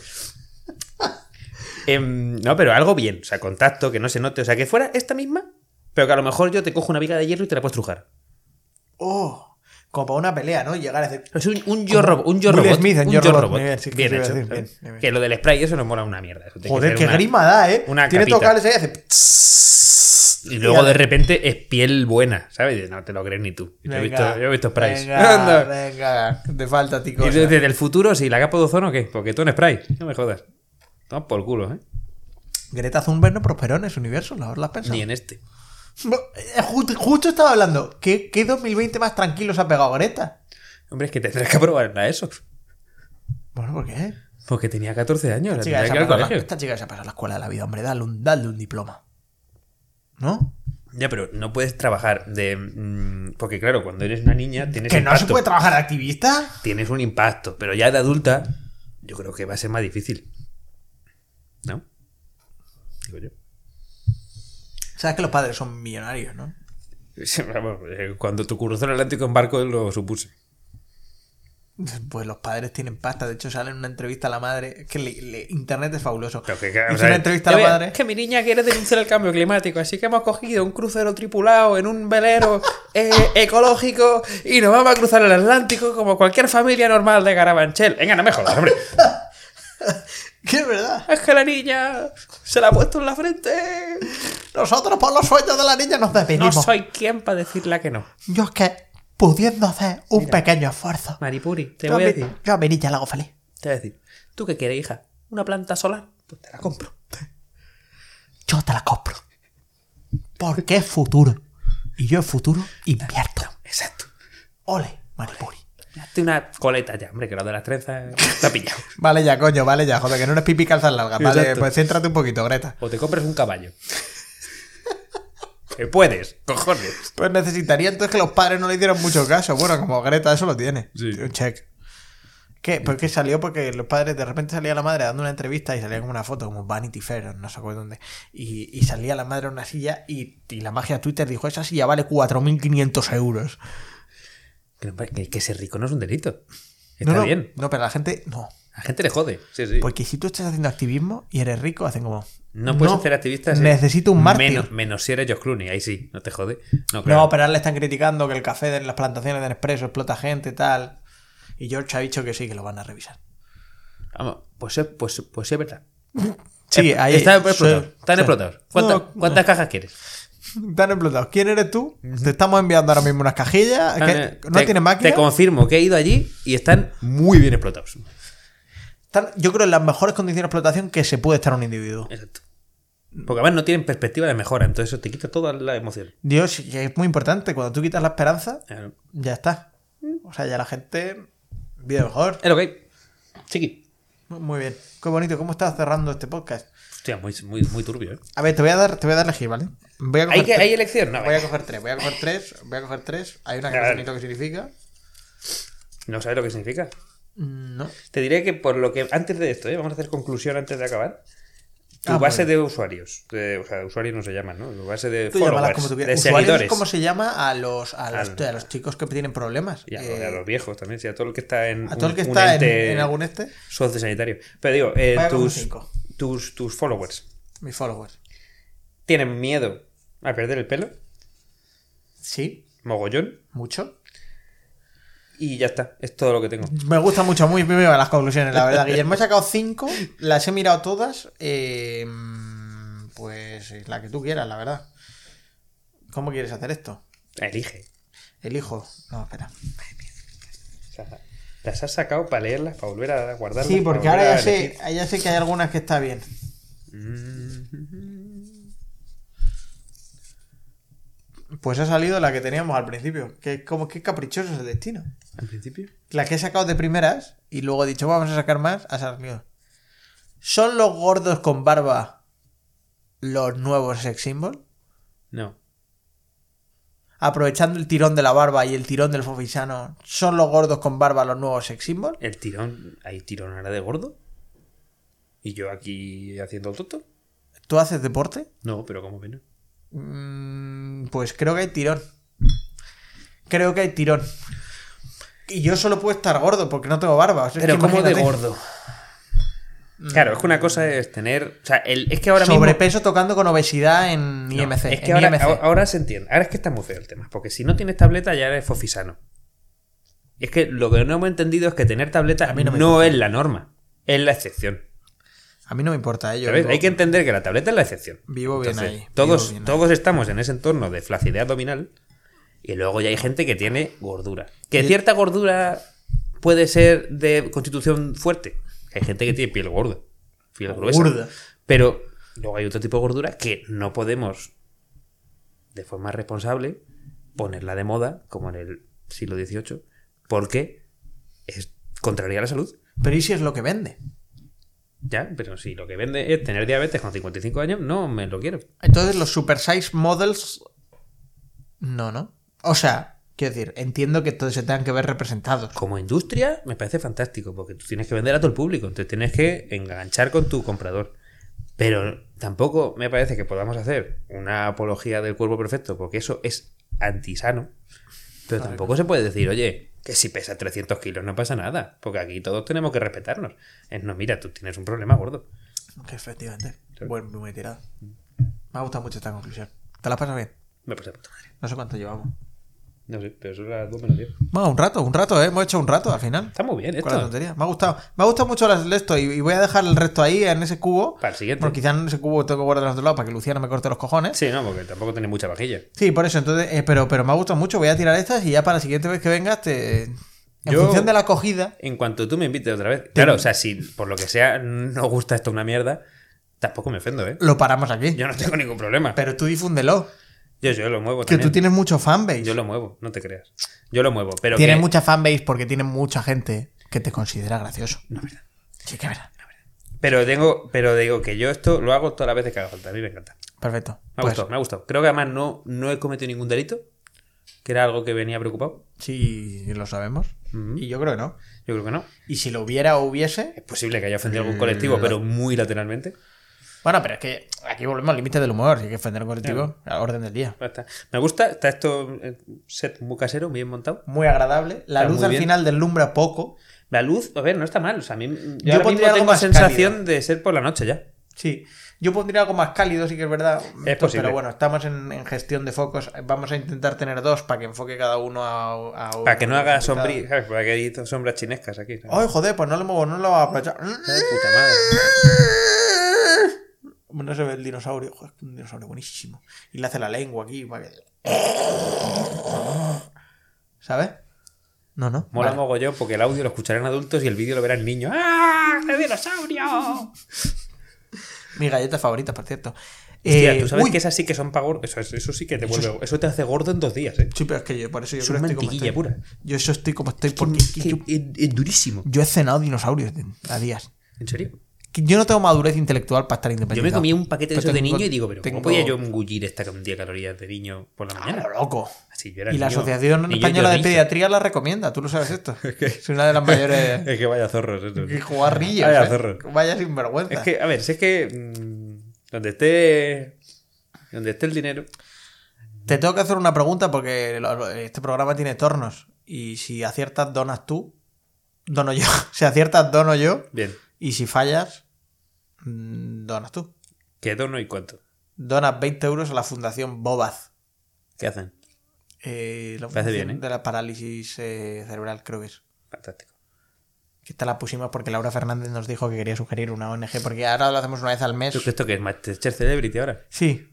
S2: Em, no, pero algo bien, o sea, contacto, que no se note, o sea, que fuera esta misma, pero que a lo mejor yo te cojo una viga de hierro y te la puedo estrujar.
S1: ¡Oh! Como para una pelea, ¿no? Llegar a decir.
S2: Es un, un yo
S1: Como
S2: robo, un yo
S1: Will
S2: robot.
S1: Smith en
S2: un
S1: Yo
S2: yo
S1: Robot,
S2: robot.
S1: muy bien, sí,
S2: bien
S1: sí,
S2: hecho.
S1: sí, bien,
S2: ¿sabes?
S1: bien, bien.
S2: Que lo del spray eso no mola una mierda. eso tiene que
S1: Joder,
S2: ser
S1: qué
S2: una-
S1: grima da, ¿eh?
S2: una
S1: Tiene
S2: capita.
S1: tocales ahí y hace. tss,
S2: Y luego de
S1: hace-
S2: repente es piel buena, ¿sabes? No te lo crees ni tú. Yo he visto,
S1: Venga,
S2: yo he visto sprays.
S1: Venga,
S2: Anda.
S1: venga, te falta a ti
S2: ¿Y
S1: cosa.
S2: desde el futuro sí? ¿La capa de ozono o qué? Porque tú en spray. No me jodas. Toma por culo, ¿eh?
S1: Greta Thunberg no prosperó en ese universo, ¿no la has pensado?
S2: Ni en este.
S1: No, eh, ju- Justo estaba hablando. ¿Qué, qué 2020 más tranquilo se ha pegado Greta?
S2: Hombre, es que tendrás que probarla eso.
S1: Bueno, ¿por qué?
S2: Porque tenía 14 años. La
S1: Chica,
S2: tendría
S1: se
S2: que
S1: ha
S2: ir al
S1: pasado la-
S2: colegio.
S1: esta chica se ha pasado la escuela de la vida, hombre. Dale un, dale un diploma. ¿No?
S2: Ya, pero no puedes trabajar de. mm, Porque claro, cuando eres una niña tienes.
S1: ¿Que no
S2: impacto.
S1: se puede trabajar de activista?
S2: Tienes un impacto. Pero ya de adulta, yo creo que va a ser más difícil. ¿No? Digo yo.
S1: Sabes que los padres son millonarios, ¿no?
S2: Vamos, eh, Cuando tu cruzó el Atlántico en barco lo supuse.
S1: Pues los padres tienen pasta. De hecho, sale en una entrevista a la madre. Es que le- le- internet es fabuloso.
S2: Pero que, o
S1: Hizo
S2: sea,
S1: una entrevista
S2: ya
S1: a la
S2: ves,
S1: madre.
S2: es que mi niña quiere denunciar el cambio climático, así que hemos cogido un crucero tripulado en un velero eh, ecológico y nos vamos a cruzar el Atlántico como cualquier familia normal de Carabanchel. Venga, no me jodas, hombre.
S1: Que es verdad.
S2: Es que la niña se la ha puesto en la frente.
S1: Nosotros por los sueños de la niña nos
S2: No
S1: despedimos.
S2: soy quien para decirla que no.
S1: Yo es que, pudiendo hacer un pequeño esfuerzo,
S2: Maripuri, te
S1: yo a,
S2: voy a
S1: mi,
S2: decir.
S1: yo a mi niña la hago feliz.
S2: Te voy a decir. ¿Tú qué quieres, hija? ¿Una planta solar? Pues te la compro.
S1: Yo te la compro. Porque es futuro. Y yo en futuro invierto.
S2: Exacto.
S1: Ole, Maripuri.
S2: Hazte una coleta ya, hombre, que lo de las trenzas está pillado.
S1: Vale ya, coño, vale ya. Joder, que no eres pipi calzas largas. Vale,
S2: Exacto.
S1: pues céntrate un poquito, Greta.
S2: O te compras un caballo. que puedes, cojones.
S1: Pues necesitaría entonces que los padres no le hicieran mucho caso. Bueno, como Greta eso lo tiene.
S2: Sí.
S1: Un check. ¿Qué? ¿Por qué salió? Porque los padres, de repente salía la madre dando una entrevista y salía como una foto, como Vanity Fair, no sé dónde. Y, y salía la madre en una silla y, y la magia de Twitter dijo, esa silla vale 4.500 euros.
S2: Que, no- que- que ser rico no es un delito.
S1: no,
S2: Está
S1: no, Pues
S2: bien.
S1: No, pero la gente, no.
S2: A gente le jode. Sí, sí.
S1: Porque si tú estás haciendo activismo y eres rico, hacen como...
S2: no puedes ser activista. sí.
S1: Necesito un mártir.
S2: Menos, menos si eres Josh Clooney, ahí sí, no te jode. No, claro.
S1: No, pero ahora le están criticando que el café de las plantaciones de Nespresso explota gente, tal. Y George ha dicho que sí, que lo van a revisar.
S2: Vamos, pues, es- pues, pues sí es verdad.
S1: Sí,
S2: Eh,
S1: ahí
S2: está
S1: soy-
S2: explotado. Están
S1: sí.
S2: explotados. ¿Cuántas,
S1: No,
S2: cuántas cajas quieres?
S1: Están explotados. ¿Quién eres tú? Te estamos enviando ahora mismo unas cajillas. que
S2: Están, eh,
S1: ¿No
S2: te-
S1: tienes máquina?
S2: Te confirmo que he ido allí y están muy bien explotados.
S1: Están, yo creo en las mejores condiciones de explotación que se puede estar un individuo.
S2: Exacto. Porque además no tienen perspectiva de mejora, entonces eso te quita toda la emoción. Eh,
S1: Dios, y es muy importante. Cuando tú quitas la esperanza,
S2: Claro.
S1: ya está.
S2: Mm.
S1: O sea, ya la gente vive mejor.
S2: Es lo que hay. Chiqui.
S1: Muy bien. Qué bonito. ¿Cómo estás cerrando este podcast?
S2: Hostia, muy, muy, muy turbio, ¿eh?
S1: A ver, te voy a dar, te voy a dar a elegir, ¿vale? Voy a coger
S2: ¿Hay, que,
S1: tres.
S2: ¿Hay elección? No,
S1: Voy a
S2: venga.
S1: coger tres, voy a coger tres, voy a coger tres. Hay una que
S2: A
S1: no sé
S2: ver.
S1: ni lo que significa.
S2: ¿No sabes lo que significa?
S1: No.
S2: Te diré que por lo que... Antes de esto, ¿eh? vamos a hacer conclusión antes de acabar. Tu
S1: Ah,
S2: base de usuarios. de- o sea, usuarios no se llaman, ¿no? Tu base de
S1: Tú llámalas
S2: followers,
S1: como tú
S2: de
S1: quieras. Usuarios,
S2: seguidores.
S1: ¿cómo se llama a los, a los,
S2: Al-
S1: a los chicos que tienen problemas?
S2: Y a,
S1: Eh,
S2: a los viejos también, sí, a todo el que está en
S1: a todo el que
S2: un- un
S1: está en-
S2: ente
S1: en, algún este,
S2: sociosanitario. Pero digo, eh,
S1: Vaya como
S2: tus,
S1: cinco.
S2: tus, tus followers,
S1: mis followers.
S2: ¿tienen miedo a perder el pelo?
S1: Sí,
S2: Mogollón.
S1: mucho.
S2: Y ya está, es todo lo que tengo.
S1: Me gusta mucho, muy bien las conclusiones, la verdad. Guillermo, he sacado cinco, las he mirado todas. eh, pues eh, la que tú quieras, la verdad. ¿Cómo quieres hacer esto?
S2: Elige.
S1: Elijo. No, espera.
S2: O sea, las has sacado para leerlas, para volver a guardarlas.
S1: Sí, porque
S2: para
S1: ahora
S2: volver
S1: ya
S2: a elegir.
S1: sé, ya sé que hay algunas que está bien.
S2: Mm.
S1: Pues ha salido la que teníamos al principio. Que como que caprichoso es el destino.
S2: ¿Al principio?
S1: La que he sacado de primeras y luego he dicho, vamos a sacar más, ha salido. ¿Son los gordos con barba los nuevos sex symbol?
S2: No.
S1: Aprovechando el tirón de la barba y el tirón del fofisano, ¿son los gordos con barba los nuevos sex symbol?
S2: ¿El tirón? ¿Hay tirón ahora de gordo? ¿Y yo aquí haciendo el tonto?
S1: ¿Tú haces deporte?
S2: No, pero como que no.
S1: Mm, pues creo que hay tirón. Creo que hay tirón. Y yo solo puedo estar gordo porque no tengo barba. o sea, es
S2: Pero
S1: que
S2: como de
S1: imagínate, Mm.
S2: gordo. Claro, es que una cosa es tener. O sea, el- es que ahora mismo.
S1: Sobrepeso tocando con obesidad en
S2: No,
S1: IMC.
S2: es que
S1: en
S2: ahora,
S1: IMC.
S2: ahora- ahora se entiende. Ahora es que está muy feo el tema. Porque si no tienes tableta, ya eres fofisano. Y es que lo que no hemos entendido es que tener tableta
S1: A mí no
S2: no,
S1: me
S2: es la norma, es la excepción.
S1: A mí no me importa, ¿eh? Yo
S2: ¿Sabes?
S1: vivo-
S2: Hay que entender que la tableta es la excepción.
S1: Vivo bien ahí, vivo
S2: Todos,
S1: bien ahí.
S2: todos estamos en ese entorno de flacidez abdominal y luego ya hay gente que tiene gordura. Que
S1: Y-
S2: cierta gordura puede ser de constitución fuerte. Hay gente que tiene piel gorda, piel gruesa.
S1: Gorda.
S2: Pero luego hay otro tipo de gordura que no podemos, de forma responsable, ponerla de moda, como en el siglo XVIII, porque es contraria a la salud.
S1: Pero ¿y si es lo que vende?
S2: Ya, pero si lo que vende es tener diabetes con 55 años, no me lo quiero.
S1: Entonces los super size models... No, no. O sea, quiero decir, entiendo que todos se tengan que ver representados.
S2: Como industria, me parece fantástico, porque tú tienes que vender a todo el público, entonces tienes que enganchar con tu comprador. Pero tampoco me parece que podamos hacer una apología del cuerpo perfecto, porque eso es antisano. Pero tampoco se puede decir, oye, que si pesa 300 kilos no pasa nada, porque aquí todos tenemos que respetarnos. Es no, mira, tú tienes un problema gordo.
S1: Que efectivamente. Buen, muy tirado. Me ha gustado mucho esta conclusión. ¿Te la pasas bien?
S2: Me pasa puta madre.
S1: No sé cuánto llevamos.
S2: No sé, pero eso era dos menos diez.
S1: Bueno, un rato, un rato, ¿eh? Hemos hecho un rato al final.
S2: Está muy bien
S1: Con la
S2: esto.
S1: tontería. Me ha gustado. Me ha gustado mucho las- el resto y, y voy a dejar el resto ahí en ese cubo.
S2: Para el siguiente.
S1: Porque quizás en ese cubo tengo que guardarlo en otro lado para que Luciano me corte los cojones.
S2: Sí, no, porque tampoco tiene mucha vajilla.
S1: Sí, por eso, entonces, eh, pero, pero me ha gustado mucho. Voy a tirar estas y ya para la siguiente vez que vengas, te. En
S2: Yo-
S1: función de la acogida.
S2: En cuanto tú me invites otra vez. Claro, o sea, si por lo que sea no gusta esto una mierda, tampoco me ofendo, ¿eh?
S1: Lo paramos aquí.
S2: Yo no tengo ningún problema.
S1: Pero tú difúndelo.
S2: Yo, yo lo muevo
S1: Que tú
S2: también.
S1: tienes mucho fanbase.
S2: Yo lo muevo, no te creas. Yo lo muevo, pero
S1: Tienes
S2: que-
S1: mucha fanbase porque tienes mucha gente que te considera gracioso. Sí, que es verdad.
S2: pero tengo, pero digo que yo esto lo hago todas las veces que haga falta. A mí me encanta.
S1: Perfecto.
S2: Me ha
S1: Pues,
S2: gustado, me ha gustado. Creo que además no, no he cometido ningún delito, que era algo que venía preocupado.
S1: sí, lo sabemos.
S2: Ujú.
S1: Y yo creo que no.
S2: Yo creo que no.
S1: Y si lo hubiera o hubiese,
S2: Es posible que haya ofendido a algún colectivo,
S1: Mm,
S2: pero muy lateralmente.
S1: Bueno, pero es que aquí volvemos al límite del humor, si hay que ofender al colectivo, a orden del día.
S2: Ya está. Me gusta, está esto eh, set muy casero, bien montado.
S1: Muy agradable. La
S2: Está
S1: luz
S2: muy
S1: al
S2: bien.
S1: final deslumbra poco.
S2: La luz, a ver, no está mal. O sea, a mí, yo,
S1: Yo
S2: ahora
S1: pondría
S2: mismo
S1: algo
S2: tengo
S1: más
S2: sensación de ser por la noche ya.
S1: Sí. Yo pondría algo más cálido, sí que es verdad.
S2: posible.
S1: Pero bueno, estamos en, en gestión de focos. Vamos a intentar tener dos para que enfoque cada uno a, a
S2: Para que no haga
S1: resultado.
S2: sombrí, ¿sabes? Para que hay sombras chinescas aquí. ¿sabes?
S1: Ay, joder, pues no lo muevo, no lo va a aprovechar.
S2: Ay, puta madre.
S1: No se ve el dinosaurio. Joder, es un dinosaurio buenísimo. Y le hace la lengua aquí. va que- ¿Sabes? No, no.
S2: Mola
S1: Vale.
S2: mogollón porque el audio lo escucharán adultos y el vídeo lo verán niños. ¡Ah! ¡El dinosaurio!
S1: Mis galletas favoritas, por cierto.
S2: Hostia,
S1: Eh,
S2: tú sabes
S1: uy,
S2: que esas sí que son para gordos. Eso, es- eso sí que te vuelve. Eso, te hace gordo en dos días, ¿eh?
S1: Sí, pero es que yo por eso yo
S2: Es
S1: creo
S2: una
S1: que estoy como
S2: mantequilla
S1: estoy.
S2: pura.
S1: Yo eso estoy como estoy porque es que
S2: Que-
S1: yo,
S2: es- es durísimo.
S1: yo he cenado dinosaurios de- a días.
S2: ¿En serio?
S1: Que Yo no tengo madurez intelectual para estar
S2: Yo
S1: independizado.
S2: me comía un paquete
S1: Pero
S2: de eso de
S1: tengo-
S2: niño y digo, pero
S1: tengo-
S2: ¿cómo podía yo engullir esta cantidad de calorías de niño por la
S1: Ah,
S2: mañana?
S1: lo loco.
S2: Así, yo era
S1: Y la
S2: niño-
S1: Asociación
S2: niño
S1: Española de
S2: llornizo.
S1: Pediatría la recomienda, tú lo sabes esto. Es una de las mayores
S2: Es que vaya zorros estos.
S1: jugarrillos.
S2: Vaya
S1: ¿eh?
S2: zorro.
S1: Vaya sinvergüenza.
S2: Es que, a ver, si es que. mm, donde esté. Donde esté el dinero.
S1: Te tengo que hacer una pregunta porque lo- este programa tiene tornos. Y si aciertas, donas tú. Dono yo. Si aciertas, dono yo.
S2: Bien.
S1: Y si fallas, mm, donas tú.
S2: ¿Qué dono y cuánto?
S1: Donas 20 euros a la Fundación Bobaz.
S2: ¿Qué hacen?
S1: Eh, la
S2: Parece
S1: Fundación
S2: bien, ¿eh?
S1: de la parálisis eh, cerebral, creo que es.
S2: Fantástico.
S1: Que esta la pusimos porque Laura Fernández nos dijo que quería sugerir una ONG, porque ahora lo hacemos una vez al mes.
S2: ¿Tú que esto que es Masterchef Celebrity ahora?
S1: Sí.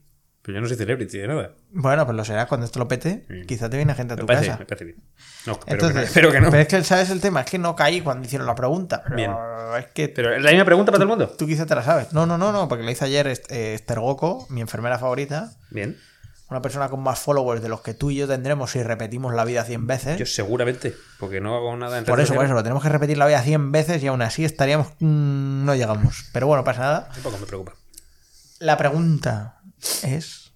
S2: Pero yo no soy celebrity de nada.
S1: Bueno, pues lo será cuando esto lo pete.
S2: Mm.
S1: Quizá te viene gente a
S2: Me
S1: tu
S2: parece,
S1: casa.
S2: me parece bien. No, espero, que
S1: Entonces,
S2: no, espero que no.
S1: Pero es que, ¿sabes el tema? Es que no caí cuando hicieron la pregunta. Pero
S2: Bien.
S1: es que
S2: Pero es la misma pregunta para todo el mundo.
S1: tú quizá te la sabes. No, no, no, no, porque la hice ayer est- eh, Esther Goco, mi enfermera favorita.
S2: Bien.
S1: Una persona con más followers de los que tú y yo tendremos si repetimos la vida 100 veces.
S2: Yo seguramente, porque no hago nada en
S1: por
S2: redes
S1: eso, por eso,
S2: sociales.
S1: lo tenemos que repetir la vida 100 veces y aún así estaríamos... mm, no llegamos. Pero bueno, pasa nada.
S2: Tampoco me preocupa.
S1: La pregunta es...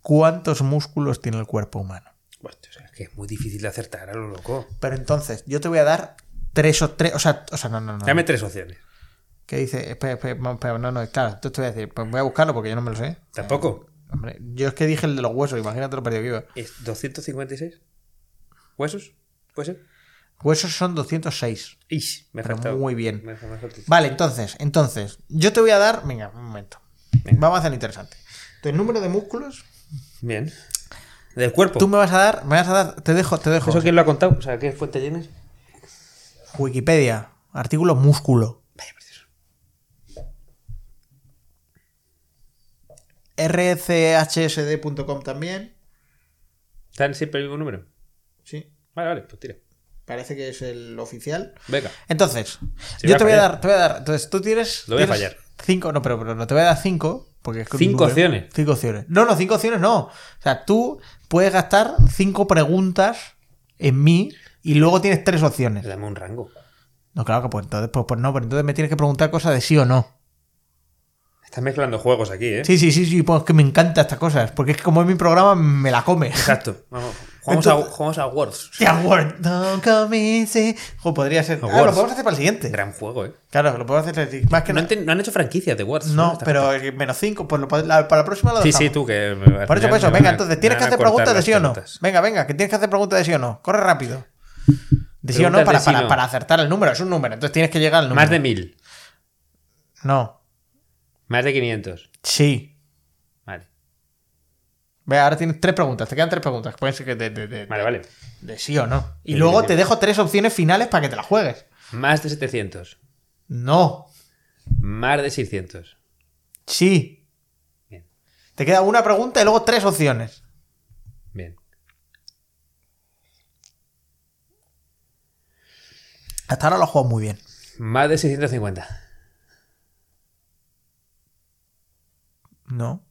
S1: ¿Cuántos músculos tiene el cuerpo humano?
S2: Buah, tío, o sea, es que es muy difícil de acertar a lo loco.
S1: Pero entonces, yo te voy a dar tres o tres... O sea, o sea no, no, no.
S2: Dame tres opciones.
S1: ¿Qué dice? Espera, espera, vamos, espera, no, no, claro, tú te voy a decir, pues voy a buscarlo porque yo no me lo sé.
S2: ¿Tampoco?
S1: Hombre, yo es que dije el de los huesos, imagínate lo perdido que iba.
S2: ¿Es 256? ¿Huesos? ¿Puede ser?
S1: Huesos son 206.
S2: Ish, me he
S1: Pero
S2: faltado.
S1: muy bien.
S2: Me- me he faltado.
S1: Vale, entonces, entonces, yo te voy a dar, venga, un momento. Vamos a hacer interesante. Tu número de músculos,
S2: Bien. ¿Del cuerpo?
S1: tú me vas a dar, me vas a dar, te dejo, te dejo.
S2: ¿Eso quién lo ha contado? O sea, ¿qué fuente tienes?
S1: Wikipedia, artículo músculo.
S2: Vaya, pues precioso.
S1: rchsd.com también.
S2: ¿Están siempre el mismo número?
S1: Sí,
S2: Vale, vale, pues tira.
S1: parece que es el oficial.
S2: Venga.
S1: Entonces,
S2: Sí, voy
S1: yo
S2: a
S1: te voy a
S2: fallar.
S1: dar, te voy a dar. Entonces, tú tienes.
S2: Lo voy a
S1: tienes
S2: fallar.
S1: Cinco, no, pero, pero no te voy a dar cinco. Porque es que
S2: Cinco
S1: un número-
S2: opciones.
S1: Cinco opciones. No, no, cinco opciones no. O sea, tú puedes gastar cinco preguntas en mí y luego tienes tres opciones.
S2: Pues Dame un rango.
S1: No, claro que pues entonces, pues, pues no, pero entonces me tienes que preguntar cosas de sí o no.
S2: Estás mezclando juegos aquí, ¿eh?
S1: Sí, sí, sí, sí, pues que me encantan estas cosas. Porque es que como es mi programa, me la come.
S2: Exacto. Vamos, jugamos,
S1: Entonces-
S2: a, jugamos a Words.
S1: Hostia, Word, don't come easy. Jo, podría ser.
S2: No,
S1: Ah, lo
S2: Word.
S1: podemos hacer para el siguiente.
S2: Gran juego, ¿eh?
S1: Claro, lo podemos hacer. Más que nada-
S2: No, han ten- no han hecho franquicias de Words.
S1: No,
S2: Esta
S1: pero
S2: gente.
S1: el menos 5, pues lo pod- la- para la próxima lo
S2: Sí,
S1: dejamos.
S2: sí, tú que.
S1: Por eso, por eso, venga, entonces tienes que hacer preguntas de sí o no. Venga, venga, que tienes que hacer preguntas de sí o no. Corre rápido. De sí o no
S2: Preguntas
S1: para,
S2: de sí
S1: para,
S2: no.
S1: para acertar el número, es un número, entonces tienes que llegar al número.
S2: Más de mil.
S1: No,
S2: Más de 500.
S1: sí.
S2: Vale.
S1: Ve, ahora tienes tres preguntas, te quedan tres preguntas. Pueden ser que de, de, de-
S2: Vale, vale.
S1: de sí o no. Y
S2: Sí,
S1: luego
S2: sí.
S1: te dejo tres opciones finales para que te las juegues.
S2: Más de 700.
S1: No,
S2: Más de 600.
S1: sí.
S2: Bien.
S1: Te queda una pregunta y luego tres opciones.
S2: Bien.
S1: Hasta ahora lo has jugado muy bien.
S2: Más de 650.
S1: No,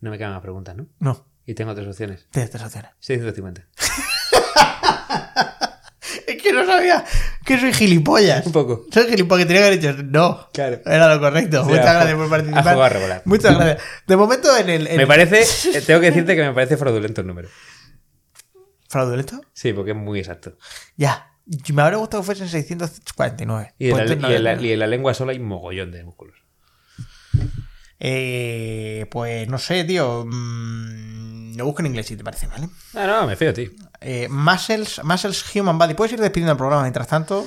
S2: No me quedan más preguntas, ¿no?
S1: no.
S2: Y tengo otras opciones.
S1: Tienes tres opciones.
S2: 650.
S1: Es que no sabía que soy gilipollas.
S2: Un poco.
S1: Soy gilipollas, tenía que haber dicho no.
S2: Claro.
S1: Era lo correcto.
S2: Sí,
S1: Muchas
S2: a-
S1: gracias por
S2: a
S1: participar.
S2: jugar regular.
S1: Muchas gracias. De momento en el. en-
S2: Me parece. eh, Tengo que decirte que me parece fraudulento el número.
S1: ¿Fraudulento?
S2: Sí, porque es muy exacto.
S1: Ya. Y Me habría gustado que fuesen 649.
S2: Y en,
S1: Pues
S2: la,
S1: tú no-
S2: y en la- y en la lengua sola hay mogollón de músculos.
S1: Eh, pues no sé, tío. Mm, Lo busco en inglés si te parece, ¿vale?
S2: No, Ah, no, me fío, tío.
S1: Eh, muscles, muscles Human Body. Puedes ir despidiendo el programa mientras tanto.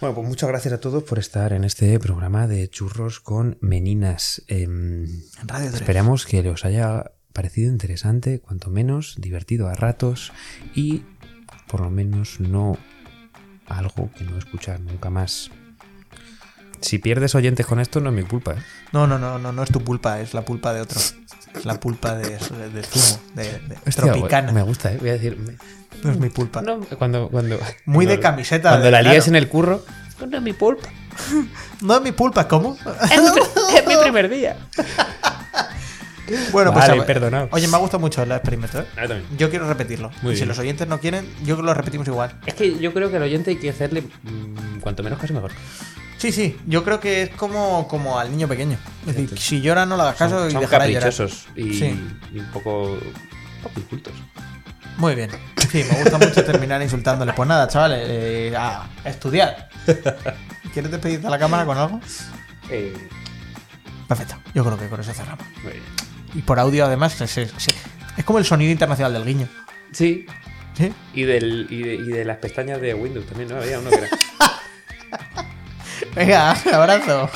S2: Bueno, pues muchas gracias a todos por estar en este programa de churros con meninas. Em,
S1: En Radio 3.
S2: esperamos que os haya parecido interesante, cuanto menos divertido a ratos y por lo menos no algo que no escuchar nunca más. Si pierdes oyentes con esto, no es mi culpa. ¿eh?
S1: No, no, no, no, no es tu pulpa, es la pulpa de otro. Es la pulpa de, de, de zumo, de, de
S2: Hostia,
S1: tropicana.
S2: Me gusta, ¿eh? voy a decir. me-
S1: No es mi pulpa.
S2: No, cuando, cuando,
S1: Muy de
S2: cuando-
S1: camiseta
S2: Cuando
S1: de
S2: la lías en
S1: verano.
S2: el curro. No es mi culpa.
S1: No es mi pulpa, ¿cómo?
S2: Es mi, pri- es mi primer día.
S1: Bueno, pues,
S2: Vale,
S1: a-
S2: perdonado.
S1: Oye, me ha gustado mucho el experimento, ¿eh? Yo quiero repetirlo.
S2: Muy
S1: Y si
S2: bien.
S1: los oyentes no quieren, yo creo que lo repetimos igual.
S2: Es que yo creo que al oyente hay que hacerle mm, cuanto menos caso mejor.
S1: Sí, sí, yo creo que es como, como al niño pequeño. Es decir, si llora, no le hagas caso
S2: Son,
S1: y
S2: son
S1: dejará llorar.
S2: caprichosos y,
S1: Sí.
S2: y un poco, un poco incultos.
S1: Muy bien. Sí, me gusta mucho terminar insultándoles. Pues nada, chavales, eh, a estudiar. ¿Quieres despedirte a la cámara con algo?
S2: Eh,
S1: Perfecto. Yo creo que con eso cerramos.
S2: muy bien.
S1: Y por audio, además, se- se- se- es como el sonido internacional del guiño.
S2: sí,
S1: ¿Sí?
S2: y, del, y, de, y de las pestañas de Windows también, ¿no? Había uno que era.
S1: Venga, abrazo.